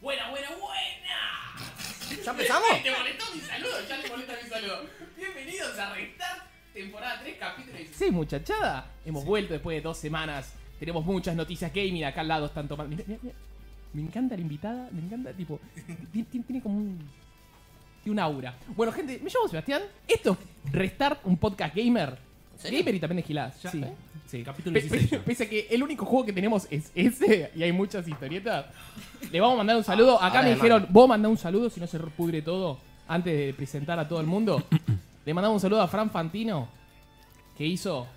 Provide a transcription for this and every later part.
Buena, buena, buena. ¿Ya empezamos? Te molestó mi saludo, ya le molesta mi saludo. Bienvenidos a Restart, temporada 3, capítulo 16. Sí, muchachada. Hemos vuelto después de dos semanas. Tenemos muchas noticias gaming. Acá al lado están tomando. Mirá, mirá, mirá. Me encanta la invitada, me encanta, tipo. Tiene, tiene- tiene como un. Tiene un aura. Bueno, gente, me llamo Sebastián. Esto es Restart, un podcast gamer. serio? Gamer y también de giladas. Ya, Sí. ¿eh? sí. Capítulo Pe- pe- 16 ya. Pese a que el único juego que tenemos es ese y hay muchas historietas, le vamos a mandar un saludo. Acá Ah, Ahora me le dijeron, vos mandá un saludo si no se pudre todo antes de presentar a todo el mundo. le mandamos un saludo a Fran Fantino, que hizo,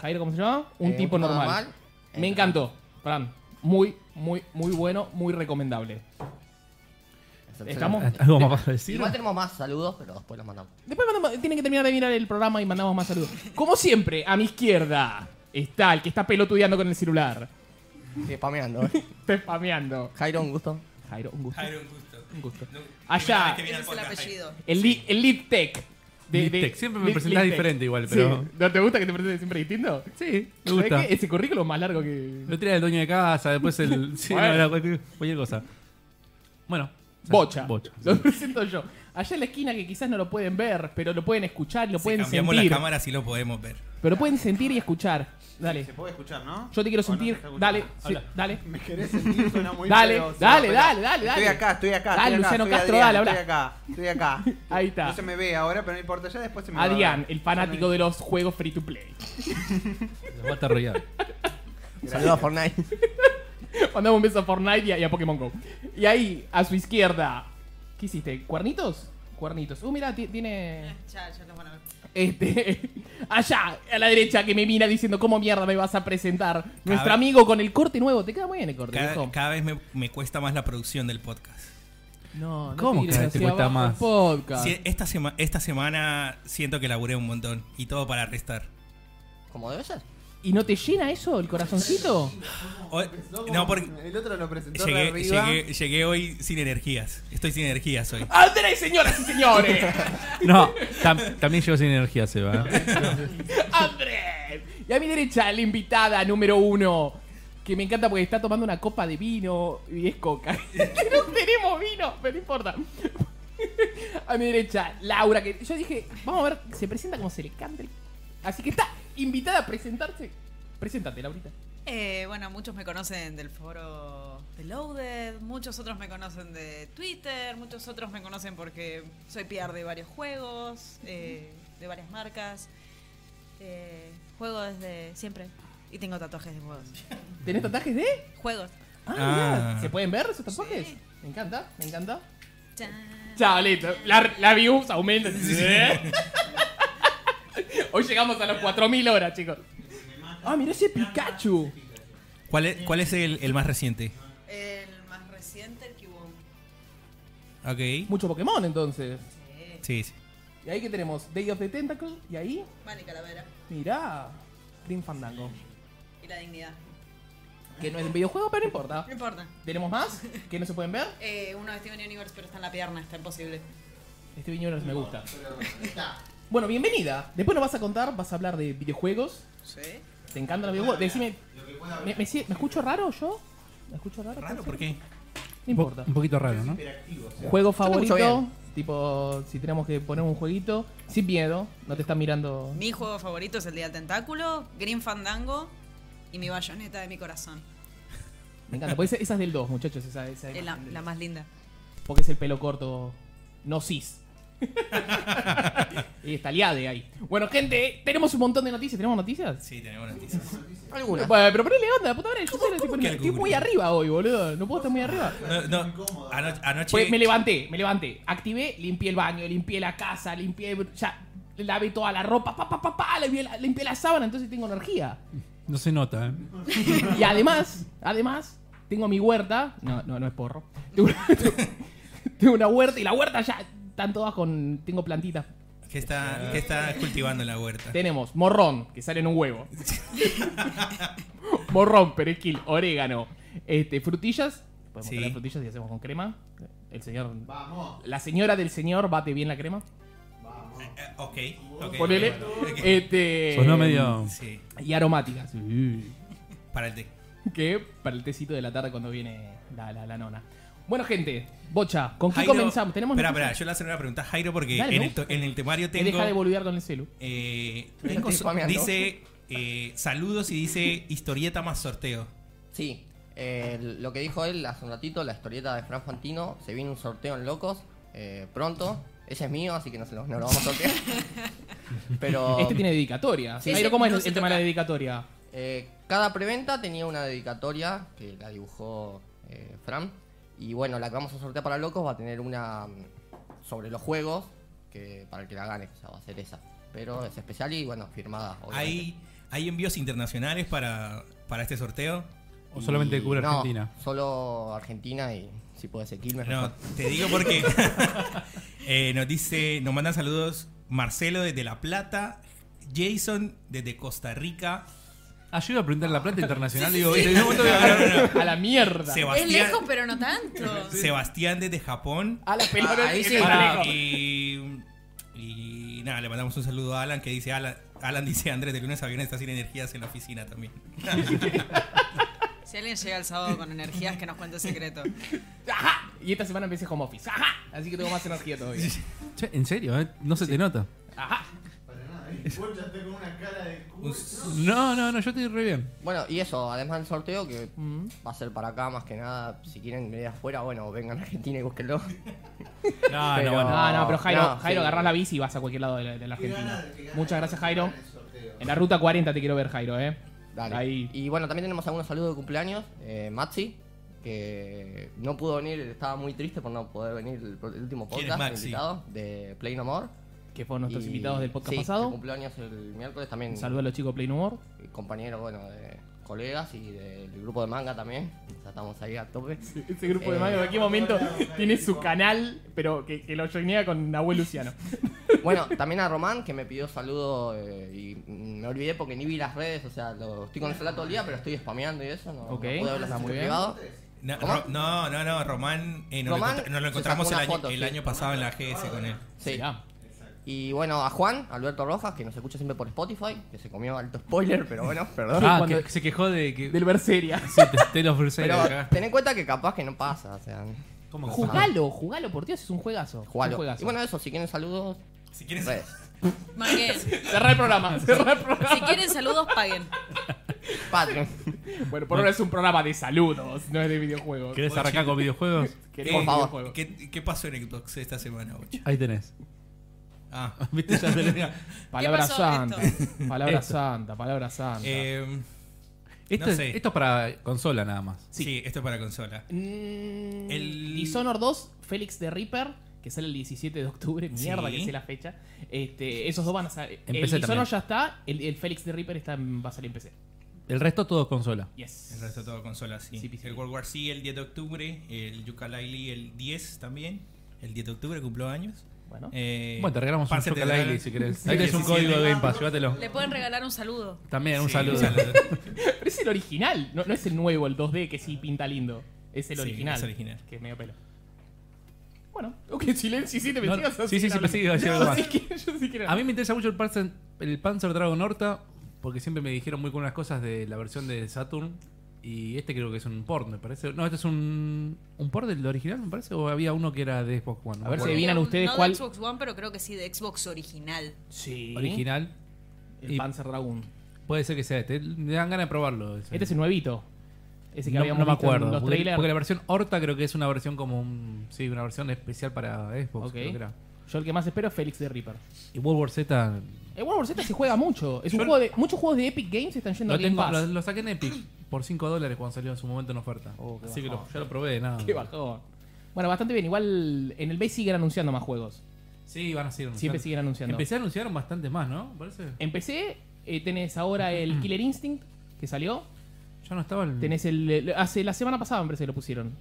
Jairo, ¿cómo se llama? Un Eh, tipo un tipo normal. normal. Eh, Me encantó, Fran. Muy, muy, muy bueno, muy recomendable. Estamos- ¿Algo más para decir? Igual tenemos más saludos, pero después los mandamos. Después mandamos- tienen que terminar de mirar el programa y mandamos más saludos. Como siempre, a mi izquierda está el que está pelotudeando con el celular. Sí, spameando. eh. Está spameando. Jairo, un gusto. Jairo, un gusto. Jairo, un gusto. Un gusto. No, primera Allá, vez que viene Ese al es el podcast, apellido. el, li- el lead tech. Lead tech. Siempre me lead- presentás lead tech. diferente igual, pero- Sí. ¿No te gusta que te presentes siempre distinto? Sí, me ¿Sabés gusta. qué? Ese currículum es más largo que... Lo tira el dueño de casa, después el. Sí, Bueno. no, era cualquier, cualquier cosa. Bueno. o sea, Bocha. Bocha. Lo presento yo. Allá en la esquina que quizás no lo pueden ver, pero lo pueden escuchar y lo Si pueden cambiamos sentir. la cámara si lo podemos ver. Pero lo pueden sentir y escuchar. Dale. Se puede escuchar, ¿no? Yo te quiero ¿O no se sentir. está escuchando? dale, sí, Habla. dale. Me querés sentir, suena muy Dale, feo, dale, Seba, dale, pero- dale, dale. Estoy acá, estoy acá. Dale, estoy acá, Luciano soy Castro, Adrián, dale, habla. Estoy acá, estoy acá. Ahí está. No se me ve ahora, pero no importa, ya después se me va a ver. Adrián, el fanático de los juegos free to play. Los Battle Royale. Saludos a Fortnite. Mandamos un beso a Fortnite y a, y a Pokémon Go. Y ahí, a su izquierda. ¿Qué hiciste? ¿Cuernitos? Cuernitos. Uh, mira, tiene. Ah, Ya, ya los van a ver. Este. Allá, a la derecha, que me mira diciendo cómo mierda me vas a presentar. Nuestro ver. amigo con el corte nuevo. Te queda muy bien el corte, Cada, viejo? cada vez me, me cuesta más la producción del podcast. No, no ¿Cómo tires cada vez te hacia cuesta abajo el más? Podcast. Sí, esta, sema- esta semana siento que laburé un montón y todo para restar. Como debe ser. ¿Y no te llena eso el corazoncito? Hoy- no, porque El otro lo presentó de llegué, arriba. llegué, llegué hoy sin energías. Estoy sin energías hoy. ¡Andrés, señoras y señores! No, tam- también llegó sin energía, Seba. ¿eh? ¡Andrés! Y a mi derecha, la invitada número uno. Que me encanta porque está tomando una copa de vino y es coca. no tenemos vino, pero no importa. A mi derecha, Laura, que yo dije, vamos a ver, se presenta como se le cante. Así que está invitada a presentarse. Preséntate, Laurita. Eh, bueno, muchos me conocen del foro de Loaded, muchos otros me conocen de Twitter, muchos otros me conocen porque soy PR de varios juegos, eh, de varias marcas. Eh, juego desde siempre y tengo tatuajes de juegos. ¿Tenés tatuajes de? Juegos. Ah, Ah. mirá. ¿Se pueden ver esos tatuajes? Me encanta, me encanta. Chan. Chao, listo. La, la views aumentan. ¿Eh? Hoy llegamos a los 4.000 horas, chicos. Ah, mirá ese Pikachu. ¿Cuál es, cuál es el, el más reciente? El más reciente, el Kibum. Ok. Mucho Pokémon, entonces. Sí, sí. Y ahí que tenemos Day of the Tentacle. Y ahí, Vale, calavera. mirá, Green Fandango. Y la dignidad. Que no es un videojuego, pero no importa. No importa. ¿Tenemos más? ¿Que no se pueden ver? Eh, uno de Steven Universe, pero está en la pierna, está imposible. Este viñuelo me gusta. Bueno, bienvenida. Después nos vas a contar, vas a hablar de videojuegos. Sí. ¿Te encantan los videojuegos? Decime, ¿me, me, si- me escucho raro yo? ¿Me escucho raro? ¿Puede Raro, ser? ¿por qué? No importa. Un poquito raro, ¿no? Juego te escucho favorito, tipo, si tenemos que poner un jueguito, sin miedo, no te están mirando. Mi juego favorito es el Día del Tentáculo, Green Fandango y mi bayoneta de mi corazón. Me encanta, porque esa, esa es del 2, muchachos, esa, esa es Es la, la más linda. Porque es el pelo corto, no cis. y está liade ahí. Bueno, gente, tenemos un montón de noticias. ¿Tenemos noticias? Sí, tenemos noticias. Alguna. Bueno, pero ponele onda, puta madre. Yo soy tipo- que estoy muy alguna? arriba hoy, boludo. No puedo estar muy arriba. No, no, ano- anoche. Pues me levanté, me levanté. Activé, limpié el baño, limpié la casa, limpié. Ya, lavé toda la ropa, pa, pa, pa, pa, limpié la, limpié la sábana, entonces tengo energía. No se nota, ¿eh? Y además, además, tengo mi huerta. No, no, no es porro. Tengo una, tengo una huerta y la huerta ya están todas con. Tengo plantitas. ¿Qué está, qué está cultivando en la huerta? Tenemos morrón, que sale en un huevo. morrón, perejil, orégano, este, frutillas. Podemos Sí. sí. frutillas y hacemos con crema. El señor. Vamos, La señora del señor bate bien la crema. vamos. Eh, ok. ok. Ponele. Este. Sonó medio. mm, Sí, Y aromáticas. para el té. que para el tecito de la tarde cuando viene la, la, la nona. Bueno, gente, Bocha, ¿con qué Jairo- comenzamos? Tenemos Espera, noticias? espera, yo le hacer una pregunta a Jairo porque Dale, en, me el, to- gusta. en el temario Que tengo. deja de boludear con el celu. eh, Me tengo estoy so- spameando. dice eh, saludos y dice historieta más sorteo. Sí, eh, lo que dijo él hace un ratito, la historieta de Fran Fantino, se viene un sorteo en Locos eh, pronto. Ese es mío, así que no, se lo, no lo vamos a sortear. Pero Este tiene dedicatoria. Sí, Jairo, sí, ¿cómo es no el se tema de toca. la dedicatoria? eh, cada preventa tenía una dedicatoria que la dibujó eh, Fran. Y bueno, la que vamos a sortear para Locos va a tener una mm, sobre los juegos que para el que la gane, o sea, va a ser esa. Pero es especial y bueno, firmada. obviamente. ¿Hay, ¿Hay envíos internacionales para, para este sorteo? O solamente Y cubre no, Argentina. Solo Argentina y si puede ser Quilmes. No, mejor. te digo porque eh, nos dice, nos mandan saludos Marcelo desde La Plata, Jason desde Costa Rica, Ayuda Ah, a preguntar la plata internacional. digo, sí. en un momento voy a- A la mierda. Es Sebastián, lejos, pero no tanto. Sebastián desde Japón A la Ah, pelota. ahí sí. Pará. y, y nada, le mandamos un saludo a Alan que dice Alan, Alan dice Andrés de lunes a viernes está sin energías en la oficina también. Si alguien llega el sábado con energías, que nos cuente el secreto. Ajá. Y esta semana empecé home office. Ajá. Así que tengo más energía todavía. Che, en serio, ¿eh? no se te nota. Ajá. Para nada, ¿eh? Bocha está con una cara de culo. No, no, no, yo estoy re bien. Bueno, y eso, además del sorteo que Mm. va a ser para acá más que nada. Si quieren venir afuera, bueno, vengan a Argentina y búsquenlo. No, Pero- no, bueno. No, no, pero Jairo, no, Jairo sí. agarrás la bici y vas a cualquier lado de la, de la Que Argentina. gana- que gana Muchas gracias, Jairo. en el sorteo. En la ruta 40 te quiero ver, Jairo, eh. Dale. Ahí. Y bueno, también tenemos algunos saludos de cumpleaños. Eh, Maxi, que no pudo venir, estaba muy triste por no poder venir el, el último ¿Quién es podcast Maxi? invitado de Play No More. Que fueron nuestros Y- invitados del podcast sí, que pasado. cumpleaños el miércoles también. Un saludo a los chicos de Play No More. Compañeros, bueno, de colegas y del grupo de manga también. O sea, estamos ahí a tope. Ese grupo de Eh, magos en cualquier momento tiene su canal, pero que, que lo joinea con Nahuel Luciano. Bueno, también a Román, que me pidió saludo eh, y me olvidé porque ni vi las redes, o sea, lo, estoy con el celular todo el día, pero estoy spameando y eso, no, no Ok, pude hablar está así muy en bien. privado. No, ¿Cómo? Ro- no, no, no, Román, eh, nos, Román lo encont- nos lo se encontramos el, sacó una año, foto, el sí. año pasado en la GS con él. Sí. Mirá. Y bueno, a Juan, Alberto Rojas, que nos escucha siempre por Spotify, que se comió alto spoiler, pero bueno, perdón. Ah, cuando- que se quejó de que. Del Berseria. Sí, te, te los brucé pero acá. ten en cuenta que capaz que no pasa, o sea, ¿Cómo que pasa? Jugalo, jugalo, por Dios, es un juegazo. Un jugalo. juegazo. Y bueno, eso, si quieren saludos, Si quieres, redes. Marquen. Cerrá el programa, cerrá el programa. Si quieren saludos, paguen. Patreon. Bueno, por ahora es un programa de saludos, no es de videojuegos. ¿Querés arrancar con videojuegos? Queremos Por favor. videojuegos. ¿qué, qué pasó en Xbox esta semana, Bocha? Ahí tenés. Ah, ¿Viste? Ya tenés. Palabra pasó santa, palabra Esto. santa, palabra santa. eh, Esto, No es- sé. esto es para consola nada más. sí. esto es para consola. Mm, El- Dishonored 2, Félix de Reaper, que sale el 17 de octubre, mierda Sí. que sé la fecha. Este, esos dos van a salir. El PC Dishonored también. ya está, el, el Félix de Reaper está, en- va a salir en PC. El resto todo consola. Yes. El resto todo consola, sí. Sí, PC. El World War C el 10 de octubre, el Yooka-Laylee el 10 también, el 10 de octubre cumplió años. Bueno. Eh, Bueno, te regalamos un Panzer te Chocolaile regala- si querés. Sí, Ahí tenés un sí, código sí. de Game Pass, llévatelo. Le pueden regalar un saludo. También, un Sí, saludo. Pero es el original, no, no es el nuevo, el 2D que sí pinta lindo. Es el Sí, original. es original. Que es medio pelo. Bueno, ok, silencio, sí te No, metías sí, sí, sí, pensé que iba a decir algo no, más. sí que- yo sí quiero. A mí me interesa mucho el Panzer, el Panzer Dragon Horta, porque siempre me dijeron muy buenas cosas de la versión de Saturn. Y este creo que es un port, me parece. No, este es un, un port del original, me parece. O había uno que era de Xbox One. A Ah, ver si Bueno, vi- adivinan No, ustedes no cuál- de Xbox One, pero creo que sí de Xbox original. Sí. Original. El Y- Panzer Dragoon. Puede ser que sea este. Me dan ganas de probarlo. Este es el nuevito. Ese que no, habíamos no me visto en acuerdo. los porque, trailers. porque la versión Horta creo que es una versión como un. Sí, una versión especial para Xbox. Ok. creo que era. Yo el que más espero es Félix de Reaper. Y World War Z. El World War Z se juega mucho. Es un Yo- juego de, muchos juegos de Epic Games están yendo Lo, a Game tengo- Pass. lo- lo saqué en Epic por 5 dólares cuando salió en su momento en oferta. Oh, qué Así que lo, bajón. ya lo probé, nada. Qué bajón. Bueno, bastante bien. Igual en el B siguen anunciando más juegos. Sí, van a seguir anunciando. Siempre siguen anunciando. Empecé a anunciar bastante más, ¿no? Parece. En PC eh, tenés ahora el Killer Instinct que salió. Ya no estaba el. Tenés el, el- hace la semana pasada en PC lo pusieron.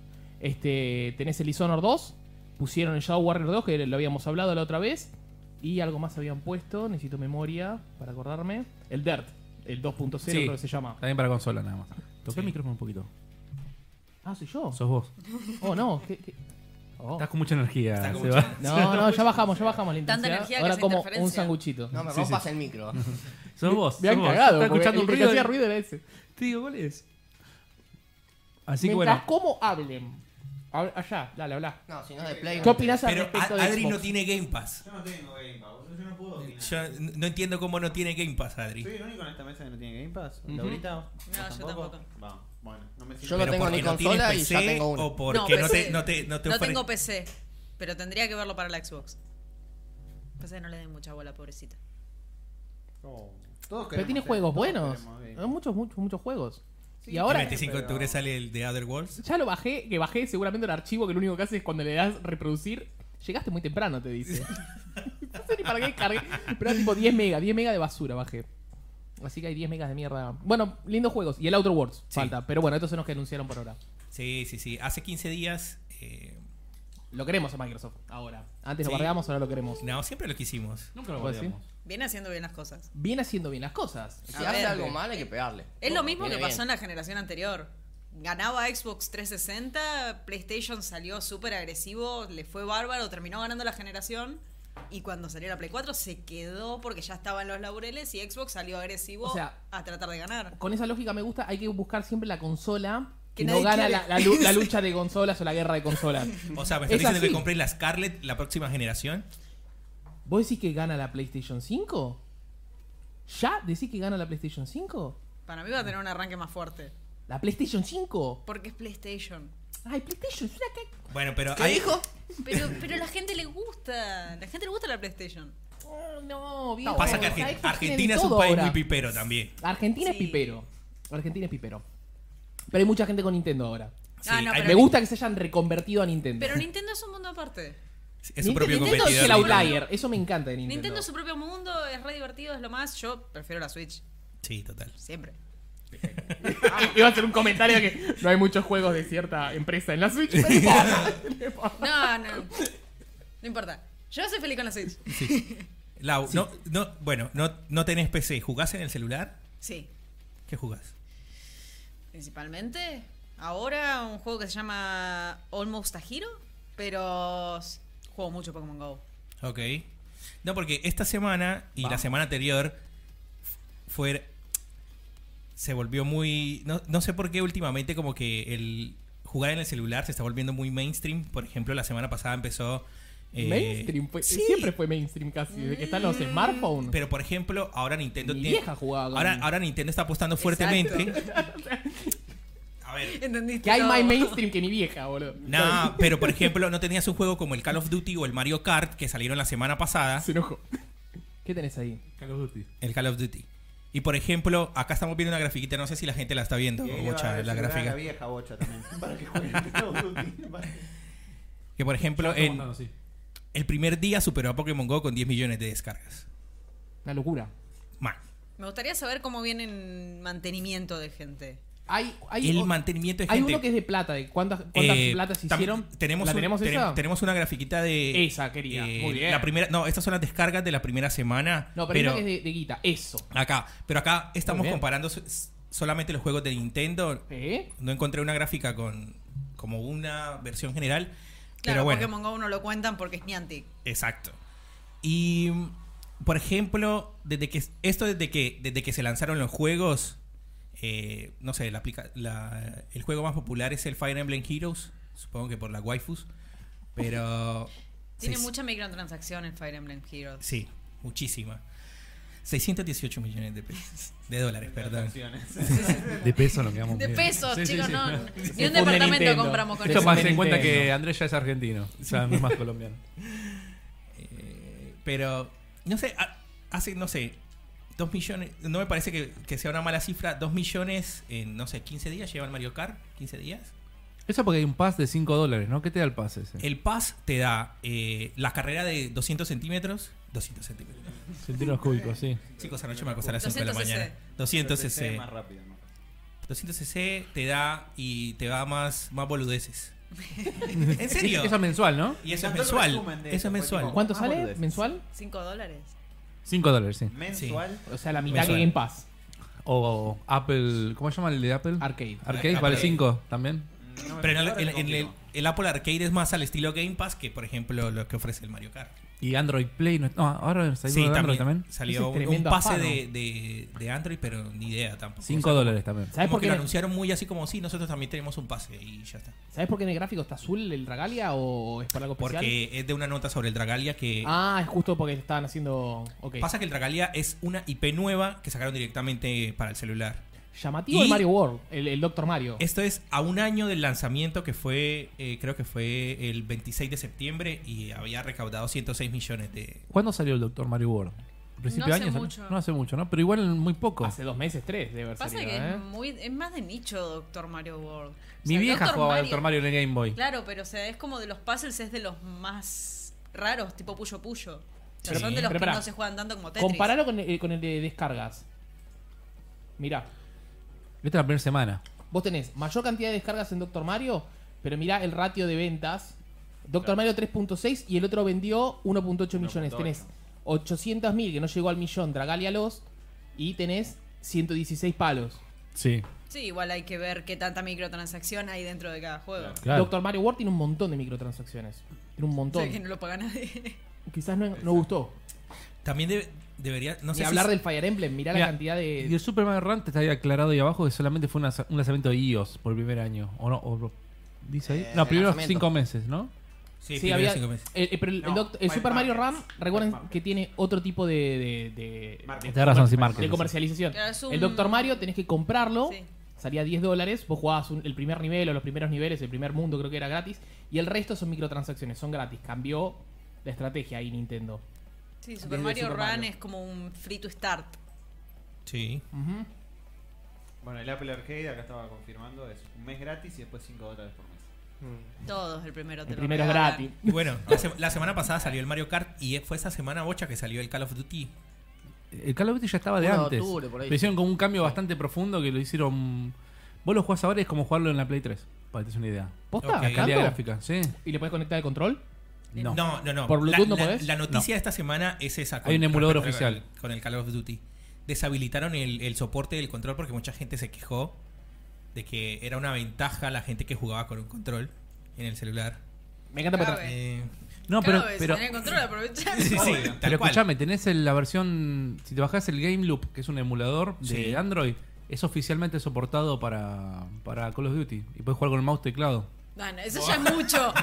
Este, tenés el Dishonored 2, pusieron el Shadow Warrior 2 que lo habíamos hablado la otra vez y algo más habían puesto, necesito memoria para acordarme. El Dirt, el 2.0 Sí. creo que se llama. También para consola, nada más. Toqué Sí. el micrófono un poquito. Ah, soy yo. Sos vos. Oh, no. ¿qué- qué? Oh. Estás con mucha energía, Está con Seba. mucha- No, no, ya bajamos, ya bajamos la Tanta intensidad. energía que Ahora hace como interferencia. un sanguchito. No me Sí, rompas el micro. Sos vos. Me han sos cagado. vos. Estás porque escuchando el un que ruido. hacía ruido era ese. Te digo, ¿cuál es? Así que Mientras bueno. como hablen. Habla- Allá, dale, habla. No, si no es de Play. ¿Qué no opinás al Pero a- respecto de Adri no Xbox? tiene Game Pass. Yo no tengo Game Pass, boludo, yo no puedo opinar. Yo n- no entiendo cómo no tiene Game Pass, Adri. ¿Soy el único en esta mesa que no tiene Game Pass? Ujú. ¿Laurita? ¿Vos No, yo tampoco. Vamos, bueno, no me Yo sirve. lo Pero tengo en mi porque no consola tienes y ya PC tengo uno. O porque no, PC. te, no, te, no te No ofrece- tengo PC, pero tendría que verlo para la Xbox. PC no le den mucha bola, pobrecita. Oh, todos Pero queremos tiene ser- juegos todos buenos. Ah, queremos Game eh. Hay Muchos, muchos, muchos juegos. Sí, y El ahora 25 de pero- octubre sale el de Other Worlds. ya lo bajé, que bajé seguramente el archivo que lo único que hace es cuando le das reproducir. Llegaste muy temprano, te dice. no sé ni para qué cargué. Pero era tipo 10 megas, 10 megas de basura bajé. Así que hay 10 megas de mierda. Bueno, lindos juegos. Y el Outer Worlds falta. Pero bueno, estos son los que anunciaron por ahora. Sí, sí, sí. Hace 15 días. eh, Lo queremos a Microsoft ahora. Antes Sí. lo bardeamos, ahora lo queremos. no, siempre lo quisimos. Nunca lo ¿Vos guardamos. Viene haciendo bien las cosas. Viene haciendo bien las cosas. Si A hace ver. algo mal hay que pegarle. Es lo mismo que Viene pasó bien. en la generación anterior. Ganaba Xbox 360, PlayStation salió súper agresivo, le fue bárbaro, terminó ganando la generación. Y cuando salió la Play 4 se quedó porque ya estaban los laureles y Xbox salió agresivo O sea, a tratar de ganar. Con esa lógica me gusta, hay que buscar siempre la consola que Que no nadie gana quiere. la, la lu- la lucha de consolas o la guerra de consolas. O sea, me Es estás diciendo así. que compré la Scarlett la próxima generación. ¿Vos decís que gana la PlayStation 5? ¿Ya decís que gana la PlayStation 5? Para mí va a tener un arranque más fuerte. ¿La PlayStation 5? Porque es PlayStation. Ay, PlayStation, es una ca- Bueno, pero ¿Qué hay- dijo? Pero, pero la gente le gusta. La gente le gusta la PlayStation. Oh, no, bien. pasa que La Argen- Xbox tiene Argentina de es un todo país ahora. muy pipero también. Argentina es Sí. pipero. Argentina es pipero. Pero hay mucha gente con Nintendo ahora. Ah, Sí, no, hay- Me pero- gusta que se hayan reconvertido a Nintendo. Pero Nintendo es un mundo aparte. Es su propio Nintendo es competidor. el outlier. Eso me encanta de Nintendo. Nintendo es su propio mundo, es re divertido, es lo más. Yo prefiero la Switch, Sí, total. siempre. Iba a hacer un comentario que no hay muchos juegos de cierta empresa en la Switch. pero no importa. No, no. No importa. Yo soy feliz con la Switch. Lau, no, no, bueno, no, no tenés PC. ¿Jugás en el celular? Sí. ¿Qué jugás? Principalmente, ahora un juego que se llama Almost a Hero, pero s- juego mucho Pokémon Go. Ok. No, porque esta semana y la semana anterior fue. Se volvió muy. No, no sé por qué últimamente, como que el jugar en el celular se está volviendo muy mainstream. Por ejemplo, la semana pasada empezó. eh, mainstream, pues. fue- sí, Mm. siempre fue mainstream casi, desde que están los smartphones. Pero por ejemplo, ahora Nintendo Mi tiene- vieja jugaba con- Ahora, ahora Nintendo está apostando fuertemente. A ver, ¿Entendiste? que hay todo? más mainstream que mi vieja, boludo. No, pero por ejemplo, no tenías un juego como el Call of Duty o el Mario Kart que salieron la semana pasada. Se enojó. ¿Qué tenés ahí? Call of Duty. El Call of Duty. Y por ejemplo, acá estamos viendo una grafiquita, no sé si la gente la está viendo, Y ahí le va a Bocha, dar el la celular a gráfica. La vieja bocha también. Para que juegue al Call of Duty, para que- Que por ejemplo, Estamos en, dando, sí. el primer día superó a Pokémon Go con 10 millones de descargas. Una locura. Mal. Me gustaría saber cómo viene en mantenimiento de gente. Hay, hay, El o- mantenimiento de hay gente. uno que es de plata, de cuántas, cuántas Eh, platas se tam- hicieron. Tenemos, ¿La un- tenemos tenem- esa? tenemos una grafiquita de. eh, Esa, querida. Muy bien. La primera, no, estas son las descargas de la primera semana. no, pero, hay uno que es de, de guita. Eso. Acá. Pero acá estamos bien. comparando so- solamente los juegos de Nintendo. ¿Eh? No encontré una gráfica con como una versión general. pero Claro, bueno, Pokémon Go no lo cuentan porque es Niantic. exacto. Y mm, por ejemplo, desde que esto desde que desde que se lanzaron los juegos, eh, no sé, la aplica- la- el juego más popular es el Fire Emblem Heroes, supongo que por las waifus, pero Tiene seis- mucha microtransacción en Fire Emblem Heroes. sí, muchísima. 618 millones de pesos, de dólares, perdón. De peso nos quedamos De bien. pesos, Sí, sí, chicos, sí. no. Ni Se un funde departamento Nintendo. compramos con Se Esto eso. funde más en cuenta Nintendo. que Andrés ya es argentino. O sea, no es más colombiano. Eh, pero, no sé, ha- hace, no sé, dos millones, no me parece que, que sea una mala cifra, dos millones en, no sé, 15 días lleva el Mario Kart, 15 días. Eso porque hay un pass de 5 dólares, ¿no? ¿Qué te da el pass ese? El Pass te da eh, la carrera de 200 centímetros, 200 centímetros. Centímetros cúbicos, sí. Chicos, anoche me acosté a las 5 de la 200 cc. mañana. 200 es cc. más rápido. ¿no? 200 cc te da y te da más, más boludeces. ¿En serio? Eso es mensual, ¿no? Y eso es Me encantó el mensual. resumen de eso, Eso es fue mensual. tipo- ¿Cuánto Ah, sale boludeces. mensual? 5 dólares. 5 dólares, sí. Mensual. O sea, la mitad Mensual. que Game Pass. O Apple. ¿Cómo se llama el de Apple? Arcade. Arcade Arcade. vale 5 también. no me- Pero en el, ahora en- te en el- confirmo. el Apple Arcade es más al estilo Game Pass que, por ejemplo, lo que ofrece el Mario Kart. Y Android Play. No, no, ahora salió Sí, de también, Android también. Ese es Salió un- un tremendo pase afano. de, de- de Android, pero ni idea tampoco. 5 O sea, dólares también. ¿Sabes como por, que qué lo en el- anunciaron muy así como sí, nosotros también tenemos un pase y ya está. ¿sabes por qué en el gráfico está azul el Dragalia o es por algo especial? Porque es de una nota sobre el Dragalia que Ah, es justo porque estaban haciendo. Ok. pasa que el Dragalia es una IP nueva que sacaron directamente para el celular. Llamativo Y- el Mario World, el, el Doctor Mario. Esto es a un año del lanzamiento que fue, eh, creo que fue el 26 de septiembre y había recaudado 106 millones de... ¿Cuándo salió el Doctor Mario World? ¿Al principio No de hace año? salió? mucho. No hace mucho, ¿no? Pero igual muy poco. Hace dos meses, tres, debe haber Pasa salido, que ¿eh? es, muy, es más de nicho Doctor Mario World. O Mi sea, vieja jugaba al Doctor Mario en el Game Boy. Claro, pero o sea, es como de los puzzles, es de los más raros, tipo Puyo Puyo. O sea, Sí. son de los Pero que pará. no se juegan tanto como Tetris. Comparalo con el, con el de descargas. Mirá, Esta es la primera semana. vos tenés mayor cantidad de descargas en Doctor Mario, pero mirá el ratio de ventas. Doctor Mario 3.6 y el otro vendió 1.8 millones. Tenés 800.000 que no llegó al millón, Dragalia Lost, y tenés 116 palos. Sí. Sí, igual hay que ver qué tanta microtransacción hay dentro de cada juego. Claro. Claro. Doctor Mario World tiene un montón de microtransacciones. Tiene un O montón. sea, que no lo paga nadie. Quizás no, no gustó. También debe- debería... No Ni sé si- hablar del Fire Emblem, mirá Mirá, la cantidad Eh, de... Y el Super Mario Run te está ahí aclarado ahí abajo que solamente fue una- un lanzamiento de iOS por el primer año. ¿O no? O- ¿Dice ahí? Eh, no, primeros lanzamiento. cinco meses, ¿no? Sí, Sí, primero había- cinco meses. eh, eh, pero el, No, el doct- el Five Super Mario RAM, Markets. recuerden Five Markets. que tiene otro tipo de, de- de- Martín. Tenés razón, sí, de Marco. comercialización. Claro, es un- El Doctor Mario tenés que comprarlo, Sí. salía 10 dólares, vos jugabas un- el primer nivel o los primeros niveles, el primer mundo creo que era gratis, y el resto son microtransacciones, son gratis. Cambió la estrategia ahí Nintendo. Sí, Desde Super Mario Super Run Mario. es como un free to start. Sí. Ujú. Bueno, el Apple Arcade, acá estaba confirmando, es un mes gratis y después 5 dólares por mes. Todos, el primero te El lo primero es regalan. gratis. Y Bueno, la, se- la semana pasada salió el Mario Kart y fue esa semana bocha que salió el Call of Duty. El Call of Duty ya estaba de Uno de antes. octubre, por ahí. Pero hicieron como un cambio bastante profundo que lo hicieron. Vos lo jugás ahora y es como jugarlo en la Play 3. Para que te des una idea. ¿Posta? Ok. La calidad ¿Tanto? gráfica, ¿sí? ¿Y le puedes conectar el control? No. Eh, No, no, no. ¿Por Bluetooth no la, la- podés? la noticia de esta semana es esa. Hay un emulador respecto al- oficial. con el Call of Duty. Deshabilitaron el, el soporte del control porque mucha gente se quejó de que era una ventaja la gente que jugaba con un control en el celular. Me encanta porque Cabe. Eh, No, claro, pero. si pero tenés el control, aprovechá. sí, sí, sí, Obvio. tal pero cual. escuchame, tenés el- la versión. Si te bajás el Game Loop, que es un emulador de Sí. Android, es oficialmente soportado para, para Call of Duty. Y puedes jugar con el mouse teclado. Bueno, eso ya es mucho.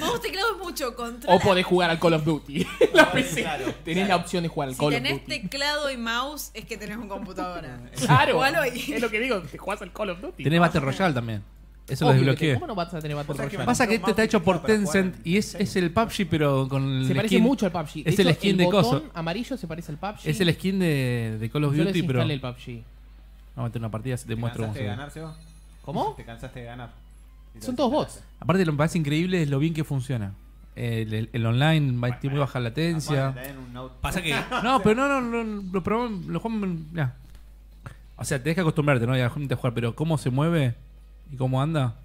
Mouse teclado es mucho. Control. O podés jugar al Call of Duty. la PC. claro, tenés la opción de jugar al si Call of tenés Duty. teclado y mouse, es que tenés un computadora. Claro. Jugalo ahí. Es lo que digo, te jugás al Call of Duty. Tenés Battle Royale también. Eso Obvio lo que te- desbloqueé. ¿Cómo no vas a tener Battle O sea que Royale? Pasa que este está hecho por Para jugar Tencent al- y es, es el PUBG, pero con. Se el parece skin- mucho al PUBG. De Es el hecho, skin de botón coso. amarillo se parece al PUBG. Es el skin de, de Call of Yo les Duty, pero. instalé Vamos el PUBG. a meter una partida, se te ¿Te muestro cómo cansaste se de ve. ganar, Seba? ¿Cómo? Te cansaste de ganar. Y te Son todos bots. desinstalaste. Aparte, lo que me parece increíble es lo bien que funciona. El, el- el online va- tiene muy baja Ah, latencia. bueno, en un out- Pasa que No, pero no, no, no, lo probamos, lo jugamos. en- mirá. O sea, tenés que acostumbrarte, ¿no? Y a la gente a jugar, pero cómo se mueve y cómo anda.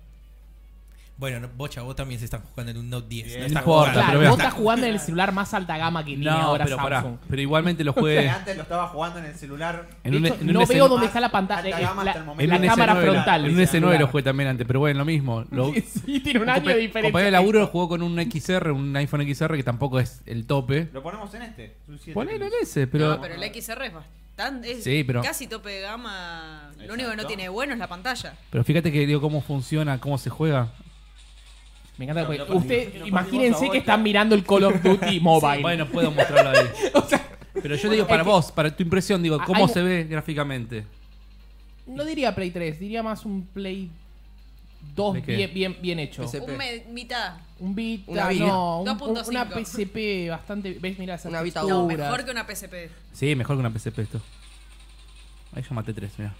Bueno, no, Bocha, vos también se están jugando en un Note 10. Bien. No estás No importa, jugando. Claro, pero vos vea. estás jugando en el celular más alta gama que tiene No, ahora pero Samsung. pará. Pero igualmente lo O juegue sea, antes lo estaba jugando en el celular. Eh. en un, De hecho, en un no SN veo dónde más está la pantalla, alta eh, gama hasta el la, momento. la en un cámara SN9 lo- frontal. En del un S9 lo celular. jugué también antes, pero bueno, lo mismo. Lo, Sí, tiene un año compa- de diferencia. compañero de laburo jugó con un XR, un iPhone XR que tampoco es el tope. Lo ponemos en este. es un siete Ponelo en plus. ese, no, pero. pero el XR es bastante. es Sí, pero- Casi tope de gama. Lo único que no Exacto. tiene bueno es la pantalla. Pero fíjate que digo cómo funciona, cómo se juega. Me encanta porque No, no usted, partimos- no partimos a imagínense bocha. que están mirando el Call of Duty Mobile. Bueno, puedo mostrarlo ahí. O sea, Pero yo te digo para vos, para tu impresión, digo, Ah, ¿cómo hay- se ve gráficamente? no diría Play 3, diría más un Play 2 ¿De qué? bien, bien, bien hecho. PC. Un me- mitad. Un Vita, Una Vita. no, un- un- 2.5. una PCP bastante. ¿Ves? Mira esa Una Vita No, textura. mejor que una PSP. Sí, mejor que una PCP esto. Ahí yo maté tres, mira.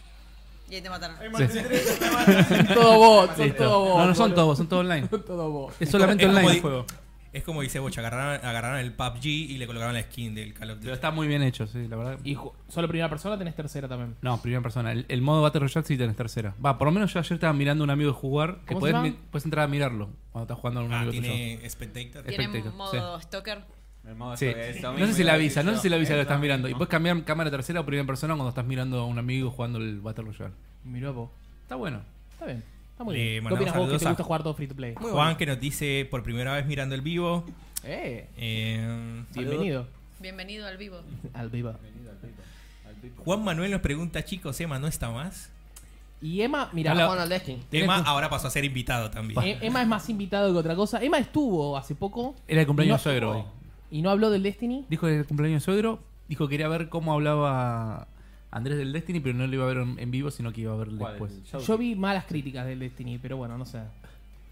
Y ahí te mataron. Ay, Martín, este. Sí. tres, te matan. Son todo bots, son Listo. todo bots. No, no son todos, son todos online. Son todo bots. Es solamente Es como online di- el juego. Es como dice Bocha, agarraron, agarraron el PUBG y le colocaron la skin del Call of Pero Duty. está muy bien hecho, sí, la verdad. Y ju- solo primera persona tenés tercera también. No, primera persona. El, el modo Battle Royale sí tenés tercera. Va, por lo menos yo ayer estaba mirando a un amigo jugar. Que ¿Cómo se podés, llama? mi- podés entrar a mirarlo cuando estás jugando a un Ah, amigo tuyo. tiene Spectator. Eh, Tiene Spectator, modo stalker. El modo Sí. esto es lo No sé mismo si que la había avisa, no sé dicho. si la avisa lo Eso estás mirando. Y mismo. puedes cambiar cámara tercera o primera persona cuando estás mirando a un amigo jugando el Battle Royale. Mirá vos. Está bueno. Está bien. Está muy Le bien. ¿Qué mandamos opinas vos que saludos te a- gusta jugar todo free to play? Juan que nos dice por primera vez mirando el vivo. Eh, Eh, bienvenido Bienvenido al vivo. al Viva. Bienvenido al Pipo. Al Pipo. Juan Manuel nos pregunta, chicos, Emma no está más. Y Emma, mira, Hola. Juan Aldestin. Emma ahora pasó a ser invitado también. E- Emma es más invitado que otra cosa. Emma estuvo hace poco Era el cumpleaños No. de suegro hoy. y no habló del Destiny. Dijo que el cumpleaños de suegro. Dijo que quería ver cómo hablaba Andrés del Destiny, pero no lo iba a ver en en vivo, sino que iba a ver ¿Cuál? después. ¿El show? Yo vi malas críticas del Destiny, pero bueno, no sé.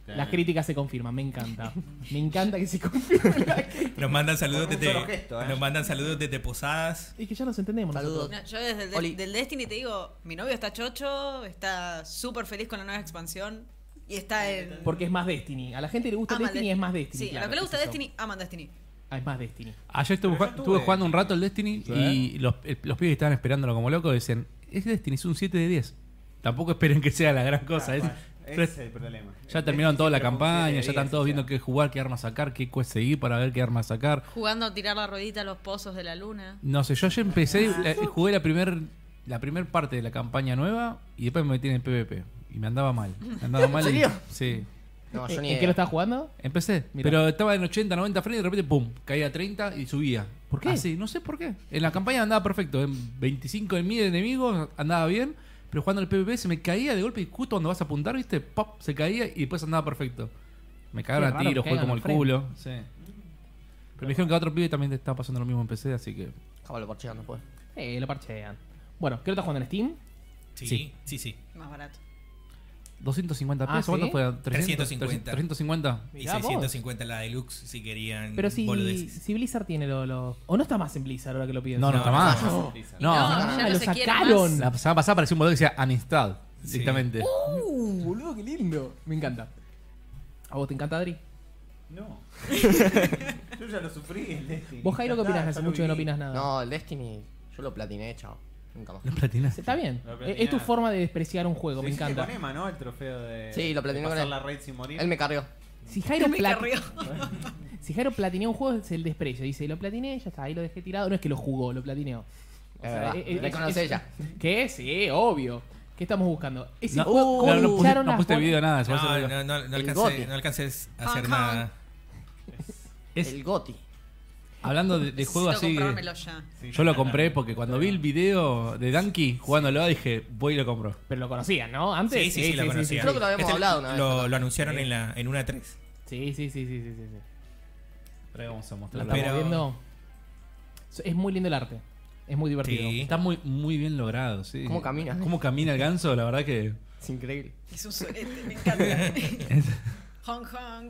Claro. Las críticas se confirman, me encanta. Me encanta que se confirmen las críticas. Nos mandan saludos Con un desde, solo gesto, ¿eh? nos mandan saludos desde Posadas. Es que ya nos entendemos. Saludos. nosotros. No, yo desde el de- Oli. del Destiny te digo, mi novio está chocho, está súper feliz con la nueva expansión y está en... Porque es más Destiny. A la gente le gusta ama Destiny y Destiny. es más Destiny. Sí, claro, a lo que le es gusta eso. Destiny, aman Destiny. Ah, es más Destiny. Ayer estuve, Pero yo ju- estuve. estuve jugando un rato el Destiny y los, el- los pibes que estaban esperándolo como locos decían, ese Destiny es un 7 de 10. Tampoco esperen que sea la gran cosa. Ah, es- bueno, pero ese es es- el problema. ya terminaron toda la Siempre campaña, funciona ya están bien, todos o sea, viendo qué jugar, qué arma sacar, qué quest seguir para ver qué arma sacar. Jugando a tirar la ruedita a los pozos de la luna. No sé, yo ya empecé, Ah, la- jugué la primer, la primer parte de la campaña nueva y después me metí en el PvP. Y me andaba mal. Me andaba mal. y- serio? sí. No, ¿En- yo ni ¿En idea. qué lo estás jugando? Empecé, Mirá. pero estaba en 80, 90 frames y de repente, pum, caía a 30 y subía. ¿Por qué? Así, no sé por qué. En la campaña andaba perfecto, en 25 de mil enemigos andaba bien, pero jugando el PvP se me caía de golpe y justo cuando vas a apuntar, viste, pop, se caía y después andaba perfecto. Me Qué cagaron a raro tiro, que jugué caigan como al el frame. culo. Sí. Pero me dijeron que a otro pibe también te estaba pasando lo mismo en PC, así que. Capaz lo parchean después. Eh, lo parchean. Bueno, ¿qué lo estás jugando en Steam? Sí, sí, Sí. sí. Más barato. 250 Ah, pesos, ¿cuánto ¿sí? fue? 300, 350. 350. Y Mirá vos. 650 la deluxe si querían Pero si, boludeces. si Blizzard tiene los... O no está más en Blizzard ahora que lo pienso. No, no, está más. No. No, No, Ah, ya lo no se quiere sacaron. La semana pasada apareció un botón que decía uninstall directamente. Uh, boludo, qué lindo. Me encanta. ¿A vos te encanta, Adri? No. Yo ya lo sufrí el Destiny. ¿Vos, Jairo, qué Ya está, opinás? ya Hace lo mucho que no viví. opinas nada. No, el Destiny yo lo platiné, chao. Nunca más. Lo platinaste. Está bien. Lo Es, es tu platinás. forma de despreciar un juego, Lo me hiciste encanta. con Emma, ¿no? El trofeo de. Sí, lo platiné de con pasar él. la raid sin morir. Él me carrió. Si Jairo, Me plat- carrió. si Jairo platinea un juego, es el desprecio. Dice, lo platineé, ya está, ahí lo dejé tirado. No es que lo jugó, lo platineó. O Es verdad. eh, eh, Me es- conoce es- ella. ¿Qué? Sí, obvio. ¿Qué estamos buscando? Ese No, juego, claro, no, ¿cómo puse, oh, echaron no a puse Juan- video nada. se va a No, hacer no, video. no, no, El alcancé, Gotti. no alcancé a hacer Hong Kong. nada. Es- El Goti. hablando de, de juego Necesito así, comprármelo ya. Sí, yo lo ya está. compré porque cuando vi el video de Danky jugándolo dije, voy y lo compro. Pero lo conocían, ¿no? Antes. Sí, sí, sí, la conocía. Creo que lo habíamos hablado una vez Lo, acá. lo anunciaron en, la, en una 3. Sí, sí, sí, sí, sí, sí, sí. Pero vamos a Lo mostrarlo. estamos Pero- viendo. Es muy lindo el arte. Es muy divertido. Sí. Está muy, muy bien logrado, sí. ¿Cómo camina? ¿Cómo camina el ganso? La verdad que... Es increíble. Es un sorete, me encanta. Hong Kong.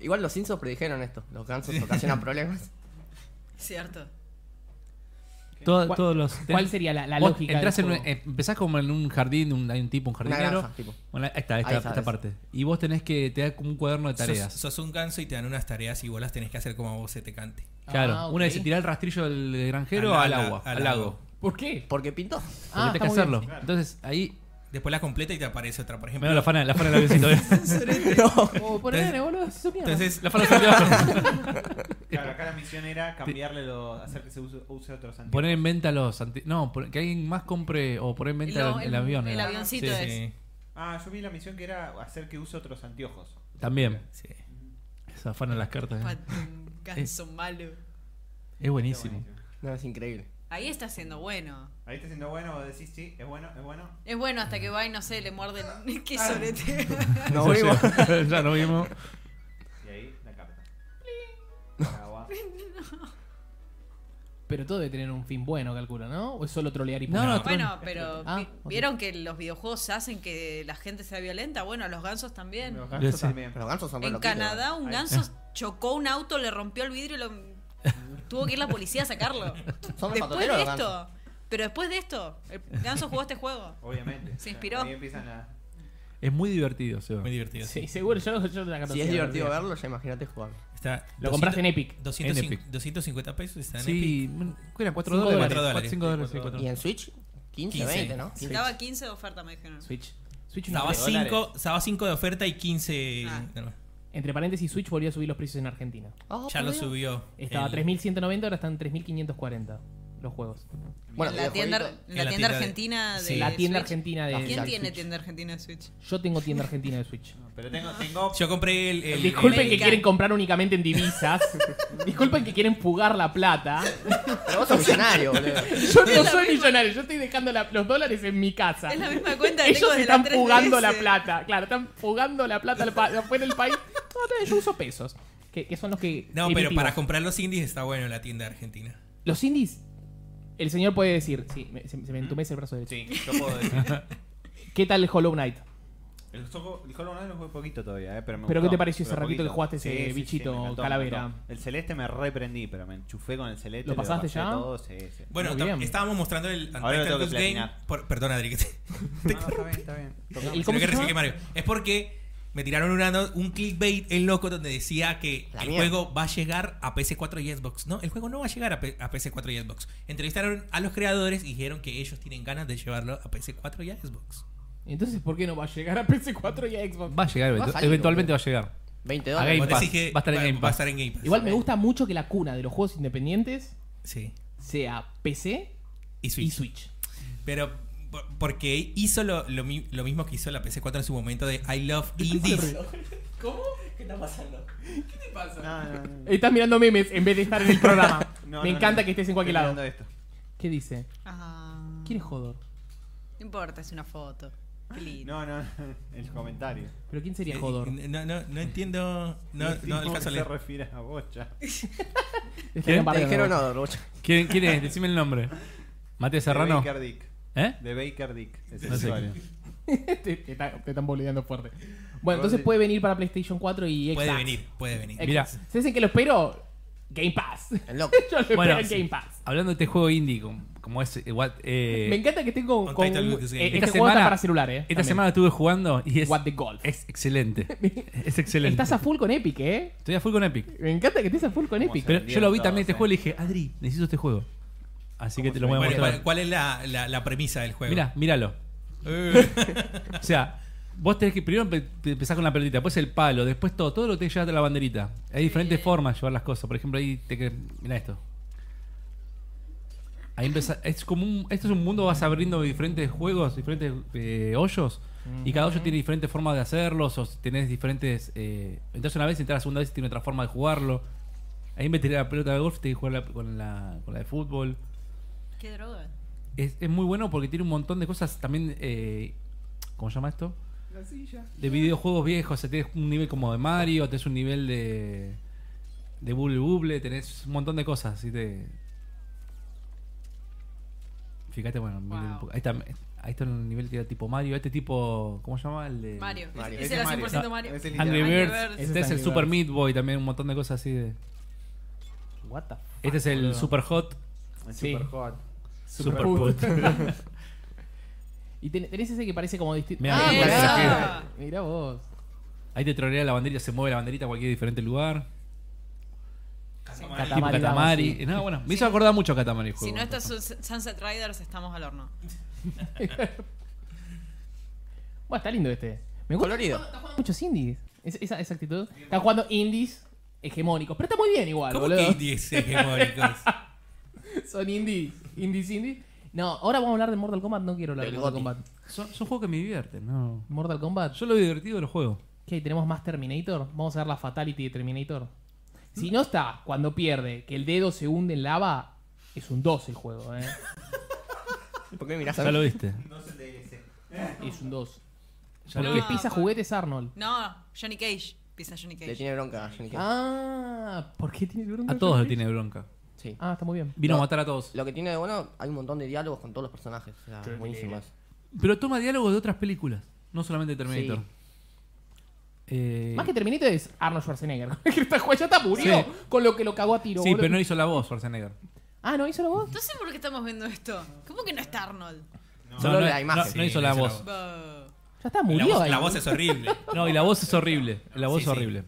Igual los Insos predijeron esto. Los gansos ocasionan problemas. Cierto. Todo- ¿Cuál- todos los, ¿Cuál sería la, la Vos lógica? entrás del en un- juego? eh, empezás como en un jardín, un, hay un tipo, un Una jardinero. granja, tipo. Bueno, ahí está, esta, Ahí está, esta esa. parte. Y vos tenés que, te da como un cuaderno de tareas. Sos, sos un ganso y te dan unas tareas y vos las tenés que hacer como a vos se te cante. Claro, Ah, ok. una es tirar el rastrillo del granjero al, Al- al- agua, al al, lago. lago. ¿Por qué? Porque pintó. Ah, porque está tenés que muy bien. hacerlo. Entonces ahí. Después las completa y te aparece otra, por ejemplo. Primero la fana, la fana la avioncito. ¿eh? Oh, ponele, boludo, eso es mierda. Entonces, La fana la Claro, acá la misión era cambiarle los. hacer que se use, use otros anteojos. Poner en venta los. anti- No, pon- que alguien más compre o poner en venta Lo- el, el- avión. eh, el era. avioncito Sí, es. sí. sí, Ah, yo vi la misión que era hacer que use otros anteojos. También. sí. Se afanan las cartas. ¿eh? Pato, un ganso malo. Es buenísimo. Está buenísimo. No, es increíble. Ahí está siendo bueno. Ahí está siendo bueno, vos decís, sí, es bueno, es bueno. Es bueno hasta que va y no sé, le muerden. Qué sorete. No vimos. ya no vimos. Y ahí la carta. Agua. Pero todo debe tener un fin bueno, calculo, ¿no? ¿O es solo trolear y No, punto? no, Bueno, pero Ah, vi- ok. vieron que los videojuegos hacen que la gente sea violenta. Bueno, los gansos también. Los Yo gansos sé. también. Pero los gansos son re En loquitos. Canadá un Ahí. ganso chocó un auto, le rompió el vidrio y lo... tuvo que ir la policía a sacarlo. Son re Después patoteros de los gansos. esto, pero después de esto, el ganso jugó este juego. Obviamente. Se inspiró. Ahí empiezan a. Es muy divertido, Seba. Muy divertido. Sí, seguro, yo, yo la Si conocía, es la divertido conocía. verlo, ya imagínate jugarlo. Está Lo compraste en Epic. 200 En Epic. 250 pesos está en Epic. Sí, bueno, ¿qué era? 4 Cinco dólares. dólares. Cuatro, cinco dólares. sí, cuatro Y en dólares. Switch, 15, 15. 20, ¿no? Sí. Estaba 15 de oferta, me dijeron. Switch. Switch no Estaba creo. 5, estaba cinco de oferta y 15. Ah. no, ¿eh? Entre paréntesis, Switch volvió a subir los precios en Argentina. Ah, ya lo por Dios. subió. Estaba El- 3.190, ahora están 3.540. los juegos. Bueno, en la tienda, videojueguito. en la tienda argentina de Sí. la tienda Switch. argentina de. ¿Quién de tiene Switch. tienda argentina de Switch? Yo tengo tienda argentina de Switch. No, pero tengo, tengo Yo compré el. el- Disculpen el- que América. quieren comprar únicamente en divisas. Disculpen que quieren fugar la plata. Pero vos sos millonario, boludo. Yo Es no la soy misma- millonario, yo estoy dejando la- los dólares en mi casa. Es la misma cuenta que Ellos tengo de están la 3DS. fugando la plata. Claro, están fugando la plata al pa- afuera del país. No, no, yo uso pesos. Que, que son los que. No, pero emitimos. para comprar los indies está bueno la tienda argentina. Los indies. El señor puede decir. Sí, me- se, se me entumece el brazo derecho. Sí, yo puedo decir. ¿Qué tal el Hollow Knight? El, Soco- el Hollow Knight lo jugué poquito todavía, eh, pero me ¿Pero gustó, qué te pareció ese pero ratito que poquito. jugaste ese bichito me encantó, me calavera? encantó. El celeste me reprendí, pero me enchufé con el celeste. ¿Lo pasaste pasé ya? Todo, sí, sí. Bueno, Muy tam- Ah, bien. estábamos mostrando el Ahora lo tengo que Goose Game. platinar. por- perdón, Adri, que te- No, está bien, está bien. Tocamos. ¿Y Se cómo lo que se recién que llama? Mario. Es porque me tiraron una no- un clickbait el loco donde decía que La el mierda. juego va a llegar a PC4 y Xbox. No, el juego no va a llegar a, P- a PC4 y Xbox. Entrevistaron a los creadores y dijeron que ellos tienen ganas de llevarlo a PC4 y a Xbox. Entonces, ¿por qué no va a llegar a PS4 y a Xbox? Va a llegar, Va a eventu- salir, eventualmente va boludo. a llegar. 20 A Game Vos dólares. Pass. decís que Va a estar en Game Pass. estar en Game Pass. Igual me gusta mucho que la cuna de los juegos independientes Sí. sea PC Y y Switch. Switch. Pero por- porque hizo lo, lo mi- lo mismo que hizo la PC4 en su momento de I love indies. ¿Cómo? ¿Qué está pasando? ¿Qué te pasa? No, no, no. Estás mirando memes en vez de estar en el programa. No, Me no, encanta no. que estés en cualquier Estoy lado. mirando esto. ¿Qué dice? Ah. ¿Quién es Jodor? No importa, es una foto. Qué lindo. No, no, el comentario. ¿Pero quién sería Jodor? Eh, No, no, no entiendo. No, no ¿Cómo alcanzo a que se leer. refiere a bocha. Estaría ¿Quién? bárbaro, Te dijeron ¿no? no, Rocha. ¿Quién, quién es? Decime el nombre. Mateo De Serrano. Baker Dick. ¿Eh? De Baker Dick. Es el No sé usuario. te, Este, te está- te están boleando fuerte. Bueno, entonces Rodri- puede venir para PlayStation 4 y Xbox. Puede venir, puede venir. Xbox. Mirá. ¿Se dicen que lo espero? Game Pass. El loco. Yo lo Bueno, espero en sí. Game Pass. Hablando de este juego indie, como, como es. eh, what- eh, Me encanta que estén con. Untitled con- Goose Game. eh, este Esta juego está semana- para celular, ¿eh? esta también. semana estuve jugando y es, What the Golf. es excelente. es excelente. Estás a full con Epic, ¿eh? Estoy a full con Epic. Me encanta que estés a full con Vamos Epic. a ver. Pero yo lo vi Vendieron también este todos, juego y le dije, Adri, necesito este juego. Así que te lo voy ¿Cómo a se ¿Cuál, llama? mostrar. cuál- cuál es la, la- la premisa del juego? Mirá, míralo. Eh, O sea, vos tenés que primero empe- empezar con la pelotita, después el palo, después todo, todo lo que te lleva a la banderita. Hay diferentes formas de llevar las cosas. Por ejemplo, ahí te que- Mirá esto. Ahí empieza. Es como un. Esto es un mundo, vas abriendo diferentes juegos, diferentes eh, hoyos. Y cada hoyo tiene diferentes formas de hacerlos. O si tenés diferentes. Eh, entras una vez, entras la segunda vez y tiene otra forma de jugarlo. Ahí me tiré la pelota de golf, te que jugar la- con, la, con la de fútbol. Qué droga. Es, es muy bueno porque tiene un montón de cosas también. Eh, ¿Cómo se llama esto? De videojuegos viejos. O sea, tenés un nivel como de Mario, tenés un nivel de. de Bubble Bubble, tenés un montón de cosas. Así te. Fíjate, bueno, miren un Wow. poco. ahí está. Ahí está el nivel que era tipo Mario. Este tipo. ¿Cómo se llama? El de. Mario. Mario. Ese Ese era es 100% No, Mario. ese es Angry Angry Birds. Birds. Este es Angry el Birds. Super Meat Boy también, un montón de cosas así de. What the fuck, Este es el boludo. Super Hot. Es Sí. super hot. Super Put. Put. y ten- tenés ese que parece como distinto. Mirá, Ah, mirá, mirá. mirá. Mirá vos. Ahí te trolea la banderita, se mueve la banderita a cualquier diferente lugar. Tipo Catamari, Katamari. vamos, sí. Eh, no, bueno, me hizo acordar mucho a Katamari el Si juego. no está Sun- Sunset Riders, estamos al horno. Bueno, está lindo este. Me gusta. Colorido. Está jugando muchos indies. Es- esa, esa actitud. Está jugando indies hegemónicos. Pero está muy bien igual, ¿Cómo boludo. que indies hegemónicos? Son indies. Indies, indies. No, ahora vamos a hablar de Mortal Kombat. No quiero hablar de Del Mortal Goti. Kombat. Son, son juegos que me divierten, no. Mortal Kombat. Yo lo divertido de los juegos. ¿Qué? ¿Tenemos más Terminator? Vamos a ver la Fatality de Terminator. Si no está cuando pierde que el dedo se hunde en lava, es un 2 el juego, ¿eh? ¿Por qué mirás a Ya mí? lo viste. No se le dice. Es un 2. Ya ¿Por lo qué No, pisa por- juguetes Arnold? No, Johnny Cage. Pisa Johnny Le Cage. tiene bronca a Johnny Cage. Ah, ¿por qué tiene bronca A todos Johnny le tiene bronca. Sí. Ah, está muy bien. Vino a No. matar a todos. Lo que tiene de bueno, hay un montón de diálogos con todos los personajes. O sea, buenísimas. Pero toma diálogos de otras películas, no solamente de Terminator. Sí. Eh, Más que Terminator es Arnold Schwarzenegger. que está, ya está murió Sí. con lo que lo cagó a tiro. sí, boludo. pero no hizo la voz Schwarzenegger. Ah, ¿no hizo la voz? Entonces, ¿por qué estamos viendo esto? ¿Cómo que no está Arnold? Solo la imagen. no, Sí, no hizo no la hizo la voz. Bah. Ya está, la, murió voz, ahí. la voz es horrible. No, y la voz es horrible. La voz Sí, es sí. horrible.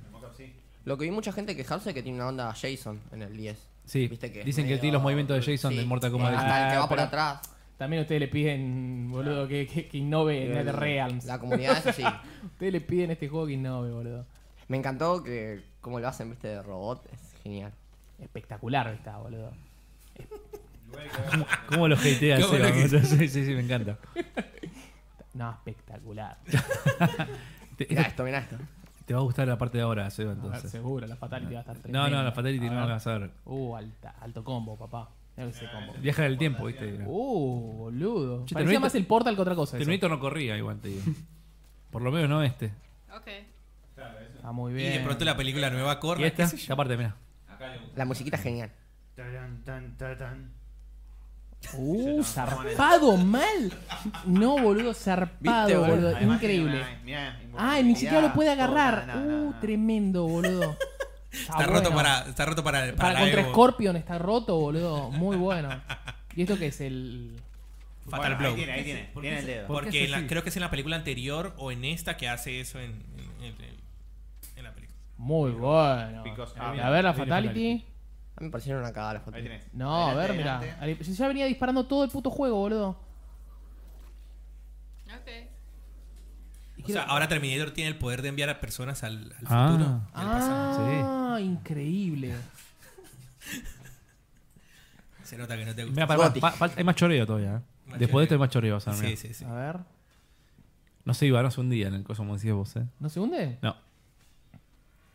Lo que vi mucha gente quejarse es que tiene una onda Jason en el 10. Sí. Viste que es Dicen que medio- tiene los movimientos de Jason Sí. de Mortal Eh, Kombat. Ah, Hasta el que va por pero- atrás. También ustedes le piden, boludo, que, que, que innove en Nether Realms. La comunidad es así. Ustedes le piden a este juego que innove, boludo. Me encantó que cómo lo hacen, viste, de robot. Es genial. Espectacular está, boludo. ¿Cómo, cómo lo hatea Qué bueno Seba? que- Sí, sí, sí, me encanta. No, espectacular. Te, Mirá esa- esto, mirá esto. te va a gustar la parte de ahora, Seba, A ver, entonces. seguro, la Fatality va a estar No, tremenda. no, la Fatality A no la ver. vas a ver. Uh, alta, alto combo, papá. Mira ese combo. Viaja del tiempo, ¿viste? Era. Uh, boludo. Che, Parecía Terminator- más el portal que otra cosa. eso. Terminator no corría igual, te digo. Por lo menos no este. Ok. Claro, eso. Está muy Y bien. de pronto la película nueva Y corre. esta, aparte, mira. Acá le gusta. La musiquita es genial. Tarán, tan, tarán. Uh, zarpado mal. No, boludo, ¿Viste, zarpado, boludo? boludo. Además tiene Increíble. una- mirá, Ah, ni siquiera lo puede agarrar. No, no, no, uh, no. tremendo, boludo. Está Ah, roto para. Está roto para. Para, para la contra Evo. Scorpion está roto, boludo. Muy bueno. ¿Y esto qué es el Bueno, Fatal Blow. Ahí tiene, ahí tiene. Tiene el dedo. ¿Por qué Porque es la- así? creo que es en la película anterior o en esta que hace eso en, en- en- en la película. muy bueno? Picos. Ah, A mira, ver la viene fatality. A mí me parecieron una cagada las fotos. Ahí tenés. No, a Adelante, ver, mira. adelante. Ya venía disparando todo el puto juego, boludo. Ok. O sea, ahora Terminator tiene el poder de enviar a personas al, al Ah. futuro. y al pasado. Ah, increíble. Se nota que no te Mirá, gusta. pará, Gothic. fa- falta- hay más choreo todavía. ¿eh? Este, Más Después de esto choreo. hay más choreo. o sea, mirá. Sí, sí, sí. A ver. No se iba, no hace un día en el coso, como decías vos. ¿eh? ¿No se hunde? No.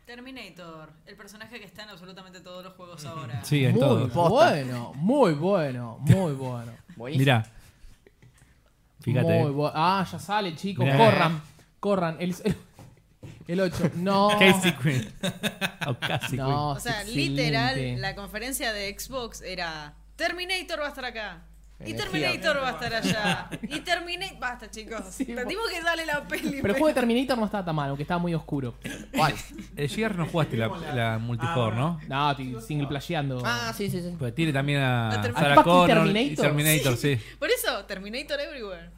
Terminator, el personaje que está en absolutamente todos los juegos ahora. Sí, en muy todo. bueno, muy bueno, muy bueno. Buenísimo. Mirá. Fíjate. Muy eh. bu- ah, ya sale, chicos. Mirá. Corran. Corran. El, el 8. No. Casey Queen. O Casey No, O sea, es literal, excelente. la conferencia de Xbox era Terminator va a estar acá. Y Energía. Terminator va a estar allá. Y Terminator. Basta, chicos. Sí, Sentimos que sale la peli. pues. Pero el juego de Terminator no estaba tan mal, aunque estaba muy oscuro. ¿Cuál? Queen. El Gear no jugaste la, la multicore, ¿no? No, t- single playando. Ah, sí, sí, sí. Pues tiene también a A Terminator. Sarah ¿A fucking Connor y Terminator? Terminator, sí. Por eso, Terminator Everywhere.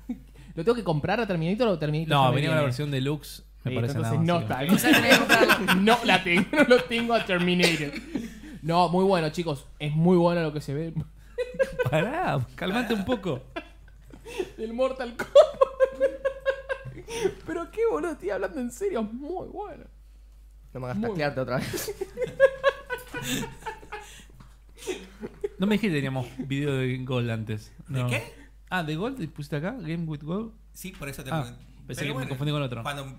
¿Lo tengo que comprar a Terminator o Terminator? ya No, me venía con la viene? versión deluxe, me Sí, parece entonces nada no más, está. sí. No la tengo, no lo tengo a Terminator. No, muy bueno, chicos. Es muy bueno lo que se ve. Pará, calmate un poco. del Mortal Kombat. Pero qué boludo, estoy hablando en serio, es muy bueno. No me hagas Muy taclearte otra vez. No me dijiste que teníamos video de Gold antes. ¿De No. qué? Ah, de Gold, pusiste acá, Game with Gold. Sí, por eso te Ah, pensé que me confundí con otro. Cuando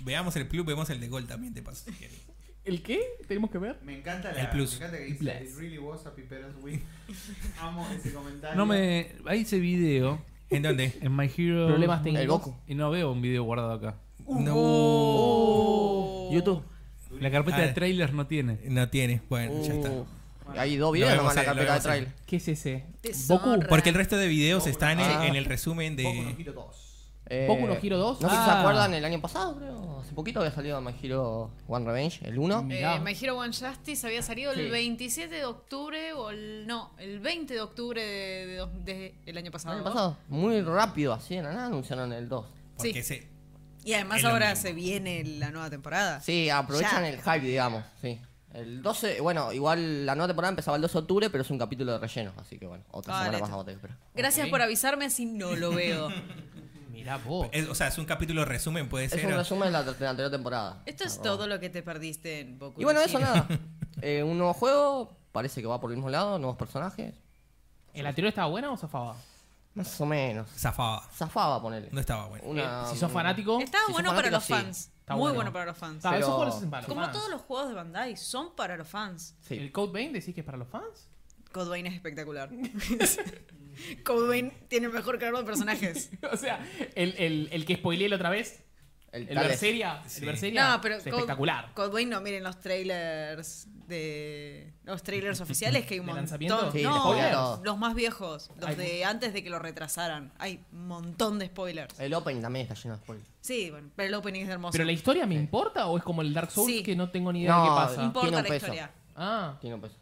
veamos el club, vemos el de gol también, te paso. si quieres. ¿El qué? ¿Tenemos que ver? Me encanta la, El plus. Me encanta que El dice plus. It really was a piperos week. Amo ese comentario. No me. Ahí ese video ¿En dónde? en My Hero. Problemas técnicos. El Goku. Y no veo un video guardado acá. No. YouTube. La carpeta Ah. de trailers no tiene. No tiene. Bueno, ya está. Uh, Hay dos videos Lo vemos nomás en la ahí, lo carpeta de vemos ahí. trailer. ¿Qué es ese? Deshonra. ¿Boku? Porque el resto de videos están en, Ah. en el resumen Poco no de. giro 2. Eh, Boku no Hero 2. No sé si se Ah. acuerdan, el año pasado, creo. Hace poquito había salido My Hero One Revenge, el 1. Mirá. Eh, My Hero One Justice había salido Sí. el 27 de octubre o el, no, el 20 de octubre de, de dos- de- el año El pasado. año pasado. Muy rápido, así de la nada anunciaron el 2. Porque Sí. se- Y además Es lo ahora mismo. se viene la nueva temporada. Sí, aprovechan Ya. el hype, digamos. Sí. El 12, bueno, igual la nueva temporada empezaba el 12 de octubre, pero es un capítulo de relleno, así que bueno, otra Ah, semana listo. más a pero. Gracias Ok. por avisarme si no lo veo. Mirá vos. es- o sea, es un capítulo resumen, puede Es ser. ah, un resumen de la, de la anterior temporada. Esto es Ah, todo lo que te perdiste en Boku. Y bueno, no eso Hero. nada. Eh, un nuevo juego, parece que va por el mismo lado, nuevos personajes. ¿El anterior estaba bueno o zafaba? Más o menos. Zafaba. Zafaba, ponele. No estaba bueno. Una- eh, si sos fanático. Está sos bueno para fanático, los sí. fans. Está Muy bueno. bueno. para los fans. Está, esos Pero- juegos se hacen para los Como fans. todos los juegos de Bandai son para los fans. Sí. ¿El Code Vein decís que es para los fans? Codebane es espectacular. Codebane tiene el mejor cargo de personajes. o sea, el, el, el que spoileé la otra vez. El Tales. Berseria. Sí. El Berseria. No, pero es espectacular. Codebane no, miren los trailers de los trailers oficiales que hay un ¿De montón. lanzamiento? Sí, no, spoilers. los, más viejos, los Hay de antes de que lo retrasaran. Hay un montón de spoilers. El opening también está lleno de spoilers. Sí, bueno, pero el opening es hermoso. ¿Pero la historia me importa o es como el Dark Souls Sí. que no tengo ni idea No, de qué pasa? no importa tiene un la peso. historia. Ah, Tiene un peso.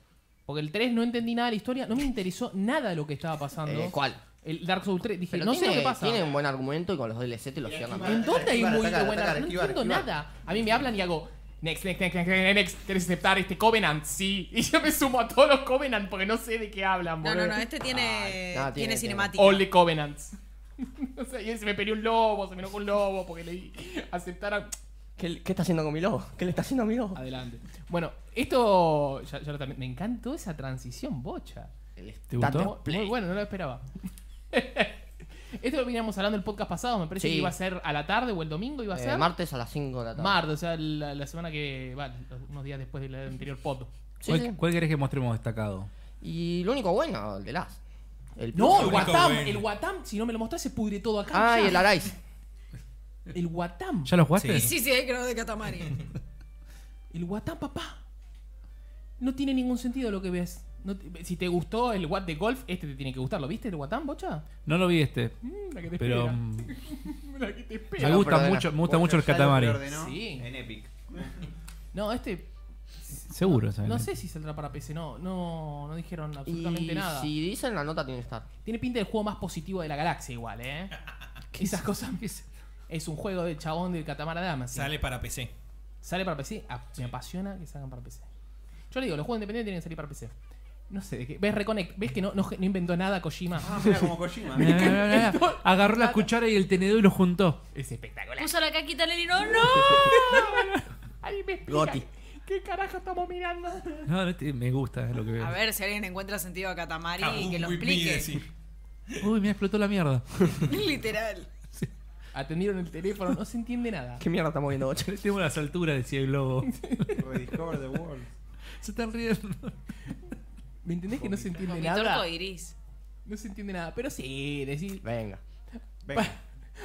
porque el 3 no entendí nada de la historia. No me interesó nada de lo que estaba pasando. Eh, ¿Cuál? El Dark Souls 3. Dije, Pero no tiene, sé lo que pasa. Tiene un buen argumento y con los DLC te lo cierran. ¿En dónde hay un Esquivar, movimiento atacar, buena? atacar, no esquivar, entiendo esquivar. nada. A mí me hablan y hago. Next, next, next, next, next, next. ¿Quieres aceptar este Covenant? Sí. Y yo me sumo a todos los Covenant porque no sé de qué hablan, No, no, boludo. no, este tiene, Ah, no, tiene- tiene, tiene. cinemática. All the Covenants. o sea, y se me peleó un lobo, se me enojó un lobo porque le di aceptar a- ¿Qué, qué está haciendo con mi lobo? ¿Qué le está haciendo a mi lobo? Adelante. Bueno, esto. Ya, ya lo terminé. Me encantó esa transición bocha. El ¿Te gustó? status play. Muy bueno, no lo esperaba. Esto lo veníamos hablando el podcast pasado, me parece Sí. que iba a ser a la tarde o el domingo iba a Eh, ser. martes a las 5 de la tarde. Martes, o sea, la, la semana que. va, unos días después del anterior pod. Sí, ¿Cuál, sí. cuál querés que mostremos destacado? Y lo único bueno, el de las. El No, el Único Guatam, bueno. el Guatam, si no me lo mostrás se pudre todo acá. Ah, ya. y el Arais. El Guatam. ¿Ya lo jugaste? Sí. Sí, sí, hay que no de Catamari. El Guatam, papá. No tiene ningún sentido lo que ves. No te- si te gustó el What de Golf, este te tiene que gustar. ¿Lo viste el Guatam, bocha? No lo vi este, Mm, la que te pero espera. mm, La que te me espera. Salud. gusta pero mucho, me gusta mucho Borja el ya lo Katamari. preordenó Sí. En Epic. No, este. Seguro, ¿sabes? No sé si saldrá para PC, no, no, no dijeron absolutamente Y nada. si dicen la nota tiene que estar. Tiene pinta del juego más positivo de la galaxia igual, ¿eh? Esas cosas... Es un juego del chabón del Katamara Dama. ¿sí? Sale para PC. ¿Sale para PC. Ah, Me apasiona que salgan para PC. Yo le digo, los juegos independientes tienen que salir para PC. No sé, ¿de qué? ¿ves Reconnect? ¿Ves que no, no- no inventó nada Kojima? Ah, mira como Kojima. Mirá, mirá, mirá, mirá. Agarró la cuchara y el tenedor y lo juntó. Es espectacular. Puso la caquita en el hilo. ¡No! Ahí me explica Goti. ¿Qué carajo estamos mirando? No, no, este, me gusta lo que veo. A ver si alguien encuentra sentido a Catamari y Kaboom, que lo with me, explique. decí. Uy, me explotó la mierda. Literal. Atendieron el teléfono, no se entiende nada. ¿Qué mierda estamos viendo, bocha? Tengo las alturas, decía el globo. Rediscover the World. Se están riendo. ¿Me entendés que no se entiende Vomitó nada? arcoiris. No se entiende nada, pero sí, decir... Venga. Venga.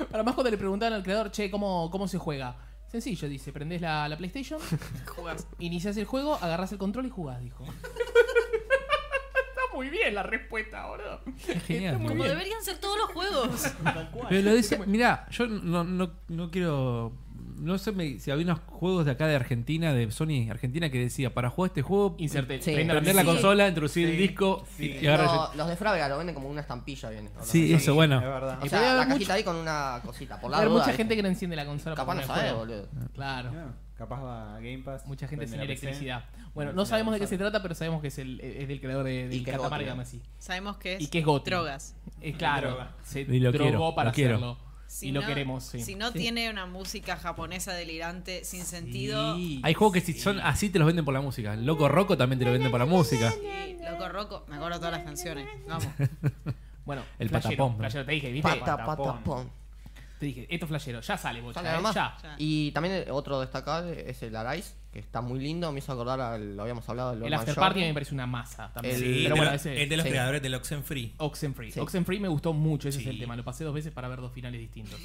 Para más cuando le preguntaban al creador, che, ¿cómo, cómo se juega? Sencillo, dice, prendés la, la PlayStation, Jugás. iniciás el juego, agarrás el control y jugás, dijo. Está muy bien la respuesta, boludo. Es genial. Está muy Como bien. deberían ser todos los juegos. Pero lo decía, mirá, yo no, no, no quiero. No sé me- si había unos juegos de acá de Argentina, de Sony Argentina, que decía para jugar este juego, Inserte. Sí. prenda la prender la PC. consola, introducir el Sí, disco sí. y agarrar No, los de Frávega lo venden como una estampilla. Viene. Sí, eso, Es bueno. verdad. O Y puede sea, haber la mucho- cajita ahí con una cosita. Por la Hay duda. mucha ¿viste? gente que no enciende la consola. Capaz por no el sabe, juego. boludo. Claro. Ah, Capaz va a Game Pass. Mucha gente vende sin la PC. electricidad. Bueno, Vende no la sabemos de qué se consola. trata, pero sabemos que es el, es del creador de, del que es Catamarca, Gotti, ¿no? así. Sabemos que es. Y que es Gotti. Drogas. Eh, claro, Droga. se Y lo drogó quiero, para lo quiero. hacerlo. Si y lo no- queremos, sí. Si no tiene una música japonesa delirante sin sentido. Sí. Hay juegos que si son así te los venden por la música. El Loco Roco también te lo venden por la música. Sí, Loco Roco, me acuerdo todas las canciones. Vamos. Bueno, El flashero, patapón, ¿no? flashero, te dije, ¿viste? Pata, pata, Patapón. pon. Te dije, esto es flashero, ya sale, bocha, Sale eh, nomás. ya. Ya. Y también el otro destacable es el Arais, que está muy lindo. Me hizo acordar, al, lo habíamos hablado, del El Lord after Mayor. party me parece una masa también. El- Sí, pero de bueno, lo- ese es de los sí. creadores del Oxenfree. Oxenfree. Sí. Oxenfree me gustó mucho, ese Sí. es el tema. Lo pasé dos veces para ver dos finales distintos.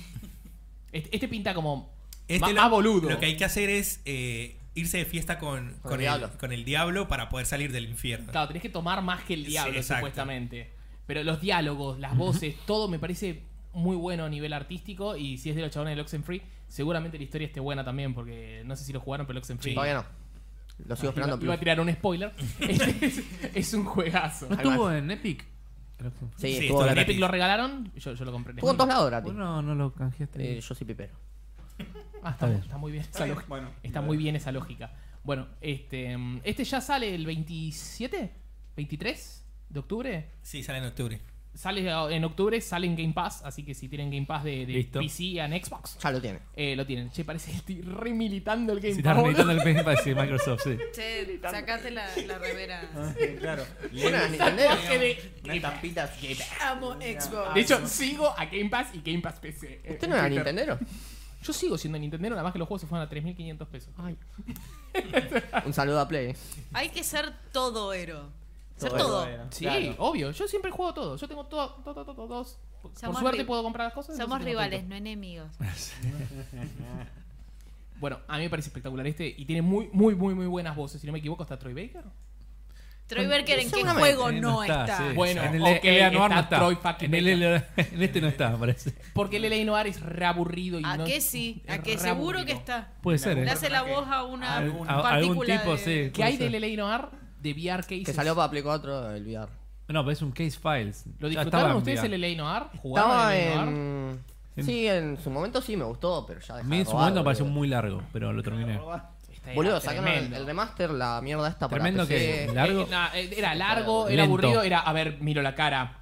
Este, este pinta como Este más, lo- más boludo. Lo que hay que hacer es eh, irse de fiesta con, con, el el diablo. con el diablo para poder salir del infierno. Claro, tenés que tomar más que el Sí, diablo, exacto. supuestamente. Pero los diálogos, las voces, todo me parece muy bueno a nivel artístico. Y si es de los chabones del Oxenfree, seguramente la historia esté buena también, porque no sé si lo jugaron, pero el Oxenfree. Todavía no. Lo sigo Iba, esperando. en iba a Plus. tirar un spoiler. es, es un juegazo. ¿No estuvo en Epic? Sí, Sí, estuvo estuvo gratis. gratis. Epic lo regalaron, yo, yo lo compré. Estuvo en todos lados gratis. Vos no, no lo canjeaste. Eh, yo soy pipero. Ah, está, Está bien. está muy bien esa Está bien, lógica. Bueno, Está muy bien esa lógica. Bueno, este, mm, este ya sale el 27, 23 de octubre. Sí, sale en octubre. Sale a- en octubre, sale en Game Pass, así que si tienen Game Pass de, de Listo. PC and Xbox, Ya lo tiene. eh, lo tienen. Che, parece que estoy remilitando el Game Si Pass. estás boludo. reeditando el Game Pass de Microsoft, sí. Che, sacate la, la remera. Ah, sí, claro. Bueno, Le- Nintendo. Tatuaje de- Una Game Pass, estampita. Game Pass. Amo Xbox. De hecho, sigo a Game Pass y Game Pass PC. eh, ¿Usted en ¿Este no era Twitter. Nintendero? Yo sigo siendo Nintendero, nada más que los juegos se fueron a 3.500 pesos. Un saludo a Play. Hay que ser todo héroe. Ser Todo todo. héroe. Sí, Claro. obvio. Yo siempre juego todo. Yo tengo todo, todo, todo, todo, todos. Por Somos suerte ri- puedo comprar las cosas. Somos entonces no rivales, tengo. no enemigos. Bueno, a mí me parece espectacular este y tiene muy, muy, muy, muy buenas voces. Si no me equivoco, está Troy Baker. Troy Berker, ¿en qué Seguramente. juego Eh, no está? sí. Bueno, en ok, LA Noir está no está. Troy fucking en, el LA en este no está, me parece. Porque el L.A. Noir es reaburrido y ¿A Ah, no. qué sí? ¿A es qué re seguro aburrido. que está? Puede ser, Le ¿eh? hace la voz a una A- a- partícula algún tipo, de- ¿Qué hay Puede del ser. L.A. Noir de VR Cases? Que salió para Play 4 el VR. No, pero es un Case Files. ¿Lo Ya disfrutaron estaba ustedes enviado. el L.A. Noir? ¿Jugaron Estaba al L.A. Noir? en. Sí, en su momento sí me gustó, pero Ah, ya A dejaba mí en su robado, momento me pareció boludo. muy largo, pero lo terminé. Está Boludo, sacaron el, tremendo. el remaster, la mierda esta para Tremendo PC. que- Eh, ¿Largo? no, eh, era largo, era Lento. aburrido, era, a ver, miro la cara.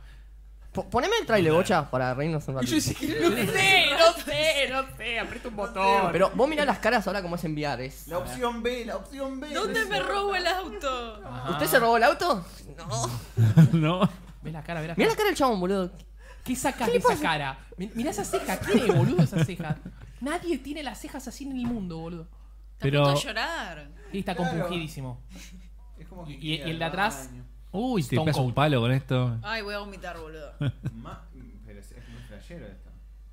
Po- poneme el trailer, bocha, para reírnos un Y ratito. yo dije, no sé, no sé, no sé, aprieta un botón. Pero vos mirá las caras ahora como es enviar. Es... La opción B, la opción B. ¿Dónde me robo el auto? Ajá. ¿Usted se robó el auto? No. ¿No? Ve la cara, ve la Mirá cara. la cara del chabón, boludo. ¿Qué sacas de esa cara? Mi- Mirá esa ceja, ¿quién es, boludo, esa ceja? Nadie tiene las cejas así en el mundo, boludo. Pero- Pero... llorar. Y está Claro. compungidísimo. Es como Y- y- y el de atrás. Uy, te Stone pegas Cold. un palo con esto. Ay, voy a vomitar, boludo. Ma- Pero es, es muy flashero esto.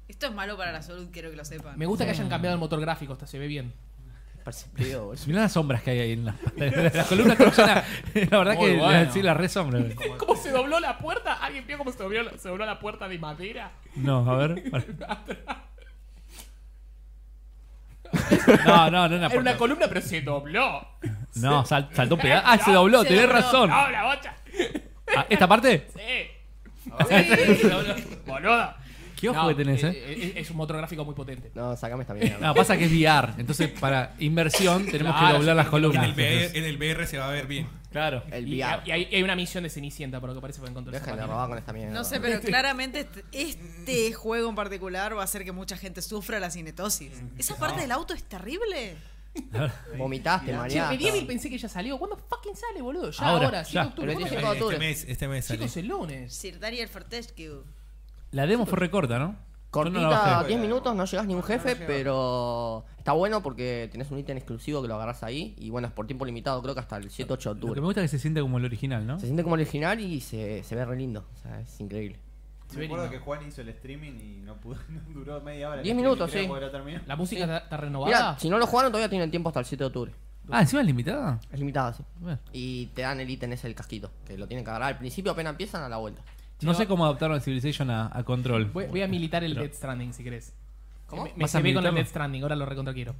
Esto es malo para la salud, quiero que lo sepan. Me gusta que hayan cambiado el motor gráfico, hasta se ve bien. Parece pedo, boludo. Mirá las sombras que hay ahí en las Las columnas cruzadas. La verdad Muy que eh, bueno. sí, las re sombras. ¿Cómo se dobló la puerta? ¿Alguien vio cómo se dobló, la- se dobló la puerta de madera? No, a ver. No, no, no, una Era una puerta. columna, pero se dobló. No, sal- saltó un pedazo. Ah, se dobló, Se tenés dobló. razón. No, la bocha. Ah, ¿Esta parte? Sí. Se dobló. Boludo. ¿Qué ojo No, que tenés, eh? eh, eh, Es un motor gráfico muy potente. No, sacame esta mierda. No, pasa que es VR. Entonces, para inversión, tenemos que Claro, doblar las En columnas. el, VR, en el VR se va a ver bien. Claro. El Y, y VR. hay, y hay una misión de Cenicienta, por lo que parece, para encontrar Dejen de zapatillas. robar con esta mierda. No sé, pero claramente este, este juego en particular va a hacer que mucha gente sufra la cinetosis. Esa parte del auto es terrible. Vomitaste, Che, María. de Devil pensé que ya salió. ¿Cuándo fucking sale, boludo? Ya Ahora, ahora, ya. 7 de octubre. El ¿Cuándo 25 sale? de octubre. Este mes, este mes sale. Chicos, el lunes. Sir Dariel Fortescue. La demo fue recorta, ¿no? Yo no la Cortita, bajé. 10 minutos, no llegas ni un jefe, llega. pero está bueno porque tenés un ítem exclusivo que lo agarrás ahí. Y bueno, es por tiempo limitado, creo que hasta el 7-8 de Lo que octubre. me gusta es que se siente como el original, ¿no? Se siente como el original y se, se ve re lindo. O sea, es increíble. Se Me ve acuerdo que lindo. Juan hizo el streaming y no pudo, no duró media hora. el Diez streaming, minutos, creo sí. que lo terminó. La música está, está renovada. Mira, si no lo jugaron, todavía tienen tiempo hasta el 7 de octubre. Ah, encima es limitada. Es limitado, sí. Bueno. Y te dan el ítem ese, el casquito, que lo tienen que agarrar al principio, apenas empiezan a la vuelta. No sé cómo adaptaron el Civilization a, a Control. Voy, voy a militar el Pero- Death Stranding si querés. ¿Cómo? Me, me ¿Vas a cebé con el militarlo? Death Stranding, ahora lo recontra quiero.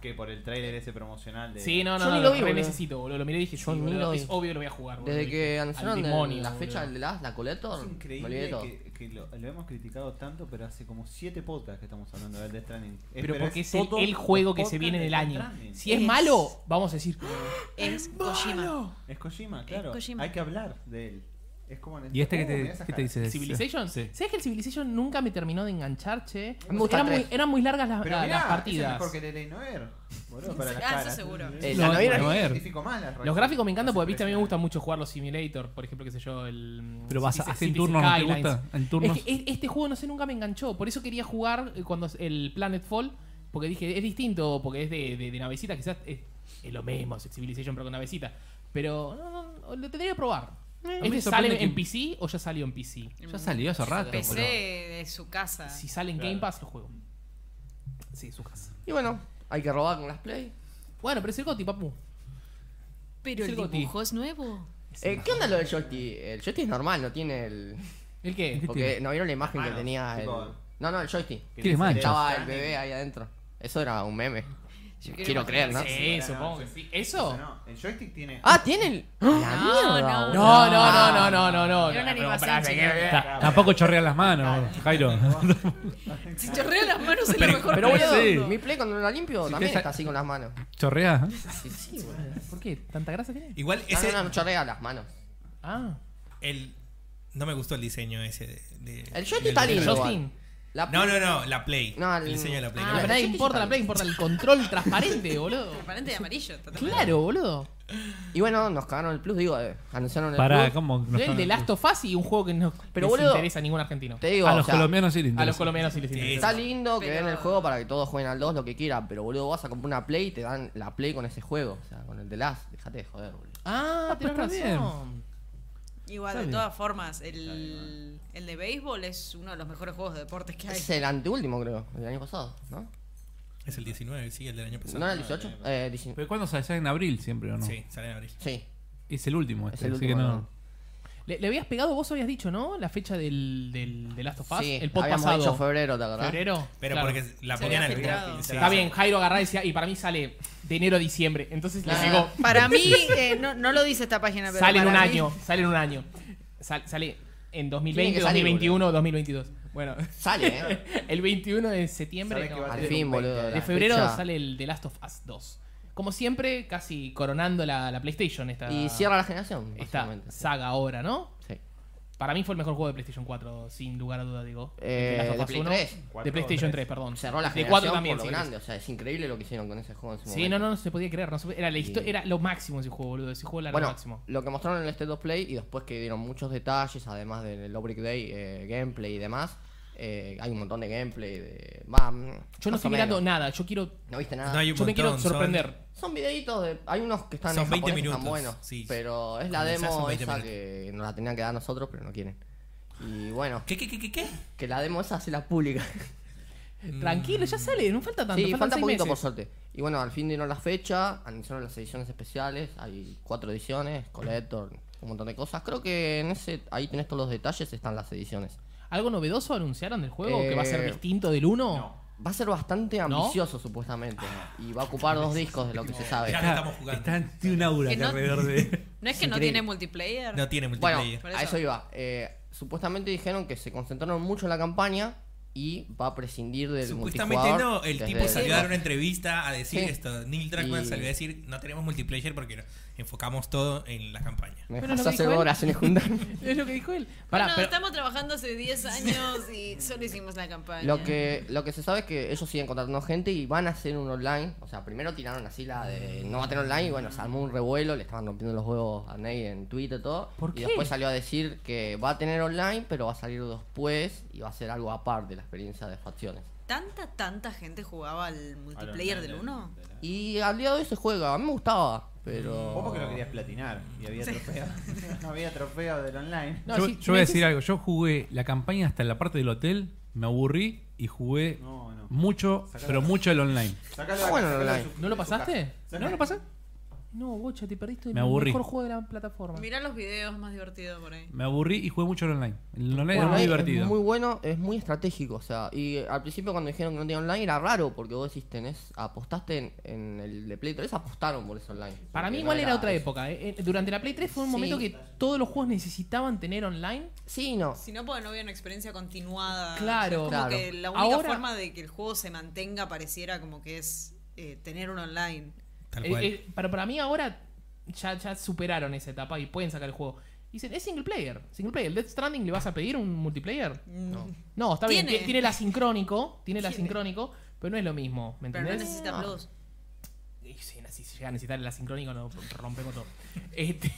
Que por el trailer ese promocional de. Sí, no, Yo no, ni no, lo lo, vi, re boludo. necesito, boludo. Lo miré y dije, sí, Yo ni boludo, lo vi. es obvio que lo voy a jugar, boludo. Desde que Al anunciaron el- demonio, la boludo. fecha del de la, la Collector, Es me olvidé de increíble todo. que, que lo, lo hemos criticado tanto, pero hace como 7 podcasts que estamos hablando del Death Stranding. Eh, Pero porque es es el, todo el juego que se podcast viene de del Death año. Stranding. Si es Es- malo, vamos a decir. eh, Es Kojima. "Malo". Es Kojima, claro. Kojima. Hay que hablar de él. Es como en ¿Y este que Oh, mirá te, esa qué te cara. dice? ¿Civilization? Sí. ¿Sabes que el Civilization nunca me terminó de enganchar, che? Me gusta Eran el muy, tres. eran muy largas las, Ah, Pero la- mirá, las Es partidas. mejor que el Noir. Boludo, para las Ah, eso caras. seguro. Eh, Yo la No, novia- no, eh. identifico más las Los razones. gráficos me encantan Las porque, viste, a mí me expresiones. gustan mucho jugar los Simulator. Por ejemplo, qué sé yo, el. Pero vas a- Cities- así en Cities turnos, ¿no te Skylines. gusta? En turnos. Es que es- este juego, no sé, nunca me enganchó. Por eso quería jugar eh, cuando es el Planetfall. Porque dije, es distinto, porque es de, de, de navecita. Quizás es, es lo mismo, es Civilization, pero con navecita. Pero no, no, no, lo tendría que probar. A mí me ¿Este sorprende sale en que- PC o ya salió en PC? Ya salió hace rato. PC pero- de su casa. Si sale en Game Pass, lo juego. Sí, su casa. Y bueno, hay que robar con las play. Bueno, pero es el Goti, papu. Pero el Es el dibujo es nuevo. Eh, ¿Qué onda lo del joystick? El joystick es normal, no tiene el. ¿El qué? Porque no vieron la imagen que Manos, tenía el. tipo- No, no, el joystick. Que ¿Quieres dice manchas? Death Estaba el Stranding. bebé ahí adentro. Eso era un meme. Yo Quiero creer, ¿no? Sí, No, supongo no, que sí. sí. ¿Eso? No, el joystick tiene. Ah, tiene el. ¡La mierda! no, boludo! No, no, no, no, no, no, no. Era una Pero animación pará, china. que- Ta- tampoco chorrean las manos, Jairo. Si chorrea las manos es lo mejor Pero que boludo, hay. mi play cuando la limpio también te- está así con las manos. Chorrea. Sí, sí, boludo. ¿Por qué? ¿Tanta grasa tiene? Igual No, ese. no, no, chorrea las manos. Ah, El, no me gustó el diseño ese. De, de- El joystick del- está del- lindo. Justin. La- No, no, no, la Play. No, el, el- diseño de la Play. Ah, no pero me- el nadie joystick importa la está play, importa el control transparente, boludo. Transparente de amarillo. totalmente. Claro, boludo. Y bueno, nos cagaron el plus, digo, eh, anunciaron el Pará, plus. ¿cómo? nos el están- de Last of Us y un juego que no Pero, les boludo, interesa a ningún argentino. Te digo, A o los sea, colombianos sí les A los interesa. colombianos sí les Sí. interesa. Está lindo que Pero- den el juego para que todos jueguen al 2 lo que quieran, pero boludo, vas a comprar una Play y te dan la Play con ese juego, o sea, con el de Last, déjate de joder, boludo. Ah, Ah, pues tenés está bien. razón. Igual, Está de bien. todas formas, el, el de béisbol es uno de los mejores juegos de deportes que hay. Es el anteúltimo, creo, del año pasado, ¿no? Es el 19, sí, el del año pasado. ¿No era el 18? Eh, 19. ¿Pero cuándo sale? ¿Sale en abril siempre o no? Sí, sale en abril. Sí, Es el último este, es el así último. que no. ¿no? Le, le habías pegado, vos habías dicho, ¿no? La fecha del, del, de Last of Us. Sí, el pod habíamos pasado. dicho febrero, ¿te acordás? Febrero. Pero Claro. porque la Se ponían había al filtrado. sí, Está sí. bien, Jairo agarrá y decía, y para mí sale de enero a diciembre. Entonces le Ah. llegó. Para mí, eh, no, no lo dice esta página, pero Sale en para un mí- año, sale en un año. Sal- sale en 2020, Tiene que salir, 2021, 2022. Bueno, Sale, ¿eh? el 21 de septiembre, Sabe que no, va a Al de, tener fin, un boludo. 20 de la febrero fecha. sale el The Last of Us 2. Como siempre, casi coronando la, la PlayStation esta, Y cierra la generación, esta básicamente. saga ahora, ¿no? Sí. Para mí fue el mejor juego de PlayStation 4, sin lugar a duda, digo. Eh, Last of de Us Play 1, 3. De Cuatro, PlayStation 3, tres. perdón. Cerró la de generación 4 también, por sí. lo grande. O sea, es increíble lo que hicieron con ese juego en su Sí, momento. no, no, no se podía creer. no se podía- era la histo- Y- era lo máximo ese juego, boludo. Ese juego era Bueno, lo máximo. lo que mostraron en el State of Play y después que dieron muchos detalles, además del Obrick Day, eh, gameplay y demás, eh, hay un montón de gameplay. De... va, mm, Yo no más o estoy mirando menos. nada. Yo quiero. No viste nada. No hay un Yo me quiero montón, son- sorprender. Son videitos, de... hay unos que están Son en 20 japonés que minutos, están buenos, sí. pero es la Cuando sea, son demo 20 esa minutos. que nos la tenían que dar nosotros, pero no quieren. Y bueno, ¿Qué, qué, qué, qué? qué? que la demo esa se la pública. Tranquilo, ya sale. No falta tanto. sí, faltan falta seis poquito por meses. suerte. Y bueno, al fin dieron la fecha, anunciaron las ediciones especiales, hay cuatro ediciones, Collector, un montón de cosas. Creo que en ese ahí tenés todos los detalles, están las ediciones. ¿Algo novedoso anunciaron del juego? ¿Que va a ser Eh, distinto del 1? No. Va a ser bastante ¿No? ambicioso supuestamente y va a ocupar dos discos de lo que se sabe. Mirá, estamos jugando. Está, tiene un aura Que acá no- alrededor de. No es que no Increíble. tiene multiplayer. No tiene Bueno, multiplayer. Por a eso. eso iba. Eh, supuestamente dijeron que se concentraron mucho en la campaña y va a prescindir del Supuestamente multijugador no, el desde tipo salió a dar una el- entrevista a decir Sí. esto. Neil Druckmann Y- salió a decir, no tenemos multiplayer porque enfocamos todo en la campaña. Me Bueno, dejas lo que hacer dijo él. horas en juntarme. Es lo que dijo él. Bueno, Pará, pero- estamos trabajando hace 10 años y solo hicimos la campaña. Lo que, lo que se sabe es que ellos siguen contratando gente y van a hacer un online. O sea, primero tiraron así la de no va a tener online y bueno, se armó un revuelo, le estaban rompiendo los huevos a Ney en Twitter y todo. ¿Por Y qué? después salió a decir que va a tener online, pero va a salir después y va a ser algo aparte de la experiencia de facciones. ¿Tanta, tanta gente jugaba al multiplayer del 1? Y al día de hoy se juega, a mí me gustaba, pero... Vos porque lo querías platinar y había trofeo. No había trofeo del online. No, yo sí, yo voy a me dices- decir algo. Yo jugué la campaña hasta la parte del hotel, me aburrí y jugué No, no. mucho, Sacala. pero mucho el online. Sacalo Ah, de- bueno, sacalo de online. su- ¿No lo de su pasaste? casa. ¿No lo pasé? No, bocha, te perdiste Me el aburrí. mejor juego de la plataforma. Mirá los videos más divertidos por ahí. Me aburrí y jugué mucho el online. El online El era muy online divertido. Es muy bueno, es muy estratégico, o sea, y al principio cuando dijeron que no tenía online era raro, porque vos decís, tenés, apostaste en, en el de Play 3, apostaron por ese online. Para mí porque igual no era otra eso. época. eh. Eh, Durante la Play 3 fue un momento Sí. que todos los juegos necesitaban tener online. Sí, no. Si no, porque no había una experiencia continuada. Claro. Es como Claro. que la única Ahora- forma de que el juego se mantenga pareciera como que es eh, tener un online. Tal Eh, cual. eh, pero para mí ahora ya, ya superaron esa etapa y pueden sacar el juego. Dicen, es single player. Single player. Death Stranding le vas a pedir un multiplayer. No. No, está bien. Tiene. tie- Tiene el asincrónico. Tiene el Tiene. asincrónico. Pero no es lo mismo. ¿Me Pero no entendés? Ah. No. necesita plus. Y si, si se llega a necesitar el asincrónico, no rompemos todo. Este,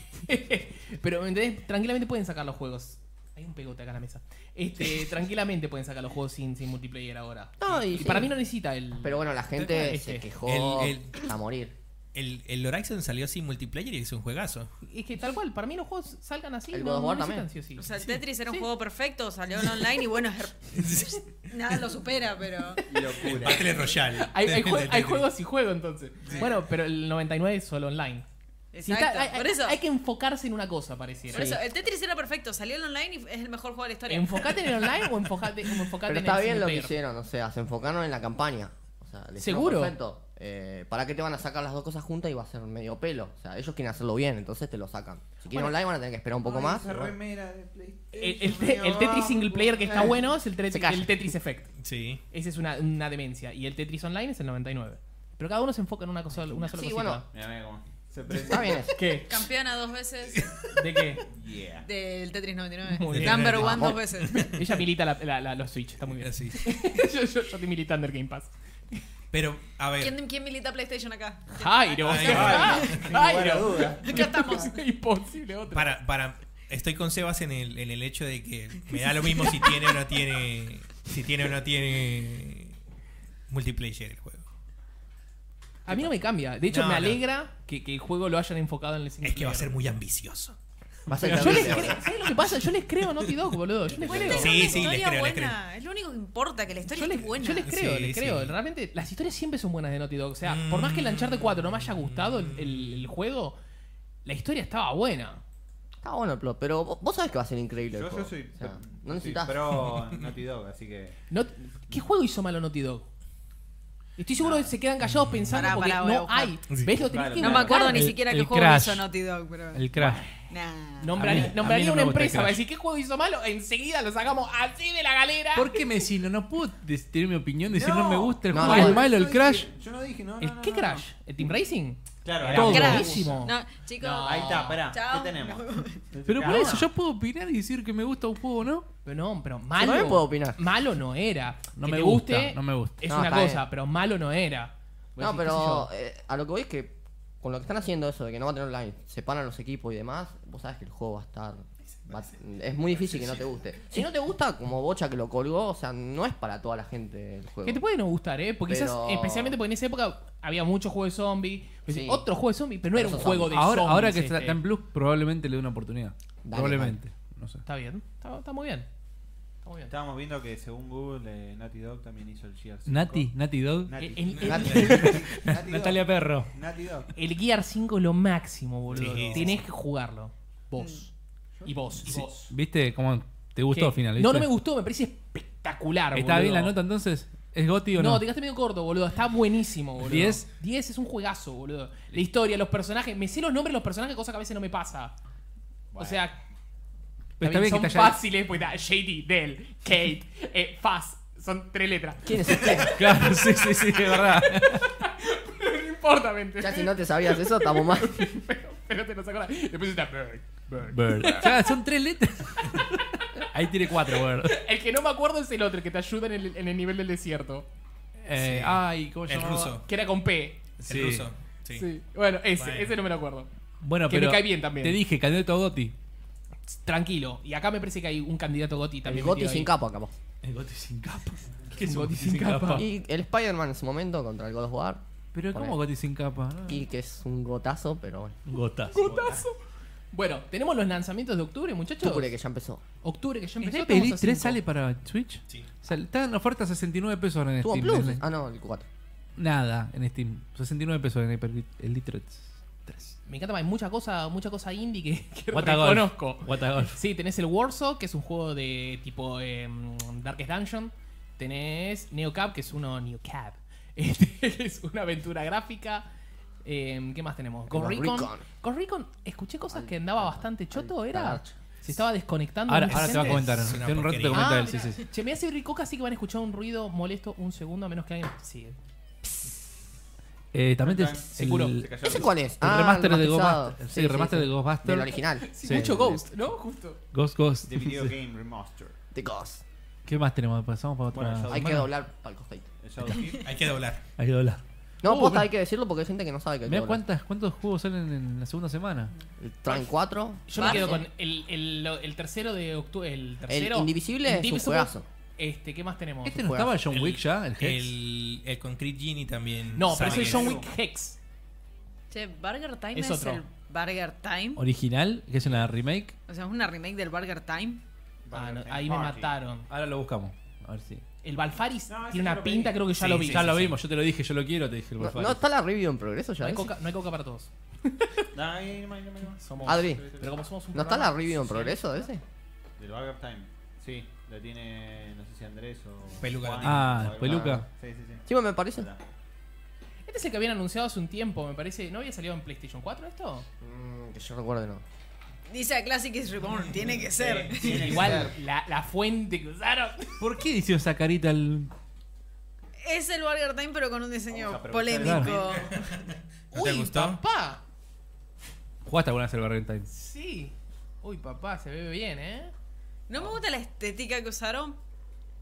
pero, ¿me entendés? Tranquilamente pueden sacar los juegos. Hay un pegote acá en la mesa. Este, tranquilamente pueden sacar los juegos sin, sin multiplayer ahora. No, y Y sí. para mí no necesita el. Pero bueno, la gente Este, se quejó el- el- a morir. El, el Horizon salió sin multiplayer y es un juegazo. Es que tal cual, para mí los juegos salgan así. El no, God of no War necesitan también. sí o sí. O sea, el Tetris era un Sí. juego perfecto, salió en online y bueno, es- nada lo supera, pero. El Battle Royale. Hay, hay jue- hay Del- juegos y juego entonces. Bueno, pero el 99 es solo online. Si está- Exacto. hay, por hay- eso, hay que enfocarse en una cosa, pareciera. por eso, el Tetris era perfecto, salió en online y es el mejor juego de la historia. ¿Enfocate en el online o enfocate, o enfocate Pero en está el bien lo que single player? hicieron, o sea, se enfocaron en la campaña. O sea, le hicieron ¿Seguro? perfecto. Eh, ¿Para qué te van a sacar las dos cosas juntas y va a ser medio pelo? O sea, ellos quieren hacerlo bien, entonces te lo sacan. Si quieren online van a tener que esperar un poco Ay, más. esa pero bueno. remera de PlayStation, El, el te- el amigo, Tetris vamos. single player que está bueno es el, Tetris- Se calla. el Tetris Effect. Sí. Esa es una, una demencia. Y el Tetris Online es el 99. Pero cada uno se enfoca en una, cosa, una sola Sí, cosita. bueno. Mirá, mirá cómo se Está presenta. bien eso. ¿Qué? Campeona dos veces ¿De qué? Yeah. del Tetris 99. Muy bien. Number one Vamos. dos veces. Ella milita la- la- la- los Switch, está muy bien. Así. yo, yo, yo estoy militando el Game Pass. Pero, a ver. ¿Quién, quién milita PlayStation acá? Jairo. Ahí va. Ninguna Jairo. duda. Acá estamos. Imposible otro. Para, para, estoy con Sebas en el, en el hecho de que me da lo mismo si tiene o no tiene. Si tiene o no tiene multiplayer el juego. A mí no me cambia. De hecho, No, me no. alegra que, que el juego lo hayan enfocado en el single Es que va a ser player. muy ambicioso. Va a ser Yo les terrible. creo, ¿sabes lo que pasa? Yo les creo a Naughty Dog, boludo. Yo les creo. Cuenten Sí, una sí, historia les creo, les buena. Es lo único que importa, que la historia Yo les, esté buena. yo les creo, Sí, les creo. sí. Realmente, las historias siempre son buenas de Naughty Dog. O sea, por más que el Mm. Uncharted 4 no me haya gustado el, el- el juego, la historia estaba buena. Está bueno el plot, pero vos, vos sabés que va a ser increíble el Yo, yo juego. soy, O sea, no soy necesitas. pro Naughty Dog, así que. No- ¿Qué juego hizo malo Naughty Dog? Estoy seguro que se quedan callados pensando Pará, porque pará, voy a no buscar. hay. ¿Ves? Lo tenés Claro, que No me buscar. acuerdo ni El- siquiera qué el juego Crash. hizo Naughty Dog, pero. El crash. Nah. Nombraría, A mí- a nombraría mí no una me gusta empresa Crash. para decir qué juego hizo malo. Enseguida lo sacamos así de la galera. ¿Por qué me decirlo? No puedo des- tener mi opinión, decir no, No. me gusta el No, juego, no, es malo, Yo el dije- crash. Yo no dije, no. no, ¿El- no, ¿Qué no, Mm. Crash? ¿El Team Racing? no. Claro, Era era todo Crash. buenísimo. No, chicos. No, Ahí está, pará. Chao. ¿Qué tenemos? Pero por Cada eso uno. yo puedo opinar y decir que me gusta un juego o no. Pero no, pero Yo malo. también puedo opinar. Malo no era. No Que me te gusta, guste no me gusta. Es No, una está cosa, pero malo no era. Vos No, decís, qué sé yo. pero eh, a lo que voy es que con lo que están haciendo eso de que no va a tener online, separan los equipos y demás, vos sabes que el juego va a estar... va- es muy difícil que no te guste. Si no te gusta, como Bocha que lo colgó, o sea, no es para toda la gente el juego. Que te puede no gustar, ¿eh? Porque Pero- quizás, especialmente porque en esa época había muchos juegos de zombies. Pues, Sí. Otro juego de zombies, pero no Pero era un son juego de Ahora, zombies. ahora que este. está está en Plus, probablemente le dé una oportunidad. Dale, probablemente. No sé. Está bien, está, está muy bien. Está muy bien. Estábamos viendo que según Google, eh, Naughty Dog también hizo el Gears. 5. Nati, Nati Dog. Nati. El- el- Nati. Nati Natalia Dog. Perro. Naughty Dog. El Gear 5 es lo máximo, boludo. Sí, sí, Tenés que jugarlo. Vos. Mm. Y vos. Y vos. ¿Viste cómo te gustó al ¿Qué? final? No, ¿viste? no me gustó, me parece espectacular, ¿Está boludo. bien la nota entonces? ¿Es Goti o No, no? te quedaste medio corto, boludo. Está buenísimo, boludo. ¿Diez? 10 es un juegazo, boludo. La historia, los personajes. Me sé los nombres de los personajes, cosa que a veces no me pasa. O sea, Pero está bien, son que te haya- fáciles, pues está Shady, Dell, Kate, eh, Faz. Son tres letras. ¿Quién es este? Claro, sí, sí, sí, es verdad. no importa, mente. ya si no te sabías eso, estamos mal. Pero, pero te lo sacó la- Después está Bird, Bird. Ya, son tres letras. Ahí tiene cuatro, boludo. El que no me acuerdo es el otro, el que te ayuda en el, en el nivel del desierto. Eh, Sí. Ay, ¿cómo se El llamaba? ruso. Que era con P. Sí. El ruso. Sí. Sí. Bueno, ese, Bueno. ese no me lo acuerdo. Bueno, Que me pero cae bien también. Te dije, candidato a Goti. Tranquilo. Y acá me parece que hay un candidato Goti El también. Goti metido ahí. sin capa, capaz. El Goti sin capa. ¿Qué es un Gotti sin capa? Y el Spider-Man en su momento contra el God of War. Pero ¿cómo Goti sin capa? Y que es un gotazo, pero bueno. Gotas. Putazo. Bueno, tenemos los lanzamientos de octubre, muchachos. Octubre que ya empezó. Octubre que ya empezó. ¿El estamos Peli a 3 cinco. sale para Switch? Sí. Sale- está en oferta 69 pesos ahora en ¿Tuvo Steam. Plus? desde- Ah, no, el 4. Nada en Steam. 69 pesos en Hyper Elite- Elite 3. Me encanta, hay mucha cosa, mucha cosa indie que, que What a golf. reconozco. What a golf. Sí, tenés el Warsaw, que es un juego de tipo eh, Darkest Dungeon. Tenés Neocab, que es uno Neocab. Este, es una aventura gráfica. Eh, ¿Qué más tenemos? Ghost Ghost Recon. Recon. Ghost Recon, escuché cosas que andaba bastante choto, al ¿era? caracho. Se estaba desconectando. Ahora, muy ahora te va a decente. comentar. Es una Tiene un rato te porquería. comenta Ah, él. Sí, sí, sí. Che, me hace ricoca, así que van a escuchar un ruido molesto un segundo, a menos que alguien. Sí. Eh, también te, Ah, el, Seguro. el Se cayó ¿Ese el- cuál es? Ah, remaster de remasterizado. Ghostbusters. Sí, remaster de Ghostbusters. Del original. Sí, Sí. mucho Ghost, ¿no? Justo. Ghost Ghost. The Video Sí. Game Remaster. De Ghost. ¿Qué más tenemos? Pasamos para otra. Bueno, ya- Hay que Bueno. doblar para el costadito. El Shadow Keep. Hay que doblar. Hay que doblar. No, Uh, posta, mira. hay que decirlo porque hay gente que no sabe que hay que Mirá doblar. cuántas, cuántos juegos salen en la segunda semana. El Train 4. Yo me quedo Barso. con el, el, el tercero de octubre. El, El tercero, Indivisible es un Indivisible. juegazo. Este, ¿qué más tenemos? ¿Este no juegazo. estaba John Wick ya? ¿El Hex? El, el Concrete Genie también. No, pero sale. eso es John Wick Hex. Che, Burger Time Es es, otro. el Burger Time. original, que es una remake. O sea, es una remake del Burger Time. Ah, no, Barrio ahí me Party. mataron. Ahora lo buscamos. A ver si. El Balfaris No, ese tiene ya una lo pinta, pedí. creo que ya Sí, lo vi. sí, ya sí, lo sí. vimos, yo te lo dije, yo lo quiero, te dije el No, Warfare. no está la review en progreso ya? No hay, ¿ves? coca, no hay coca para todos. Ay, no, no, no, no. Somos, Adri. Pero como somos un ¿No está la programa- review en progreso de ese? Del Burger Time. Sí, la tiene, no sé si Andrés o. Peluca la Juan tiene. Ah, o algo. Peluca. Sí, sí, sí. Sí, me parece. Está. Este es el que habían anunciado hace un tiempo, me parece. ¿No había salido en PlayStation 4 esto? Mm, que yo recuerdo no. Dice a Classic is Reborn, tiene que ser. Sí, tiene que ser. Igual la, la fuente que usaron. ¿Por qué hicieron esa carita al. Es el Burger Time, pero con un Vamos diseño a aprovechar el polémico. ¿No te Uy, gustó? papá. ¿Jugaste alguna vez el Barren Time? Sí. Uy, papá, se bebe bien, ¿eh? No me gusta la estética que usaron,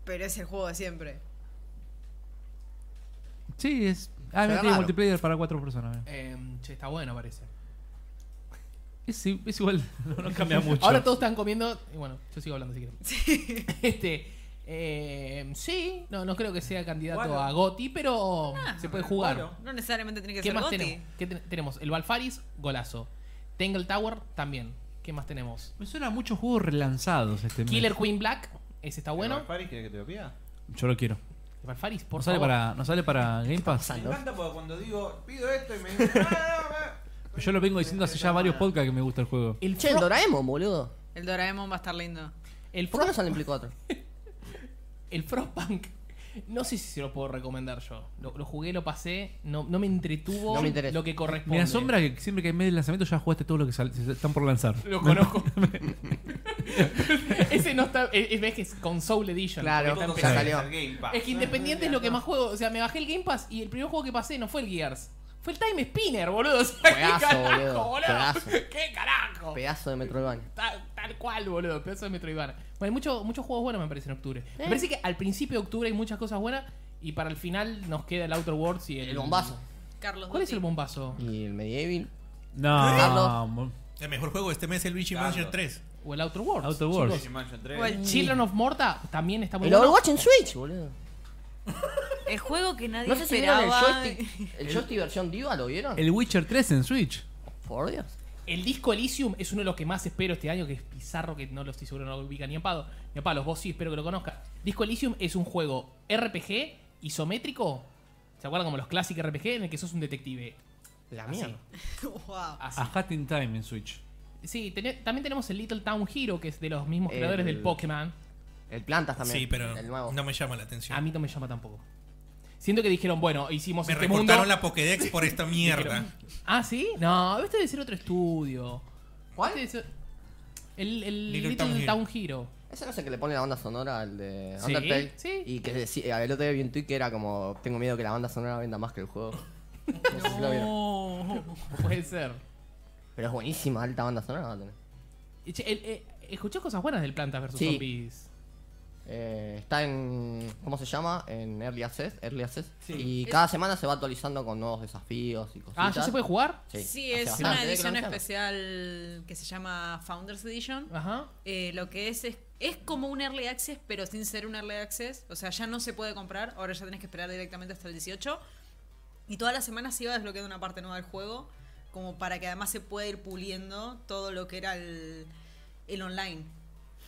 pero es el juego de siempre. Sí, es. Se Ah, ve mira, tiene raro. multiplayer para cuatro personas. mira. Em, che, está bueno, parece. Es, i- es igual, no, no cambia mucho. Ahora todos están comiendo. Y bueno, yo sigo hablando si quieren. Este. eh, sí, no, no creo que sea candidato Bueno. a Goti, pero se puede jugar. bueno. No necesariamente tiene que ¿Qué ser más Gotti. tenemos? ¿Qué ten- tenemos? El Balfaris, golazo. Tangle Tower, también. ¿Qué más tenemos? Me suena a muchos juegos relanzados este mes. Killer Queen Black, ese está bueno. ¿El Paris querés que te lo pida? Yo lo quiero. El Balfaris, por ¿No sale, favor. para, ¿No sale para Game Pass? Ah, Me encanta porque cuando digo, pido esto y me dicen, "No, no, no". Yo lo vengo diciendo hace ya varios podcasts que me gusta el juego. El, Che, el Fro- Doraemon, boludo. El Doraemon va a estar lindo. el, ¿Por qué Fro- no sale en Play 4? el Frostpunk. No sé si se lo puedo recomendar yo. Lo, lo jugué, lo pasé, no, no me entretuvo No me interesa. lo que corresponde. Me asombra que siempre que hay mes de lanzamiento ya jugaste todo lo que sal- se- están por lanzar. Lo conozco. Ese no está. eh, eh, Ves que es Console Edition. Claro, porque está en PC. ya salió. Game Pass. Es que independiente es lo que más juego. O sea, me bajé el Game Pass y el primer juego que pasé no fue el Gears. Fue el Time Spinner, boludo. O sea, Juegazo, ¿Qué carajo, boludo, juegazo. ¿Qué carajo? Pedazo de Metroidvania. Tal, tal cual, boludo. Pedazo de Metroidvania. Bueno, hay mucho- muchos juegos buenos me parece en octubre. Me Eh. parece que al principio de octubre hay muchas cosas buenas y para el final nos queda el Outer Worlds y el... El bombazo. Carlos ¿Cuál es Dutti. el bombazo? Mm. Y el Medieval. No, Carlos. mo- El mejor juego de este mes es el Luigi Claro. Mansion 3. ¿O el Outer Worlds? Outer Worlds. chicos. Luigi Mansion 3. O Mm. el chile. Children of Morta también está muy El bueno. Overwatch en Switch, boludo. El juego que nadie No sé si vieron el esperaba. joystick. El joystick versión Diva, ¿lo vieron? el Witcher 3 en Switch. Por Dios. El disco Elysium es uno de los que más espero este año, que es bizarro, que no lo estoy seguro, no lo ubica ni en Pado. Ni en Palos, vos sí, espero que lo conozcas. Disco Elysium es un juego RPG isométrico. ¿Se acuerdan como los clásicos RPG en el que sos un detective? La Así, mierda. Wow. así. A Hat in Time en Switch. Sí, tené- también tenemos el Little Town Hero, que es de los mismos creadores El- del Pokémon. El Plantas también. Sí, pero El nuevo. no me llama la A atención. mí no me llama tampoco. Siento que dijeron, bueno, hicimos Me este mundo. recortaron la Pokédex por esta mierda. Ah, ¿sí? No, este debe ser otro estudio. ¿Cuál? Este debe ser- El, el Little Little, Town Hero. Town Hero. Ese no sé que le pone la banda sonora al de Sí, Undertale. sí. Y que decía, el otro día vi un tweet que era como: Tengo miedo que la banda sonora venda más que el juego. No sé si lo vieron. Oh, Puede ser. Pero es buenísima, alta banda sonora va a tener. Y che, el- eh, escuché cosas buenas del Plantas vs. Sí. Zombies. Eh, está en. ¿Cómo se llama? En Early Access. Early Access. Y Es- cada semana se va actualizando con nuevos desafíos y cositas. Ah, ¿ya se puede jugar? Sí, hace es bastante una Ah, que lo edición anunciaron. especial que se llama Founders Edition. Ajá. Eh, lo que es, es es como un early access, pero sin ser un early access. O sea, ya no se puede comprar, ahora ya tenés que esperar directamente hasta el 18. Y todas las semanas se iba desbloqueando una parte nueva del juego, como para que además se pueda ir puliendo todo lo que era el, el online.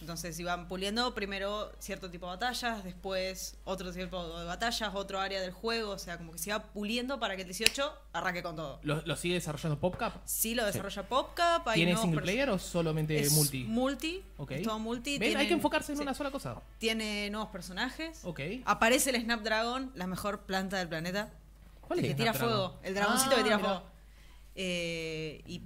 Entonces iban puliendo primero cierto tipo de batallas, después otro tipo de batallas, otro área del juego, o sea, como que se iba puliendo para que el 18 arranque con todo. ¿Lo, lo sigue desarrollando PopCap? Sí, lo desarrolla PopCap. hay ¿Tiene nuevos single pers- player o solamente es multi? Multi, Ok. es todo multi. ¿Ven? Hay tienen- que enfocarse en sí. una sola cosa. Tiene nuevos personajes. Ok. Aparece el Snapdragon, la mejor planta del planeta. ¿Cuál el es que tira Snapdragon? fuego. El dragoncito que Ah, tira mirá. fuego. Eh, y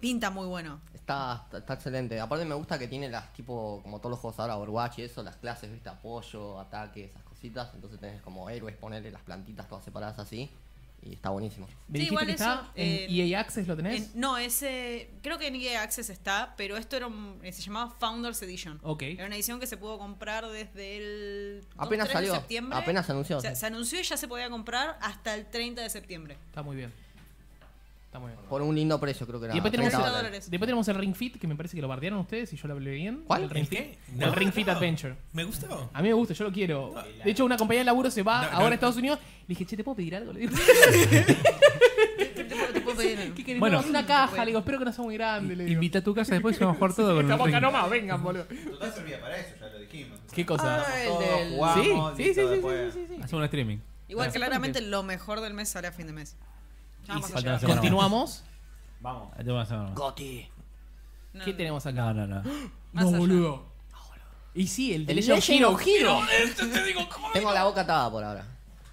pinta muy bueno. Está, está, está excelente. Aparte me gusta que tiene las tipo, como todos los juegos ahora, Overwatch y eso, las clases, viste, apoyo, ataque, esas cositas. Entonces tenés como héroes, ponerle las plantitas todas separadas así. Y está buenísimo. ¿Me Sí, dijiste igual que eso, está? ¿En eh, EA Access lo tenés? En- no, ese. Creo que en EA Access está, pero esto era un- eh, se llamaba Founders Edition. Ok. Era una edición que se pudo comprar desde el. 2, Apenas 3 de salió, septiembre. apenas se anunció, O sea, sí. se anunció y ya se podía comprar hasta el 30 de septiembre. Está muy bien. Está muy bien. Por un lindo precio creo que era. Y después tenemos, 30 30 dólares. dólares. el, después tenemos el Ring Fit, que me parece que lo bardearon ustedes y yo lo hablé bien. ¿Cuál? El Ring ¿El Fit. qué? No, el Ring Fit no. Adventure. Me gustó. A mí me gusta, yo lo quiero. de hecho, una compañía de laburo se va No, no. ahora a Estados Unidos. Le dije, che, ¿te puedo pedir algo? Le digo, Te puedo- te puedo pedir- ¿qué querés? Bueno. No, una caja. Le digo, espero que no sea muy grande. Le digo. Invita a tu casa después y vamos a jugar todo con el Estamos acá ring. nomás, vengan, boludo. Total servía para eso, ya lo dijimos. ¿Qué cosa? Oh, Ah, el Todos del- jugamos, sí, sí, listo, sí, sí, después. sí, sí, sí. Hacemos un streaming. Igual, Claro. claramente, lo mejor del mes sale a fin de mes. Ya vamos a falta una llegar. semana. Continuamos. Vamos. Ahí te vas a- Goti. No, ¿Qué no. tenemos acá? No, no, no. Más allá. Y sí, el de El Legend of Hero. Hero. Tengo la boca atada por ahora.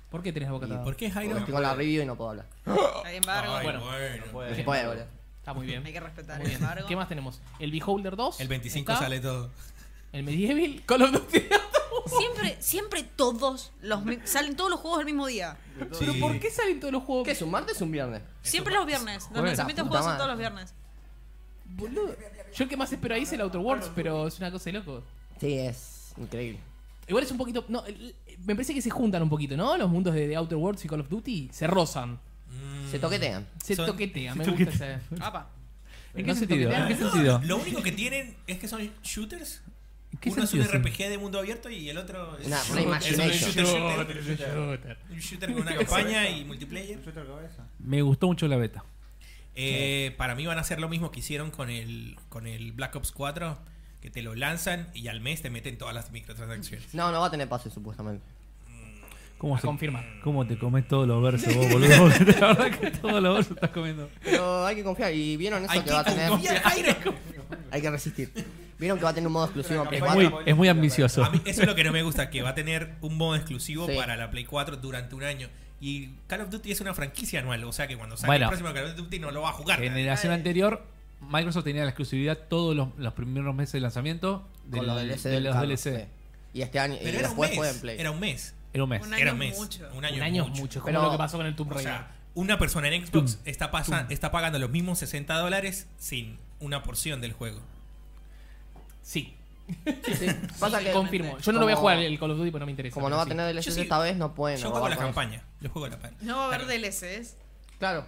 ¿Por qué tenés la boca ¿Y atada? por qué Jairo? Porque estoy con la review y no puedo hablar. Hay Ay, embargo. bueno. Puede. No se puede, boludo. Está muy bien. Hay que respetar Muy el bien. embargo. ¿Qué más tenemos? El Beholder 2. El 25 está. sale todo. El Medieval. Call of Duty. Siempre, siempre todos los mi- salen todos los juegos el mismo día. ¿Pero Sí. por qué salen todos los juegos? ¿Qué es un martes o un viernes? Siempre los viernes. Los Joder, la lanzamientos de puta juegos son madre. todos los viernes. Boludo. Yo el que más espero ahí es el Outer Worlds, pero es una cosa de loco. Sí, es increíble. Igual es un poquito. No, el- me parece que se juntan un poquito, ¿no? Los mundos de, de Outer Worlds y Call of Duty se rozan. Se toquetean. Se Son- toquetean. Me gusta ese. Apa. ¿En ¿En qué qué sentido? sentido? ¿En qué sentido? Lo único que tienen es que son shooters. ¿En qué Uno es un sentido son? RPG de mundo abierto y el otro es Una es un reimagination. shooter, shooter, Shooter. un shooter con una campaña y multiplayer. Yo tengo cabeza. Me gustó mucho la beta. Eh, para mí van a hacer lo mismo que hicieron con el, con el Black Ops 4, que te lo lanzan y al mes te meten todas las microtransacciones. No, no va a tener pase supuestamente. ¿Cómo, A confirmar. ¿Cómo te comes todos los versos vos, boludo? Porque la verdad que todos los versos estás comiendo. Pero hay que confiar. Y vieron eso Hay que va a tener. confiar, Jairo. Hay que resistir. Vieron que va a tener un modo exclusivo en Play Es Bueno, 4. muy, bueno, es muy bueno, ambicioso. A mí eso es lo que no me gusta, que va a tener un modo exclusivo Sí. para la Play 4 durante un año. Y Call of Duty es una franquicia anual, o sea que cuando salga Bueno. el próximo Call of Duty no lo va a jugar. Generación anterior, Microsoft tenía la exclusividad todos los, los primeros meses de lanzamiento del- Con los DLC. de del los Carlos, DLC. sí. Y este año. y Pero era un después fue mes. en Play. Era un mes. Era un mes. Un Era año un mes. mucho. Un Un año, año es mucho. mucho. Es como Pero- lo que pasó con el Tomb O Raider. sea, una persona en Xbox está, pasa- está pagando los mismos 60 dólares sin una porción del juego. Sí. Pasa que- confirmo. Yo no lo voy a Como- jugar el Call of Duty porque no me interesa. Como no pero va a sí. tener DLC Yo sí- esta vez, no pueden. yo no juego va la con eso. campaña. Yo juego la campaña. No va a haber Claro. DLCs. Claro.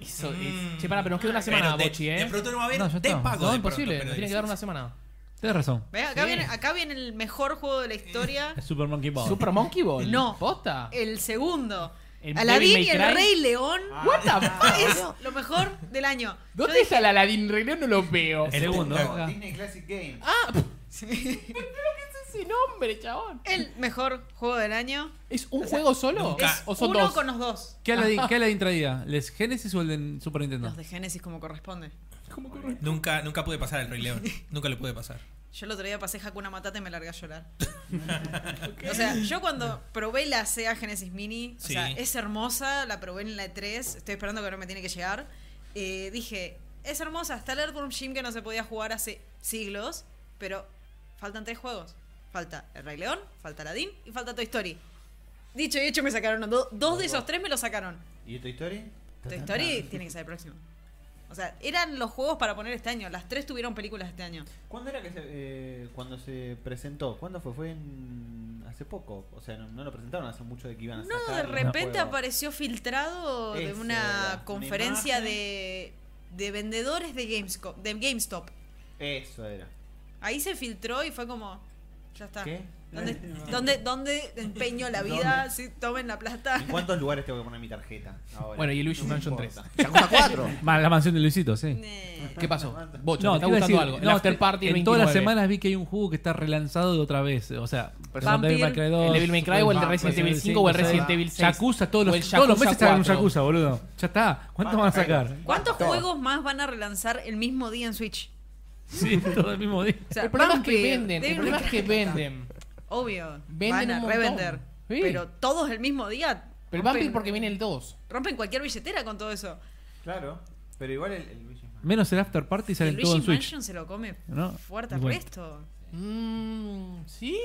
Eso Mm. es. Che, pará, pero nos queda una semana, Pero de, Bochi, ¿eh? de pronto no va a haber No, ya de está. pago. no, de imposible. pronto, pero nos tiene que de- dar una semana. Tienes razón. ¿Ves? Acá, Sí. viene, acá viene el mejor juego de la historia. Es Super Monkey Ball. ¿Super Monkey Ball? No. ¿Posta? Eh, El segundo. El Aladdin Devil y May Cry. el Rey León. What ah. the fuck? Es lo mejor del año. Yo ¿Dónde está el Aladdin Rey León? No lo veo. El segundo. Claro. acá. Disney Classic Game. Ah. dije- ese nombre, chabón? el mejor juego del año. ¿Es un juego solo? nunca. ¿Es- ¿O son Uno dos? con los dos. ¿Qué Aladdin, ¿Qué Aladdin traía? ¿Les Genesis o el de Super Nintendo? Los de Genesis como corresponde. Nunca, nunca pude pasar el Rey León. Nunca lo pude pasar. Yo el otro día pasé Hakuna Matata y me largué a llorar. O sea, yo cuando probé la SEA Genesis Mini, o Sí. sea, es hermosa, la probé en la E3, estoy esperando que no me tiene que llegar. eh, dije, es hermosa, está el Earthworm Jim que no se podía jugar hace siglos, pero faltan tres juegos. Falta El Rey León, falta Aladdin y falta Toy Story. Dicho y hecho, me sacaron do- dos de esos tres, me los sacaron. ¿Y Toy Story? Toy Story tiene que ser el próximo. O sea, eran los juegos para poner este año. Las tres tuvieron películas este año. ¿Cuándo era que se, eh, cuando se presentó? ¿Cuándo fue? Fue en- hace poco. O sea, no, no lo presentaron hace mucho de que iban a No, de sacar el repente juego. apareció filtrado de Eso eh, una era, una conferencia imagen. de, de vendedores de GameStop, de GameStop. Eso era. Ahí se filtró y fue como, ya está. ¿Qué? ¿Dónde, dónde, dónde empeño la vida? Sí, tomen la plata. ¿En cuántos lugares tengo que poner mi tarjeta? Ahora? Bueno, y Luigi me Mansion importa. Yakuza 4. Más la mansión de Luisito, sí. Eh, ¿Qué pasó? Bocha, No, te está te iba gustando a decir, algo. el no, After Party el En todas las 29. semanas vi que hay un juego que está relanzado de otra vez. O sea, Vampir. ¿El Devil May Cry o el de Resident Evil 5 o el Resident Evil 6? Yakuza, O todos los, el todos los Yakuza meses sacan un 4. Yakuza, boludo. Ya está. ¿Cuánto van a sacar? ¿Cuántos Todo. juegos más van a relanzar el mismo día en Switch? Sí, todo el mismo día. O sea, el problema es que Vampire, venden. El Devil problema es que May Cry. venden. Obvio. Venden van a un montón. revender. Sí. Pero todos el mismo día. Pero el rompen- Vampire porque viene el 2. Rompen cualquier billetera con todo eso. Claro, pero igual el, el Luigi's Mansion. Menos el After Party El salen todo Luigi en Switch. Mansion se lo come ¿No? fuerte al Bueno. resto. Mmm. ¿Sí?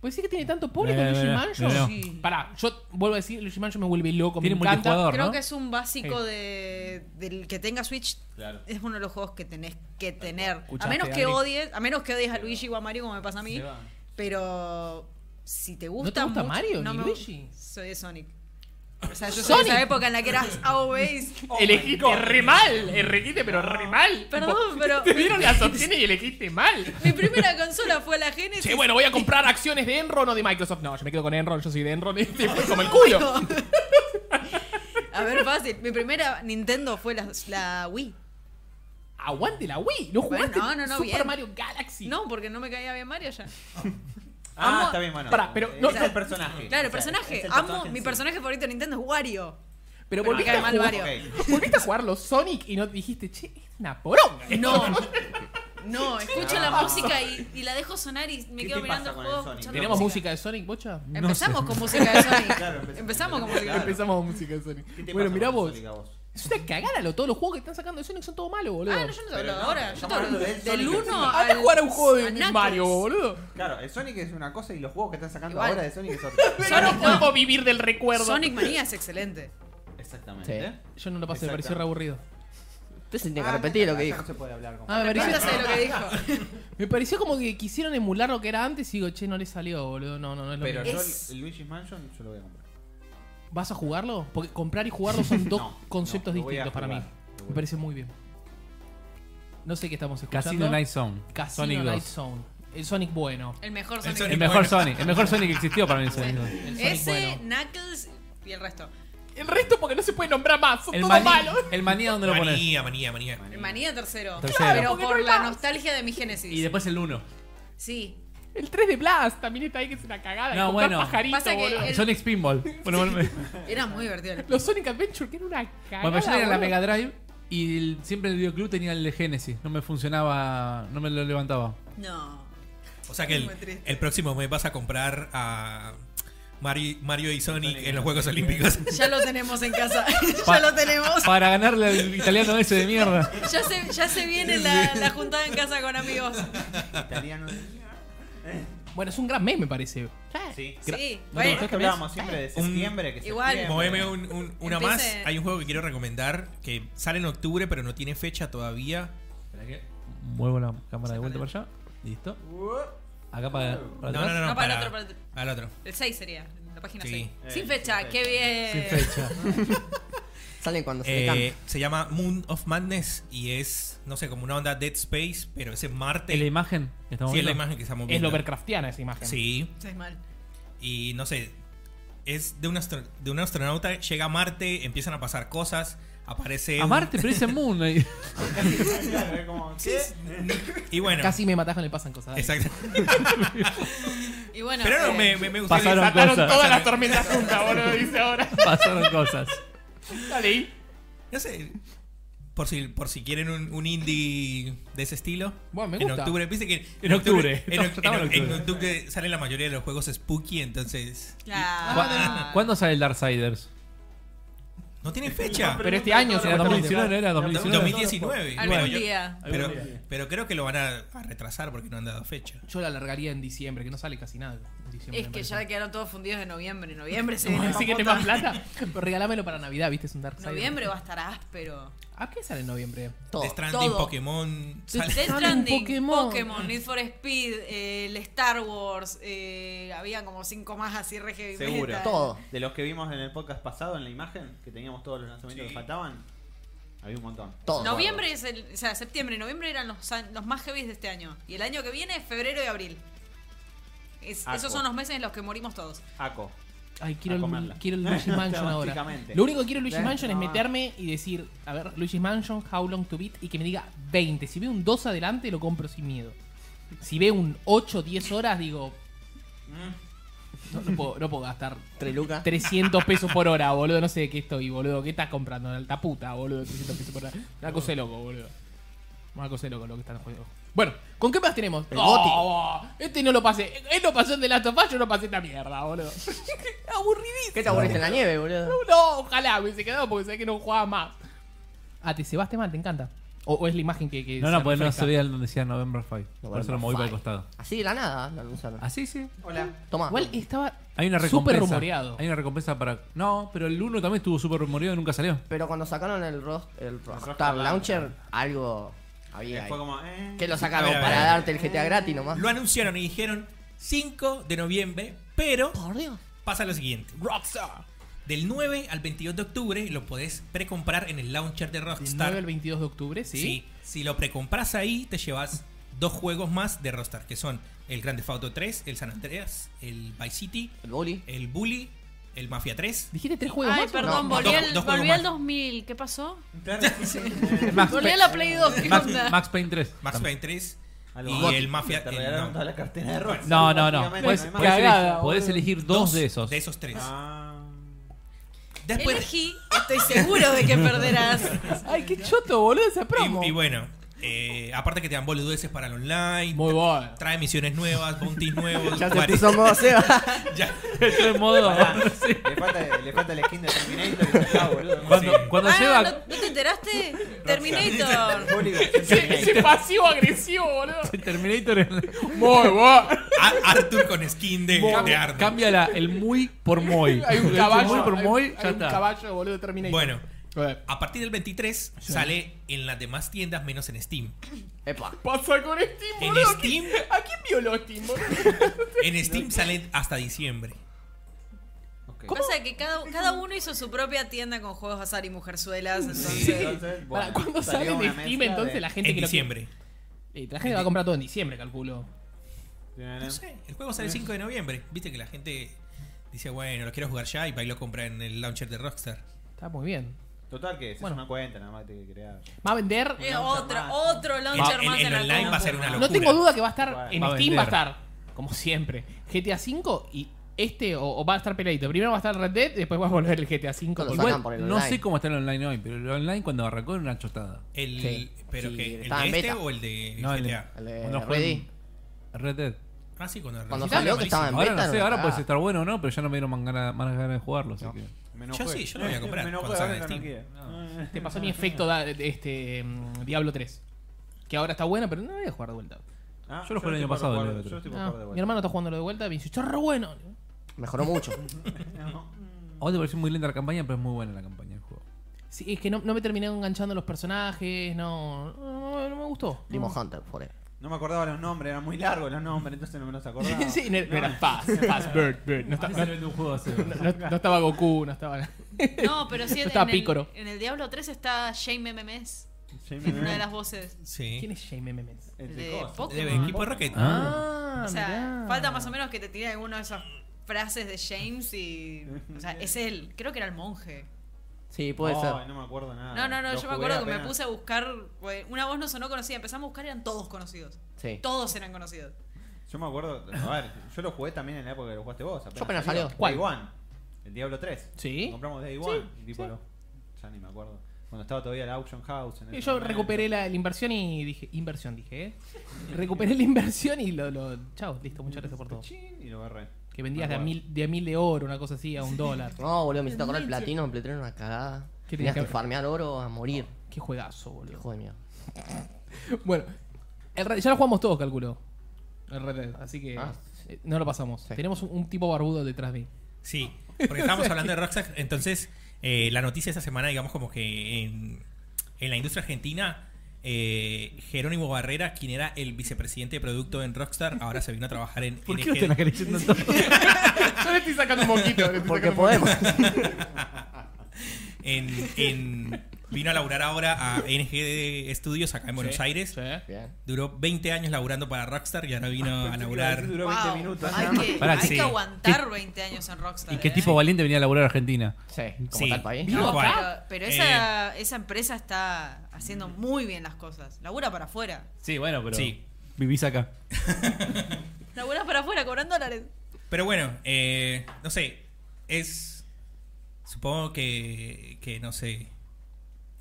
Pues sí que tiene tanto público Mira, Luigi mira, Mansion. mira. Sí. Pará, yo vuelvo a decir, Luigi Mansion me vuelve loco. Tiene me encanta. multijugador, Creo ¿no? que es un básico de, del que tenga Switch. Claro. Es uno de los juegos que tenés que tener. A Escuchaste, menos que Ari. odies, a menos que odies a Luigi o a Mario como me pasa a mí, Se va. pero si te gusta, gusta mucho- Mario ni me- Luigi? Soy de Sonic. O sea, yo soy de esa Sonic. época en la que eras always. elegiste Oh, re mal. Elegiste, pero re mal. Ah, Perdón, pero Te dieron las opciones y elegiste mal. mi primera consola fue la Genesis. Sí, bueno, voy a comprar acciones de Enron o de Microsoft. No, yo me quedo con Enron, yo soy de Enron. Este fue como el culo. A ver, fácil. Mi primera Nintendo fue la, la Wii. Aguante la Wii. No Bueno, jugaste no, no, no, Super bien. Mario Galaxy. No, porque no me caía bien Mario ya. Ah, Amo- está bien, bueno. Pará, pero eh, no- es el personaje. Claro, el O sea, personaje. es el Amo, personaje en mi sí. personaje favorito de Nintendo es Wario. pero Pero me volviste cae a, mal jugar, Mario. volviste a jugar los Sonic y no dijiste, che, es una poronga. No. No, escucho la música y, y la dejo sonar y me ¿Qué quedo te pasa mirando con el juego. el Sonic? escuchando ¿Tenemos la música de Sonic, bocha? Empezamos con música de Sonic. Claro, empezamos. empezamos con música de Claro. Sonic. Empezamos con música de Sonic. ¿Qué te Bueno, pasa mirá con vos. Sonic a vos? Es una cagada, lo, todos los juegos que están sacando de Sonic son todos malos, boludo. Ah, no, yo no te hablo Pero no, ahora. Yo te estamos hablo hablando del del Sonic 1 encima. Anda a jugar a un juego a de Knuckles. Mario, boludo. Claro, el Sonic es una cosa y los juegos que están sacando Igual. ahora de Sonic es otra. Yo no puedo vivir del recuerdo. Sonic Manía es excelente. Exactamente. Sí. Yo no lo pasé, me pareció re Exacto. aburrido. Usted se tiene Ah, que repetir lo que dijo. No se puede hablar con Ah, me Ahorita sé pareció, lo que dijo. me pareció como que quisieron emular lo que era antes y digo, che, no le salió, boludo. No, no, no es lo Pero mismo. yo Es- el Luigi's Mansion yo lo voy a comprar. ¿Vas a jugarlo? Porque comprar y jugarlo son dos No, conceptos no, lo voy a distintos para mí. jugar, lo voy Me a- parece muy bien. No sé qué estamos escuchando. Casino Night Zone. Casino Sonic Night 2. Zone. El Sonic bueno. El mejor El Sonic. Sonic El mejor Bueno. Sonic. El mejor Sonic que existió para mí. el Sonic 2. El Sonic Ese, bueno. Knuckles y el resto. El resto porque no se puede nombrar más, son El todos manía, malos. el manía, ¿dónde lo pones? Manía, manía, manía. El Manía tercero. Tercero. Pero porque no por hay la más. nostalgia de mi Génesis. Y después el 1. Sí. El 3 de Blast también está ahí que es una cagada. No, No, bueno. bueno. Pajarito, Pasa que boludo. El- Ah, Sonic Spinball. Bueno, bueno, Era muy divertido. Los Sonic Adventure que era una cagada. Bueno, yo tenía la boludo. Mega Drive y el- siempre el videoclub tenía el de Genesis. No me funcionaba, no me lo levantaba. No. O sea que Muy el, triste. el próximo mes vas a comprar a Mari- Mario y Sonic Sonic. en los Juegos Olímpicos. Ya lo tenemos en casa. Pa- ya lo tenemos. Para ganarle al italiano ese de mierda. Ya se, ya se viene la, la juntada en casa con amigos. Italiano. Ah. Bueno, es un gran mes, me parece. Sí. Sí, Nosotros bueno, que hablábamos siempre de Un- septiembre, que Igual. septiembre- Moveme un- un- una más. Empiece- Hay un juego que quiero recomendar que sale en octubre, pero no tiene fecha todavía. Muevo la cámara de vuelta para allá. Listo. Acá para. para No, no, atrás. no, no, No, para el otro, para el otro. Al otro. El 6 sería, la página Sí. 6. Eh, sin fecha, sin qué bien. Salen cuando se le Eh, canta. se llama Moon of Madness y es, no sé, como una onda Dead Space, pero ese Marte. ¿Es la imagen que estamos sí, es la viendo? imagen que estamos Es viendo. Lovecraftiana esa imagen. Sí. Sí, es mal. Y no sé, es de un, astro- de un astronauta, llega a Marte, empiezan a pasar cosas, aparece... A un- Marte, pero dice Moon. ahí. Claro, es como, ¿qué? Y bueno, Casi me matás cuando le pasan cosas. dale. exacto. Y bueno, Pero no, Ah, eh, me, me, me gustó. Pasaron Mataron cosas. todas las tormentas juntas, boludo, dice ahora. Pasaron cosas. Dale, y- No sé, por si, por si quieren un, un indie de ese estilo. Bueno, me en gusta. octubre, viste que... En octubre. En, No, estaba en en- en octubre. octubre salen la mayoría de los juegos spooky, entonces... Claro. ¿Cuá- ¿Cuándo sale el Darksiders? No tiene fecha. Pero este año Era seguramente. 2019, era 2019. 2019. Algún Bueno, yo- día. Pero, pero creo que lo van a, a retrasar porque no han dado fecha. Yo la alargaría en diciembre, que no sale casi nada. en diciembre, Es me que parece. ya quedaron todos fundidos en noviembre. En noviembre se viene Así que te papota. más plata. Pero regálamelo para Navidad, viste, es un Dark Noviembre va a estar áspero. ¿A qué sale en noviembre? Todo. De Stranding, todo. Pokémon. sale- Death Salen Stranding, Pokémon. Pokémon. Need for Speed, eh, el Star Wars, eh, había como cinco más así re heavy Seguro. metal. Todo. De los que vimos en el podcast pasado, en la imagen, que teníamos todos los lanzamientos Sí. que faltaban, había un montón. Todo. Noviembre es el, o sea, septiembre y noviembre eran los, an- los más heavy de este año. Y el año que viene, febrero y abril. Es- Ajo. esos son los meses en los que morimos todos. Aco. Ay, quiero A el, comerla. quiero el Luigi Mansion ahora. Básicamente. Lo único que quiero de Luigi Eh, Mansion es no. meterme y decir, a ver, Luigi Mansion, how long to beat, y que me diga 20. Si veo un 2 adelante, lo compro sin miedo. Si veo un 8, 10 horas, digo, Mm. no, no puedo, no puedo gastar Treluca. 300 pesos por hora, boludo. No sé de qué estoy, boludo. ¿Qué estás comprando? Alta puta, boludo. 300 pesos por hora. Una cosa de loco, boludo. Una cosa de loco lo que está en juego. Bueno, ¿con qué más tenemos? Oh, este no lo pasé. Él lo pasó en The Last of Us, yo no pasé esta mierda, boludo. Aburridísimo. ¿Qué te aburriste en la nieve, boludo? No, ojalá hubiese quedado porque sabés que no jugaba más. Ah, te cebaste mal, te encanta. O, o es la imagen que. que No, se no, pues no refresca. se veía donde decía November 5. Por eso November lo moví para el five. costado. Así de la nada lo anunciaron. Así sí. Hola. Tomá. Igual estaba Hay una súper recompensa. rumoreado. Hay una recompensa para. No, pero el 1 también estuvo súper rumoreado y nunca salió. Pero cuando sacaron el, Ros- el Rockstar Rockstar Launcher, algo había ahí. Fue como, eh, Que lo sacaron A ver, a ver, para a ver. darte el GTA gratis nomás. Lo anunciaron y dijeron 5 de noviembre, pero Por Dios. pasa lo siguiente. Rockstar. Del 9 al 22 de octubre lo podés precomprar en el launcher de Del Rockstar. 9 al 22 de octubre, sí. Sí, Si lo precompras ahí, te llevas dos juegos más de Rockstar, que son el Grand Theft Auto 3, el San Andreas, el Vice City, El bully. el Bully, el Mafia 3. Dijiste tres juegos Ay, más. perdón, No, volví, dos- al, dos juegos volví más. al 2000. ¿Qué pasó? Sí. Volví a la Play 2. ¿Qué Max, onda? Max Payne 3. Max También. Payne 3 A los y Gotti. el Mafia. Te el- regalaron no, toda la cartera de Rockstar. No, no, Pues no. Básicamente, Puedes, hay más. puedes Cagada, elegir, podés boludo. elegir dos, de esos. De esos tres. Ah. Después, Elegí, estoy seguro de que perderás. Ay, qué choto, boludo, esa promo. Y, y bueno, eh, aparte que te dan boludeces para el online. Muy bueno. Trae misiones nuevas, bounties nuevos. Ya se pare- puso modo Seba. ya. Estoy en modo. Ah, Sí. Le falta, le falta el skin de Terminator y se acaba, boludo. Cuando, cuando Ah, lleva. ¿no, no te enteraste? Terminator. Bully versión Terminator. Ese pasivo agresivo, boludo. Terminator en- Muy bueno. A- Arthur con skin de, de Arthur. cambia la- el muy por muy. Hay un El caballo. muy por hay- muy, hay, ya un está. caballo, boludo, Terminator. Bueno, A ver. a partir del 23 sale en las demás tiendas menos en Steam. Epa. Pasa con Steam, En boludo. Steam. ¿Qui- ¿A quién violó Steam, boludo? En Steam sale hasta diciembre. Ok. Pasa que cada, cada uno hizo su propia tienda con juegos azar y mujerzuelas. Entonces, Entonces, bueno, Para, ¿Cuándo salió sale una de Steam mezcla entonces de- la gente En que lo- diciembre. Eh, la gente va a comprar todo en diciembre, calculo. Ah. No sé, el juego sale el 5 de noviembre. Viste que la gente dice, bueno, lo quiero jugar ya y va y lo compra en el launcher de Rockstar. Está muy bien. Total que es Bueno. una cuenta nada más que te crear. Va a vender. eh, launcher otra, más. otro launcher En- en- más en en, la online va a compu. ser una No locura. tengo duda que va a estar. Va En Steam a va a vender. estar. Como siempre. GTA V y este o, o va a estar peleadito. Primero va a estar Red Dead, después va a volver el GTA V. Con con- los sacan Igual, por el no online. sé cómo está el online hoy, pero el online cuando arrancó era una chotada. El, Sí. ¿Pero Sí, que ¿El estaba de en este beta. o el de No, el de- GTA? El de Cuando juegan- Ready. Red Dead. Ah, sí, cuando, Cuando recién salió era que malísimo. estaba en Ahora beta ah, no sé, era ahora pues- una puede cagada. estar bueno o no, pero ya no me dieron más ganas, más ganas de jugarlo. Así No. que. Me no Yo juego. sí, yo lo voy a comprar Me no cuando juego, salga en ahora Steam. no quiero. Te pasó mi efecto da- de este mm, Diablo 3. Que ahora está bueno, pero no voy a jugar de vuelta. Ah, Yo lo jugué el año estoy por pasado, jugar- el otro. Yo estoy por No, jugar de mi vuelta. hermano está jugándolo de vuelta y me dice, está re bueno. Mejoró mucho. A Oh, vos te pareció muy linda la campaña, pero es muy buena la campaña del juego. Sí, es que no, no me terminé enganchando los personajes, no. No, no me gustó. Primo Hunter, forever. No me acordaba los nombres, eran muy largos los nombres, entonces no me los acordaba. sí, no, no era Paz, Paz, Bird, Bird. No, A está- mí no- se me vende un juego así. no- no estaba Goku, no estaba. No, pero sí en, Estaba en el, Pícoro. en el Diablo 3 está Shane MMS. Jamie En una de Bell, las voces Sí. ¿Quién es Shame MMS? el de Cos. Pokémon. El equipo de Rocket. Ah, O sea, mirá. falta más o menos que te tire alguno de esas frases de James y. O sea, es él. Creo que era el monje. Sí, puede Oh, Ay, ser. no me acuerdo nada. No, no, no, Ah, Lo yo me jugué acuerdo que me apenas. puse a buscar. güey, Una voz no sonó conocida, empezamos a buscar y eran todos conocidos. Sí. Todos eran conocidos. Yo me acuerdo, a ver, yo lo jugué también en la época que lo jugaste vos. Apenas Yo apenas salió. Day ¿Cuál? One, el Diablo 3. Sí. Lo compramos Day One. y tipo lo- ya ni me acuerdo. Cuando estaba todavía la Auction House. En Y ese yo momento. recuperé la, la inversión y dije. Inversión, dije, ¿eh? Recuperé la inversión y lo. lo chao, listo, muchas gracias por todo. Chin, Y lo agarré. Que vendías de a, Me mil, de a mil de oro, una cosa así, a un dólar. No, boludo, me hiciste acordar el platino en Play 3 era una cagada. ¿Qué Tenías tenés que que ver? farmear oro a morir. Qué juegazo, boludo. Hijo de mierda. Bueno, el Red- ya lo jugamos todos, calculo. El Red Dead, así que. Ah. eh, No lo pasamos. Tenemos un, un tipo barbudo detrás de mí. Sí, porque estábamos hablando de Rockstar. Entonces, eh, la noticia esta semana, digamos, como que en, en la industria argentina, eh, Jerónimo Barrera, quien era el vicepresidente de producto en Rockstar, ahora se vino a trabajar en. ¿Por en qué no te EG. la querés yendo tanto? Yo le estoy sacando un moquito. le estoy Porque sacando un moquito. podemos. en, en- vino a laburar ahora a NG Studios acá en Buenos Aires. Sí. Bien. Duró 20 años laburando para Rockstar y ahora Ah, vino a laburar. Duró 20 Wow. minutos. Hay que, Pará, hay sí. que aguantar 20 años en Rockstar. ¿Y qué ¿eh? tipo valiente venía a laburar a Argentina? Sí, como Sí. Eh, tal país. Vino No, Igual. pero, pero esa, esa empresa está haciendo muy bien las cosas. Labura para afuera. Sí, bueno, pero. Sí. Vivís acá. Labura para afuera, cobran dólares. Pero bueno, eh, no sé. Es. Supongo que. Que no sé.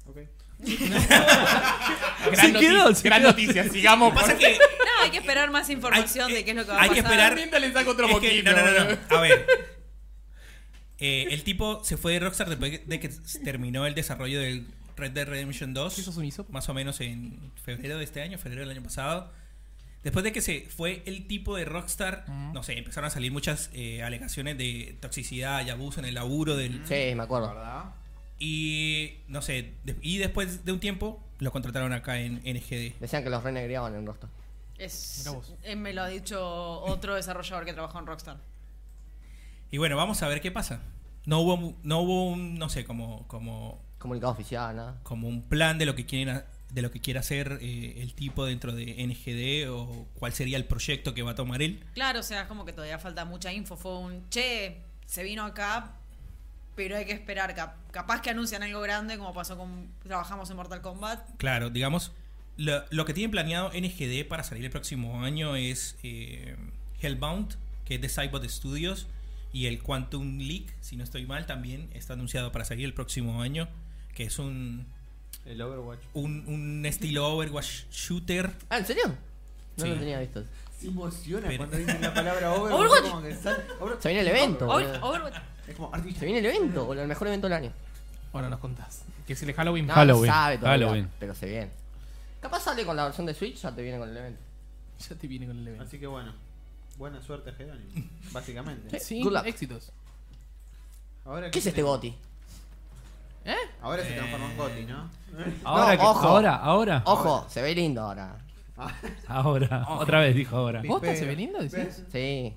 Gran, Se quedó, noticia, se gran quedó. noticia, sigamos. Lo que pasa es que. No, hay que esperar más información de qué es lo que va a hay que pasar. esperar- Mientras le saco otro Es que- moquito. no, no, no, boludo. no. A ver. Eh, el tipo se fue de Rockstar después de que terminó el desarrollo del Red Dead Redemption 2. ¿Qué sos un hisopo? Más o menos en febrero de este año, febrero del año pasado. Después de que se fue el tipo de Rockstar, no sé, empezaron a salir muchas eh, alegaciones de toxicidad y abuso en el laburo del, Sí, me acuerdo. ¿Verdad? Y no sé, de- y después de un tiempo lo contrataron acá en NGD. Decían que los renegriaban en Rosto. Es, Mirá vos. eh, me lo ha dicho otro desarrollador que trabajó en Rockstar. Y bueno, vamos a ver qué pasa. No hubo, mu- no hubo un, no sé, como, como, Comunicado oficial, nada. como un plan de lo que quieren ha- de lo que quiera hacer eh, el tipo dentro de NGD o cuál sería el proyecto que va a tomar él. Claro, o sea, es como que todavía falta mucha info. Fue un, che, se vino acá, pero hay que esperar. cap- capaz que anuncian algo grande, como pasó con... Trabajamos en Mortal Kombat. Claro, digamos, lo, lo que tienen planeado NGD para salir el próximo año es eh, Hellbound, que es de Cybot Studios, y el Quantum Leak, si no estoy mal, también está anunciado para salir el próximo año, que es un, El Overwatch. un, un estilo Overwatch shooter. Ah, ¿en serio? No Sí. lo tenía visto. Se emociona Pero- cuando dicen la palabra Overwatch. Overwatch. como que sale- Over- Se viene el evento. Over- boludo. Overwatch- Es como artista. Se viene el evento, boludo, el mejor evento del año. Ahora nos contás. Que si le Halloween. No, Halloween, no sabe todavía, Halloween. pero se viene. Capaz sale con la versión de Switch, ya te viene con el evento. Ya te viene con el evento. Así que bueno. Buena suerte, Jerónimo. Básicamente. Sí, Good luck. éxitos. Ahora, ¿Qué es este tiene? Goti? ¿Eh? Ahora se transformó en Gotti, ¿no? Ahora, que- ojo. ahora, ahora. Ojo, se ve lindo ahora. Ah, Ahora. Otra vez dijo ahora. ¿Posta Pero- se ve lindo? decís? Sí.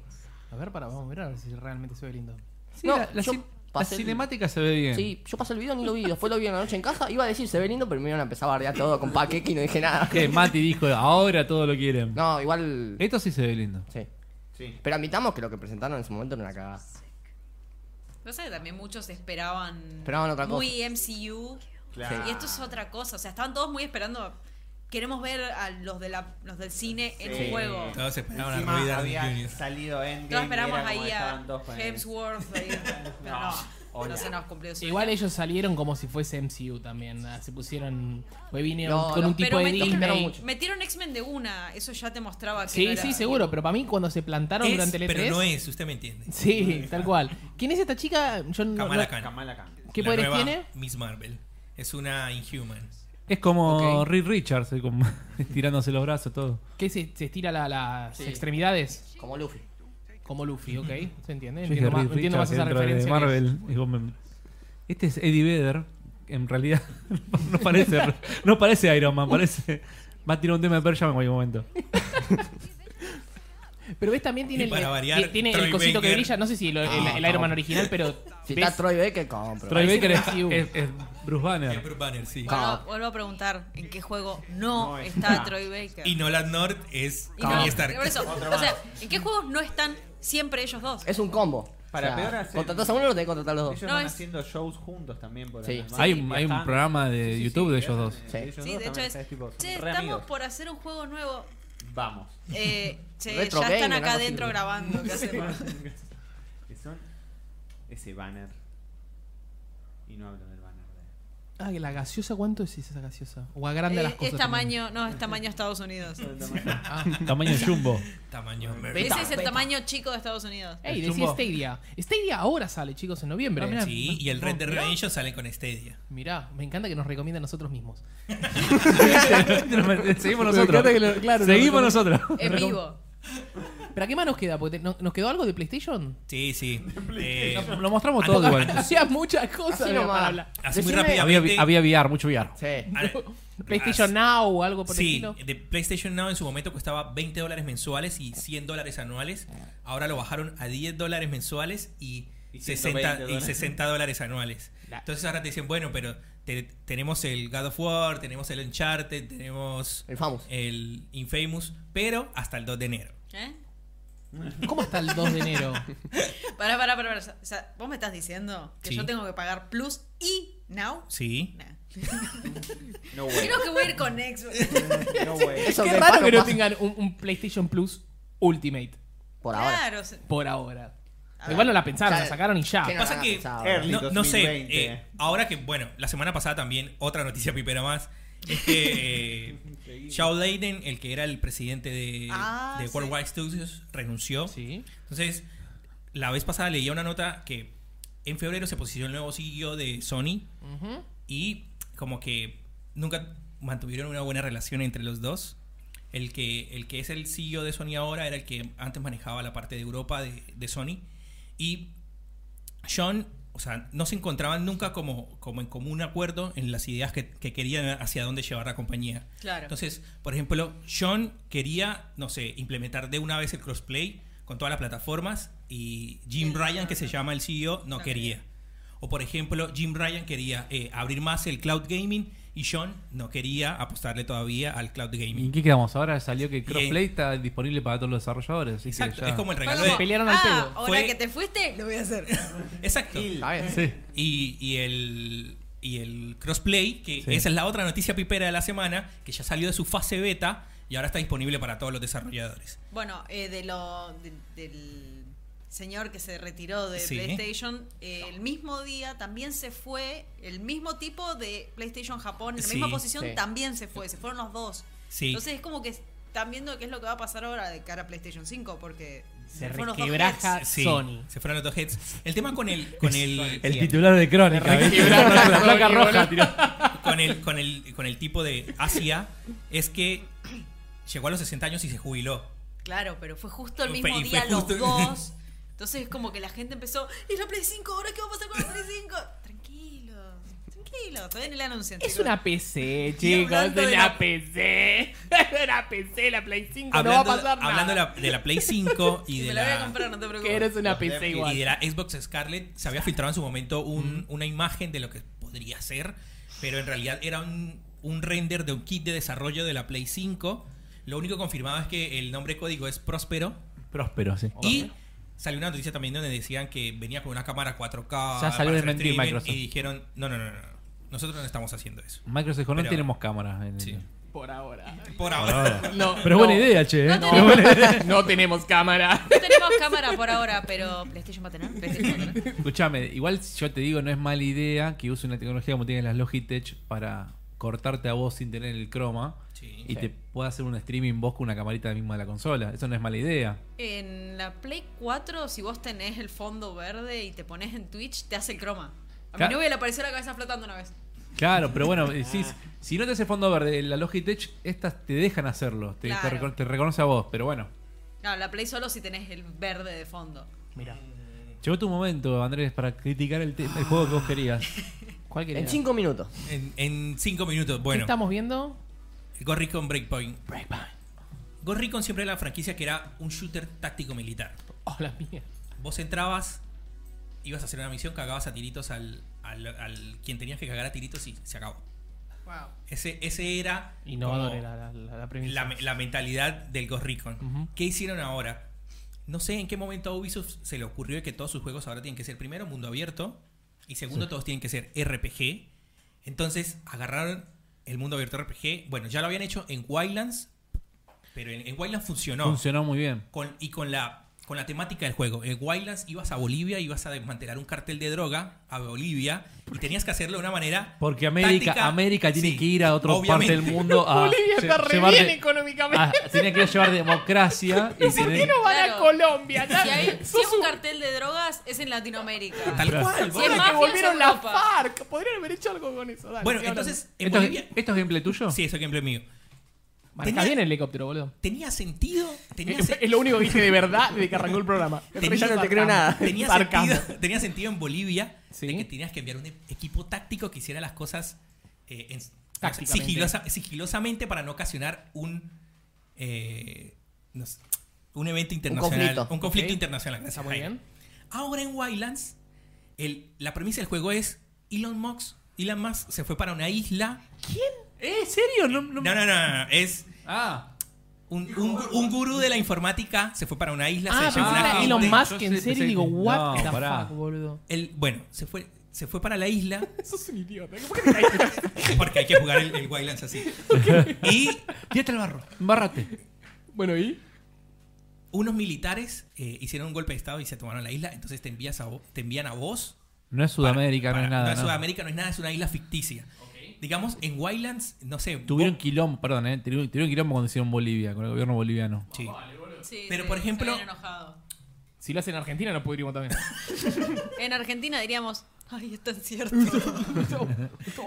A ver, para, vamos a ver a ver si realmente se ve lindo. Sí, No, la, la yo cin- pasé la el- cinemática se ve bien. Sí, yo pasé el video ni lo vi, después lo vi en la noche en casa, iba a decir se ve lindo, pero me iban a empezar a bardear todo con paqueque y no dije nada. Que Mati dijo, ahora todo lo quieren. No, igual. Esto sí se ve lindo. Sí. Sí. Pero admitamos que lo que presentaron en su momento era una cagada. Pero sabes que también muchos esperaban, Esperaban otra muy MCU. Claro. Y esto es otra cosa. O sea, estaban todos muy esperando. Queremos ver a los, de la, los del cine en Sí. un juego. Todos esperaban la Eh, Encima Navidad de había Junior. salido Endgame. Todos y era esperamos como ahí a estaban todos con el- Hemsworth. ahí, pero No, no, hola. no se nos cumplió su Igual ellos salieron como si fuese MCU también. ah, Se pusieron. Fue vinieron No, con no, un tipo Pero de metieron, Disney. mucho. metieron X-Men de una. Eso ya te mostraba que. no Sí, era- sí, seguro. Pero para mí, cuando se plantaron Es, durante el E3. pero no es, usted me entiende. Sí, tal cual. ¿Quién es esta chica? Yo no- Kamala no- Khan. Kamala Khan. ¿Qué La poderes nueva tiene? Miss Marvel. Es una Inhuman. Es como Ok. Reed Richards, eh, como estirándose los brazos, todo. ¿Qué se, se estira la- las Sí. extremidades? Como Luffy. Como Luffy, ok. ¿Se entiende? Yo dije Entiendo más, Reed entiendo más Richards esa dentro referencia. De que- Marvel. Digo, me- Este es Eddie Vedder. En realidad, no parece, no parece Iron Man, parece. Va a tirar un tema de Pearl Jam en cualquier momento. Pero ves también tiene Y el, para eh, variar, ti- tiene el Troy cosito que Baker. brilla. No sé si lo- el, Ah, el no. Iron Man original, pero. Si ves- está Troy Baker, compro. Troy Parece Baker es, MCU. es- es Bruce Banner. Bruce Banner, sí. Vuelvo, vuelvo a preguntar en qué juego no, No está, está. Troy Baker. Y Nolan North es Y no, Tony por Stark. eso, o sea, ¿en qué juegos no están siempre ellos dos? Es un combo. Para O sea, peor hacer- Contratás a uno, lo tenés que contratar a los dos. Ellos No, van es- haciendo shows juntos también. Por Sí. ahí, ¿no? Hay, Sí, un- hay un viajando. programa de Sí, sí, YouTube sí, de que ellos dos. hacen, eh, Sí. ellos Sí, dos de hecho también, es. ¿sabes? Tipo, Che, re estamos amigos. por hacer un juego nuevo. Vamos. Eh, che, Retro ya están gamer, acá algo adentro así. grabando. ¿qué hacemos? Ah, que son ese banner. Y no hablo del banner. de- Ah, la gaseosa, ¿cuánto es esa gaseosa? O agranda las Eh, cosas. es también. tamaño, no, es tamaño Estados Unidos. Tamaño jumbo. Tamaño Mercury. Ese es el tamaño chico de Estados Unidos. Ey, El decía chumbo. Stadia. Stadia ahora sale, chicos, en noviembre. Ah, mirá. Sí, y el Red Dead Redemption sale con Stadia. Mirá, me encanta que nos recomienda a nosotros mismos. Seguimos Me encanta nosotros. que lo- claro, no, Seguimos nosotros. En vivo. ¿Pero a qué más nos queda? Porque te- no- ¿Nos quedó algo de PlayStation? Sí, sí. Eh, Lo mostramos todo igual. Hacía muchas cosas Así había para nomás. hablar. así muy Decime- Había, rápidamente. vi- había VR, mucho VR. Sí. Ah, PlayStation Now o algo por Sí, el estilo. de PlayStation Now en su momento costaba 20 dólares mensuales y 100 dólares anuales. Ahora lo bajaron a 10 dólares mensuales y, Y 60, 120 y 60 dólares anuales. La- Entonces ahora te dicen, bueno, pero te- tenemos el God of War, tenemos el Uncharted, tenemos El famoso. el Infamous, pero hasta el 2 de enero. ¿Eh? ¿Cómo hasta el 2 de enero? Pará, pará, pará. pará. O sea, vos me estás diciendo que Sí. yo tengo que pagar Plus y Now. Sí. Nah. No way. Creo que voy a ir con Xbox. No way. Eso Qué de raro paso que no pasa tengan un, un PlayStation Plus Ultimate Por ahora. Claro. se- por ahora. A Igual no ver. la pensaron, la Ya- sacaron y ya. ¿Qué Pasa no que- eh, hagan pensado? Early No, no sé, 2020. eh, ahora que, bueno, la semana pasada también, otra noticia pipera más, es que eh, Shao Leiden, el que era el presidente de, Ah, de sí. Worldwide Studios, renunció. Sí. Entonces, la vez pasada leía una nota que en febrero se posicionó el nuevo CEO de Sony Ujú. y como que nunca mantuvieron una buena relación entre los dos. El que, el que es el CEO de Sony ahora era el que antes manejaba la parte de Europa de, de Sony. Y Sean, o sea, no se encontraban nunca como, como en común acuerdo en las ideas que, que querían hacia dónde llevar la compañía. Claro. Entonces, por ejemplo, Sean quería, no sé, implementar de una vez el crossplay con todas las plataformas y Jim Ryan, ah, que se llama el CEO, no quería. O por ejemplo, Jim Ryan quería eh, abrir más el cloud gaming y Sean no quería apostarle todavía al cloud ¿Y en gaming. qué quedamos? Ahora salió que Crossplay está disponible para todos los desarrolladores. así que Exacto, ya- es como el regalo Fue Se como, de... pelearon al ah, pedo. Ahora Fue- que te fuiste, lo voy a hacer. Exacto. Está bien. Sí. Y, y el, y el crossplay, que Sí. esa es la otra noticia pipera de la semana, que ya salió de su fase beta y ahora está disponible para todos los desarrolladores. Bueno, eh, de lo de- del señor que se retiró de Sí. PlayStation, eh, el mismo día también se fue el mismo tipo de PlayStation Japón, en la Sí, misma posición sí. también se fue, se fueron los dos. Sí. Entonces es como que están viendo qué es lo que va a pasar ahora de cara a PlayStation 5 porque Se fueron los dos requebraja Sí, Sony. se fueron los dos heads. El tema con el con el, El titular de Crónica. ¿viste? La placa roja. tiró. con el con el con el tipo de Asia es que llegó a los 60 años y se jubiló. Heads. Claro, pero fue justo el Fue- mismo y fue día justo- los dos. Entonces es como que la gente empezó, ¿y la Play 5? ¿Ahora qué va a pasar con la Play 5? Tranquilo, tranquilo, todavía ni le anuncian. Es chicos. una PC, Y chicos. Es hablando de una la- PC. Es una PC, la Play 5. no va a pasar nada. hablando de la, de la Play 5 y Y de me la voy a la, comprar, no te preocupes. Que eres una Los PC devs igual. y de la Xbox Scarlett se había filtrado en su momento un- una imagen de lo que podría ser, pero en realidad era un, un render de un kit de desarrollo de la Play 5. Lo único confirmado es que el nombre código es Próspero Próspero, sí. y salió una noticia también donde decían que venía con una cámara 4K. Ya salió para de hacer mentir streaming, Microsoft. Y dijeron, no, no, no, no, no, nosotros no estamos haciendo eso. Microsoft dijo, no Pero- tenemos cámaras. en- Sí. Por ahora. Por ahora. No, Pero no, buena idea, che. ¿eh? No, no tenemos cámara. No tenemos cámara por ahora, pero PlayStation va a tener. PlayStation va a tener. Escuchame, igual yo te digo, no es mala idea que use una tecnología como tienen las Logitech para cortarte a vos sin tener el croma Sí. y te pueda hacer un streaming vos con una camarita misma de la consola. Eso no es mala idea. En la Play 4, si vos tenés el fondo verde y te pones en Twitch, te hace el croma. A mi Claro. novia le apareció la cabeza flotando una vez. Claro, pero bueno, eh, Ah. si, si no te hace fondo verde, la Logitech, estas te dejan hacerlo, te, te Claro. recono- te reconoce a vos, pero bueno. No, Claro, la Play solo si tenés el verde de fondo. Mira. Llegó tu momento, Andrés, para criticar el, te- el juego que vos querías. ¿Cuál querías? En 5 minutos. En, en cinco minutos, ¿Qué bueno. estamos viendo? Ghost Recon Breakpoint. Ghost Recon siempre era la franquicia que era un shooter táctico militar. Oh, la mía. Vos entrabas, ibas a hacer una misión, cagabas a tiritos al, al, al- quien tenías que cagar a tiritos y se acabó. Wow. Ese, ese era Innovador como era la, la, la premisa. la, la mentalidad del Ghost Recon. Ujú. ¿Qué hicieron ahora? No sé en qué momento a Ubisoft se le ocurrió que todos sus juegos ahora tienen que ser primero mundo abierto y segundo todos tienen que ser RPG. Entonces agarraron el mundo abierto RPG. Bueno, ya lo habían hecho en Wildlands, pero en, en Wildlands funcionó. Funcionó muy bien. Con- y con la, con la temática del juego. En Wildlands ibas a Bolivia, ibas a desmantelar un cartel de droga a Bolivia y tenías que hacerlo de una manera. Porque América, táctica. América tiene Sí, que ir a otra obviamente. parte del mundo a Bolivia lle- está re llevar de- bien económicamente. a- tenía que llevar democracia y ¿Por tener- qué no van a Claro. Colombia? Si hay, si hay Sos un un- cartel de drogas, es en Latinoamérica. Tal cual. Si Ahora es boludo. que mafia, volvieron es la Europa. FARC. Podrían haber hecho algo con eso. Dale, Bueno, sigue hablando. entonces en ¿Esto, Bolivia. es- esto es gameplay tuyo? Sí, eso es ejemplo mío. Maneja tenía- bien el helicóptero, boludo. ¿Tenía sentido? ¿Tenía, Es, sen- es lo único que dije de verdad desde que arrancó el programa. El Tenía- resto es no te creo sarcasmo. nada. tenía Sarcasmo. sentido, tenía sentido en Bolivia Sí. de que tenías que enviar un e- equipo táctico que hiciera las cosas eh, en- Tácticamente. sigilosa- sigilosamente para no ocasionar un eh, no sé, un evento internacional. conflicto. Un conflicto Ok. internacional. gracias, Está muy Jaime. bien. Ahora en Wildlands, el- la premisa del juego es Elon Musk, Elon Musk se fue para una isla. ¿Eh? ¿Serio? No, no- No, no, no, no, no, es Ah, un, un- un gurú de la informática se fue para una isla. Ah, se pensé llevó que una era gente. Elon Yo Musk sé, en serio pensé y digo, que- what No, the pará. fuck, boludo. El- bueno, se fue, se fue para la isla Sos un idiota. ¿Por qué te caíste? porque hay que jugar el, el Wildlands así. Y tírate al barro. Embarrate. bueno, ¿y? unos militares eh, hicieron un golpe de estado y se tomaron la isla. Entonces te, envías a, vo- te envían a vos. No es para- Sudamérica, para- no es nada. No es no. Sudamérica, no es nada, es una isla ficticia. Digamos, en Wildlands, no sé. Tuvieron vos- quilombo, perdón, eh, tuvieron tuvieron quilombo cuando hicieron Bolivia, con el gobierno boliviano. Sí. Ah, Sí, Pero, sí, por se ejemplo- habían enojado. Si lo hacen en Argentina, no podríamos también. En Argentina diríamos, ay, es tan cierto.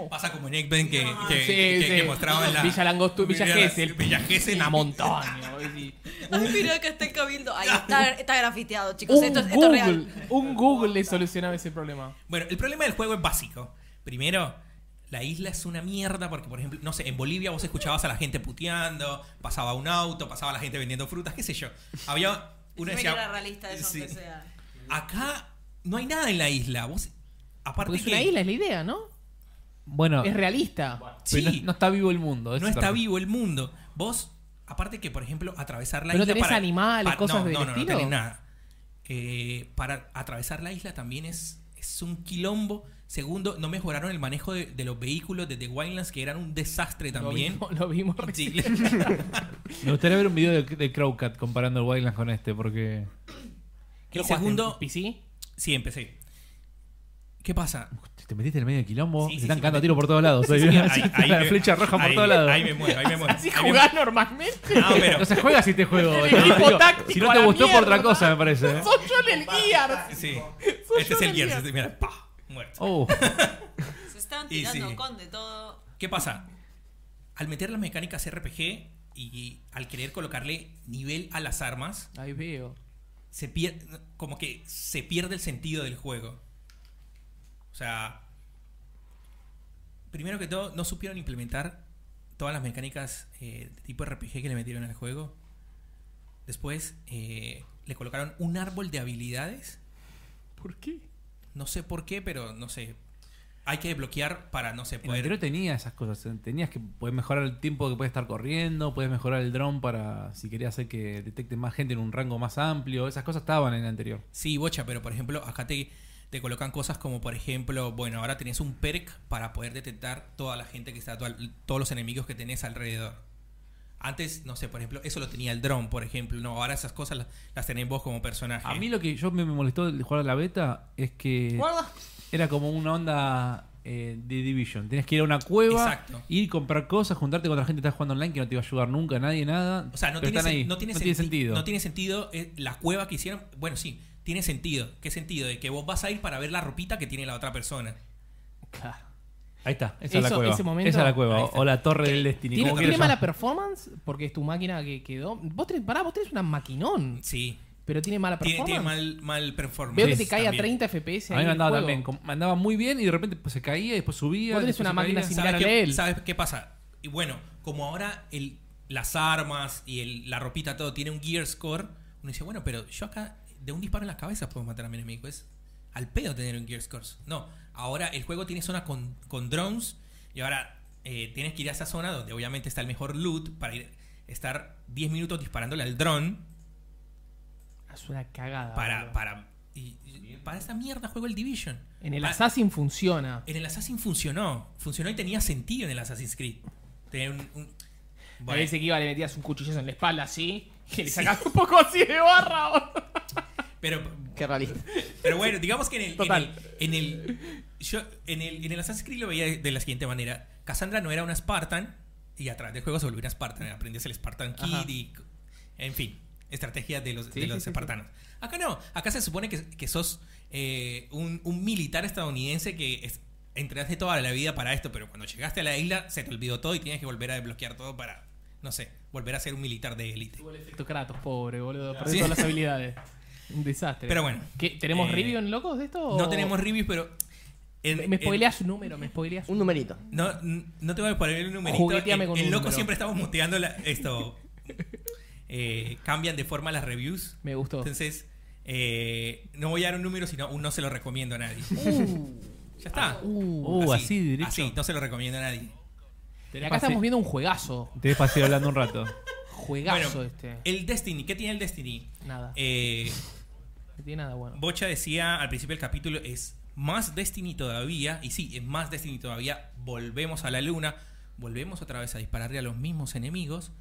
Pasa como en Ekben que, que, Ah, Sí, Eh, que- que sí. mostraban la. Villa Langostu- Villa Gesell. Villa Gesell. Una montón. Ay, mira que está el cabildo. Ay, está, está grafiteado, chicos. Un esto, es- esto es Google, real. un Google le solucionaba ese problema. Bueno, el problema del juego es básico. Primero, la isla es una mierda porque, por ejemplo, no sé, en Bolivia vos escuchabas a la gente puteando, pasaba un auto, pasaba la gente vendiendo frutas, qué sé yo. Había una Decime que era realista eso, Sí. aunque sea. Acá no hay nada en la isla. Vos, aparte Porque es que una isla, es la idea, ¿no? Bueno, Es realista. sí, pero no, no está vivo el mundo. eso no te está refiero. vivo el mundo. Vos, aparte que, por ejemplo, atravesar la Pero isla. tenés para- animales, para- cosas no, del no, no, no estilo. tenés nada. Eh, para atravesar la isla también es, es un quilombo. Segundo, no mejoraron el manejo de, de los vehículos desde Wildlands, que eran un desastre también. Lo vimos, lo vimos Sí, recién. Me gustaría ver un video de, de Crowcat comparando el Wildlands con este, porque. ¿Qué Y lo jugaste, segundo- en PC? sí, empecé. ¿Qué pasa? Si Te metiste en el medio de quilombo, Sí, se sí, están sí, cagando me- a tiro por todos lados. Sí, ahí, sí, así, la me- flecha roja por ahí- todos lados. Ahí me muero, ahí me muero. Así Ahí me jugás normalmente. muero. No, pero. No se juega así este juego. El te lo equipo digo. táctico si no a te la gustó por otra mierda. cosa, me ¿Eh? parece. ¿eh? Sos yo en el Gears. Sí. Soy Este es yo el del Gears. día. este, Mira, pa, muerto. Oh, Se están Y tirando sí. con de todo. ¿Qué pasa? Al meter las mecánicas RPG y al querer colocarle nivel a las armas, Ahí veo. se pierde, como que se pierde el sentido del juego. O sea, primero que todo, no supieron implementar todas las mecánicas eh, de tipo RPG que le metieron al juego. Después eh, le colocaron un árbol de habilidades ¿Por qué? No sé por qué, pero no sé. Hay que desbloquear para, no sé, el anterior poder. tenía esas cosas. eh, Tenías que poder mejorar el tiempo que puedes estar corriendo, puedes mejorar el dron para si querías hacer que detecte más gente en un rango más amplio. Esas cosas estaban en el anterior. Sí, bocha, pero por ejemplo, acá te, te colocan cosas como, por ejemplo, bueno, ahora tenés un perk para poder detectar toda la gente que está, toda- todos los enemigos que tenés alrededor. Antes, no sé, por ejemplo, eso lo tenía el dron, por ejemplo. No, ahora esas cosas las, las tenés vos como personaje. A mí lo que yo me me molestó de jugar a la beta es que era como una onda eh, de Division. Tenías que ir a una cueva, Exacto. ir, comprar cosas, juntarte con otra gente que está jugando online que no te iba a ayudar nunca, nadie, nada. O sea, no pero tiene, están sen- ahí. no tiene senti- sentido. No tiene sentido eh, la cueva que hicieron. Bueno, sí, tiene sentido. ¿Qué sentido? De que vos vas a ir para ver la ropita que tiene la otra persona. Claro. Ahí está, esa es la Eso- cueva. ese momento- esa es la cueva. ahí está. O la torre del destino. ¿Tiene, como tiene quieras mala llamar. performance? Porque es tu máquina que quedó. Vos tenés, pará, vos tenés una maquinón, Sí. pero tiene mala Tiene, performance. tiene mal, mal performance. Veo que te cae también. a 30 FPS. A ahí mí en me el andaba juego. también. como- me andaba muy bien y de repente pues, se caía, después subía. Vos tenés después una se máquina caía. sin- ¿Sabes similar qué, al de él. sabes qué pasa? Y bueno, como ahora el, las armas y el- la ropita, todo tiene un gear score, uno dice, bueno, pero yo acá de un disparo en las cabezas puedo matar a mi enemigo. Es al pedo tener un gear score. No, ahora el juego tiene zona con, con drones y ahora eh, tienes que ir a esa zona donde obviamente está el mejor loot para ir estar 10 minutos disparándole al drone Es una cagada. para... boludo. para y, y para esa mierda juego el Division. En el Pa- Assassin funciona. en el Assassin funcionó. Funcionó y tenía sentido en el Assassin's Creed. Tenía un. un- Me Bueno, Parece que iba, le metías un cuchillazo en la espalda así. Que le sacás un poco así de barra. boludo. pero, Qué realista. pero bueno, digamos que en el. Total. En el, en el- yo en el, en el Assassin's Creed lo veía de, de la siguiente manera: Cassandra no era una Spartan y a través del juego se volvió una Spartan. Aprendías el Spartan Kid Ajá. y. En fin, estrategias de los, Sí, de sí, los sí, sí. espartanos. Acá no. Acá se supone que, que sos eh, un, un militar estadounidense que. es- Entrenaste toda la vida para esto, pero cuando llegaste a la isla se te olvidó todo y tienes que volver a desbloquear todo para, no sé, volver a ser un militar de élite. Tuvo el efecto Kratos, pobre, boludo. Perdió Sí. todas las habilidades. Un desastre. Pero bueno. ¿Qué, ¿Tenemos Eh, review en locos de esto? o- No tenemos reviews, pero. en- Me en- spoileas su número, me spoileas su Un numerito. no, no te voy a poner el numerito. Jugueteame En- con en un loco número. siempre estamos muteando la- esto. Eh, cambian de forma las reviews. Me gustó. Entonces, eh, no voy a dar un número, sino un no se lo recomiendo a nadie. ya está. Uh, así, directo. Así, no se lo recomiendo a nadie. Tenés Acá pase- estamos viendo un juegazo. Tenés paseo hablando un rato. Juegazo Bueno, este. El Destiny, ¿qué tiene el Destiny? Nada. Eh, no tiene nada bueno. Bocha decía al principio del capítulo es más Destiny todavía, y sí, es más Destiny todavía, volvemos a la luna, volvemos otra vez a dispararle a los mismos enemigos.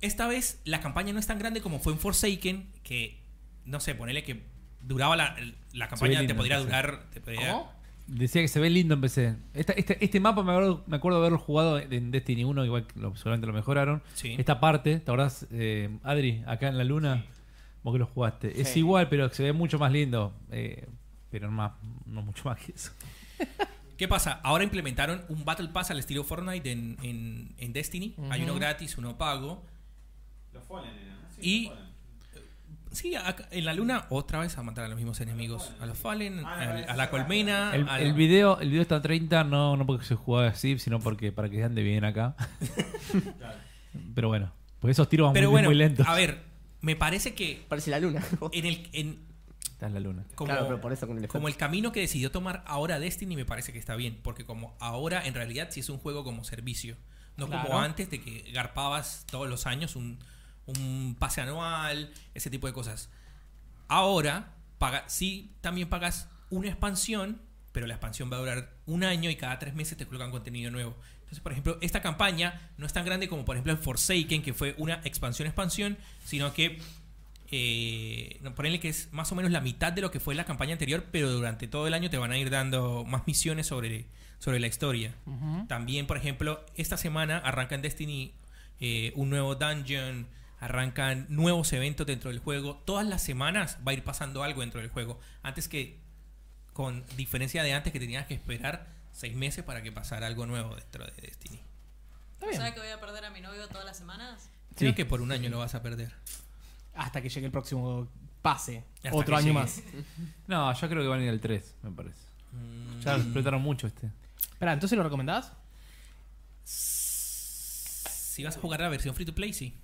Esta vez la campaña no es tan grande como fue en Forsaken, que no sé, ponele que duraba la, la campaña, lindo, te podría entonces. durar... Te podría- ¿Cómo? Decía que se ve lindo en PC. Esta- este, este mapa me acuerdo, me acuerdo haberlo jugado en Destiny 1, igual que lo- seguramente lo mejoraron. Sí. Esta parte, ¿te acordás, eh, Adri, acá en la luna? Vos que lo jugaste. Es Sí. igual, pero se ve mucho más lindo. eh, pero no, más, no mucho más que eso. ¿Qué pasa? Ahora implementaron un Battle Pass al estilo Fortnite en, en- en Destiny. Hay uno gratis, uno pago. Los Fallen eran, ¿no? Sí, Y- los Fallen. Sí, acá- en la luna otra vez a matar a los mismos enemigos. A los Fallen, Ah, al- no, a, la colmena. El, al- el video, el video está en 30, no, no porque se jugaba así, sino porque para que ande bien acá. pero bueno, porque esos tiros van Pero muy, bueno, muy lentos. a ver, me parece que Parece la luna. en el, en, Está en la luna. eh, como, Claro, pero por eso con el efecto. como el camino que decidió tomar ahora Destiny me parece que está bien, porque como ahora en realidad sí es un juego como servicio, no Claro. como antes de que garpabas todos los años un, un pase anual, ese tipo de cosas. Ahora paga, sí también pagas una expansión, pero la expansión va a durar un año y cada tres meses te colocan contenido nuevo. Entonces, por ejemplo, esta campaña no es tan grande como por ejemplo en Forsaken, que fue una expansión-expansión, sino que eh, no, ponele que es más o menos la mitad de lo que fue la campaña anterior, pero durante todo el año te van a ir dando más misiones sobre, sobre la historia. También, por ejemplo, esta semana arranca en Destiny eh, un nuevo dungeon, arrancan nuevos eventos dentro del juego. Todas las semanas va a ir pasando algo dentro del juego. Antes que, con diferencia de antes que tenías que esperar seis meses para que pasara algo nuevo dentro de Destiny. Está bien. que voy a perder a mi novio todas las semanas? Creo que por un año lo vas a perder. Hasta que llegue el próximo pase. Hasta Otro que año llegue. más. No, yo creo que van a ir al 3, me parece. Ya lo explotaron mucho este. Espera, ¿entonces lo recomendás? Si vas a jugar la versión free to play, sí.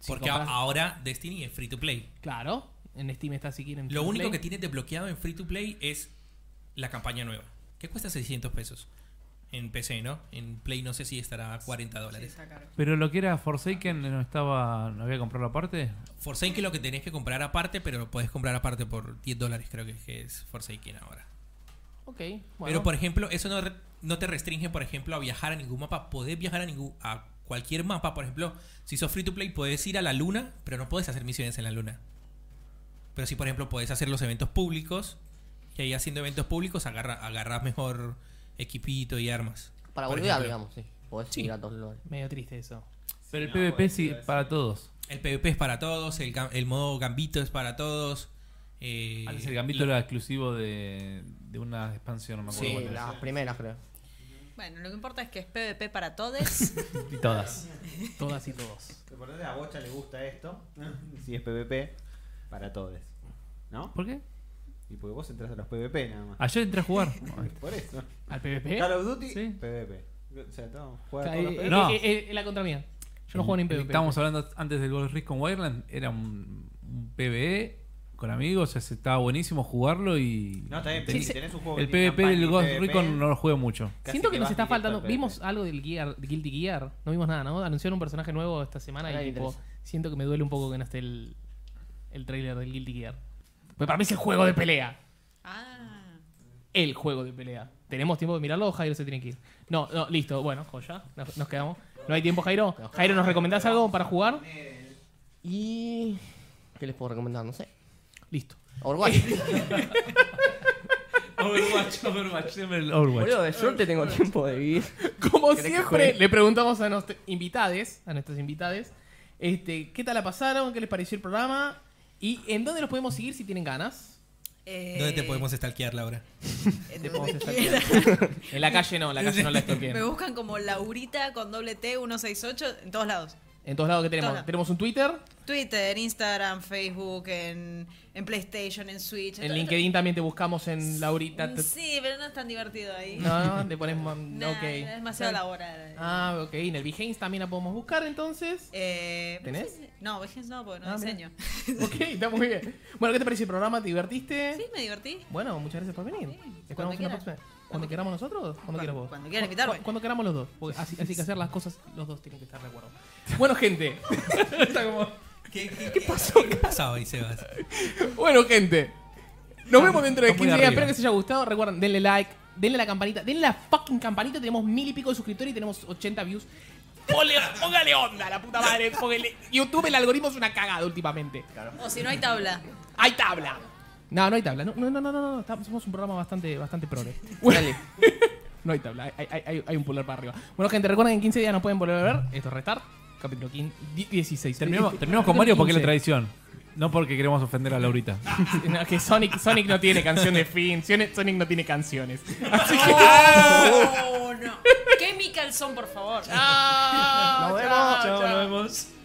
Si Porque compras- a- ahora Destiny es free to play. Claro, en Steam está si quieren. Lo único que tiene tienes desbloqueado en free to play es la campaña nueva. Que cuesta 600 pesos. En PC, ¿no? En Play no sé si estará a 40 Sí, dólares. está caro. Pero lo que era Forsaken no estaba. ¿No había comprado la parte? Forsaken lo que tenés que comprar aparte, pero lo podés comprar aparte por 10 dólares, creo que es- que es Forsaken ahora. Ok, bueno. Pero por ejemplo, eso no, re- no te restringe, por ejemplo, a viajar a ningún mapa. Podés viajar a ningún a cualquier mapa, por ejemplo, si sos free to play podés ir a la luna, pero no podés hacer misiones en la luna. Pero si por ejemplo podés hacer los eventos públicos, y ahí haciendo eventos públicos agarra, agarras mejor equipito y armas. Para Por volver, ejemplo, digamos, sí. Podés Sí. ir a todos los lugares. Medio triste eso. Pero el no, PvP bueno, sí, iba a decir- para todos. El PvP es para todos, el, gam- el modo gambito es para todos, Eh, Antes Ah, el Gambito era exclusivo de, de una expansión, no me acuerdo Sí, cuál era. las primeras creo. Bueno, lo que importa es que es PvP para todos. Y todas. Todas y todos. Lo importante es que a Bocha le gusta esto. si es PvP, para todos. ¿No? ¿Por qué? Y porque vos entras a los PvP nada más. Ayer entré a jugar. Por eso. ¿Al PvP? Call of Duty, Sí. PvP. O sea, estamos O jugando sea, a todos eh, los PvP. eh, No. eh, eh, eh, la contra mía. Yo no juego ni en El que PvP. Estábamos hablando antes del Gold Risk con Wireland. Era un, un PvE con amigos. o sea, estaba buenísimo jugarlo y. No, está bien, Teni- si tenés un juego El E que tiene PvP del campaña E y Ghost PvP, Recon no lo juego mucho. casi Siento que te nos vas está directo al faltando. PvP. Vimos algo del Gear, Guilty Gear. No vimos nada, ¿no? Anunciaron un personaje nuevo esta semana Ahora y me tipo, interesa. siento que me duele un poco que no esté el, el trailer del Guilty Gear. Porque para mí es el juego de pelea. ah. El juego de pelea. ¿Tenemos tiempo de mirarlo o Jairo se tiene que ir? No, no, listo. Bueno, joya. Nos, nos quedamos. ¿No hay tiempo, Jairo? Jairo, ¿nos recomendás algo para jugar? Y. ¿Qué les puedo recomendar? No sé. Listo. Overwatch. Overwatch, Overwatch, siempre el Overwatch. Boludo, yo te tengo tiempo de vivir. Como ¿Querés que siempre, juegue? le preguntamos a nuestros invitades, a nuestros invitades, este, ¿qué tal la pasaron? ¿Qué les pareció el programa? ¿Y en dónde los podemos seguir si tienen ganas? Eh, ¿Dónde te podemos stalkear, Laura? en Te donde podemos estar quiera. En la calle no, en la calle no la estoy Me viendo. buscan como Laurita con doble T 168 en todos lados. En todos lados que tenemos. Todos lados. Tenemos un Twitter, Twitter, Instagram, Facebook, en, en PlayStation, en Switch. en to- LinkedIn también te buscamos en Laurita. Mm, Sí, pero no es tan divertido ahí. No, le ponemos... Nah, ok. Es demasiado la hora. Ah, ok. En el Behance también la podemos buscar entonces. Eh, ¿Tenés? No, Vegens no, porque no Ah, mirá. diseño. Ok, está muy bien. Bueno, ¿qué te pareció el programa? ¿Te divertiste? Sí, me divertí. Bueno, muchas gracias por venir. Sí, Te esperamos en cuando la quieras. próxima. ¿Cuando queramos nosotros? ¿Cuándo Cuando- quieras vos? cuando pues. quieran invitarme. Cu- Cuando queramos los dos. Porque así, así que hacer las cosas, los dos tienen que estar de acuerdo. Bueno, gente. Está como- ¿Qué, pasó? ¿Qué pasaba ahí, Sebas? Bueno, gente. Nos vemos dentro de Está 15 muy días. arriba. Espero que les haya gustado. Recuerden, denle like, denle la campanita, denle la fucking campanita. Tenemos mil y pico de suscriptores y tenemos 80 views. Ponle, póngale onda, la puta madre. Póngale. YouTube, el algoritmo es una cagada últimamente. O si no hay tabla. ¡Hay tabla! No, no hay tabla. No, no, no, no, no. no. Estamos- Somos un programa bastante, bastante progre. Dale. No hay tabla, hay, hay- hay- hay un pulgar para arriba. Bueno, gente, recuerden que en 15 días nos pueden volver a ver. Esto es Restart, capítulo 15, 16. Terminamos, Capítulo terminamos con Mario porque es la 15. tradición. No porque queremos ofender a Laurita. No, que Sonic, Sonic no tiene canción de fin. Sonic, Sonic no tiene canciones. Así que. Oh, no. Chemical son, por favor. Chao, Nos vemos. chao, Chao, chao. vemos.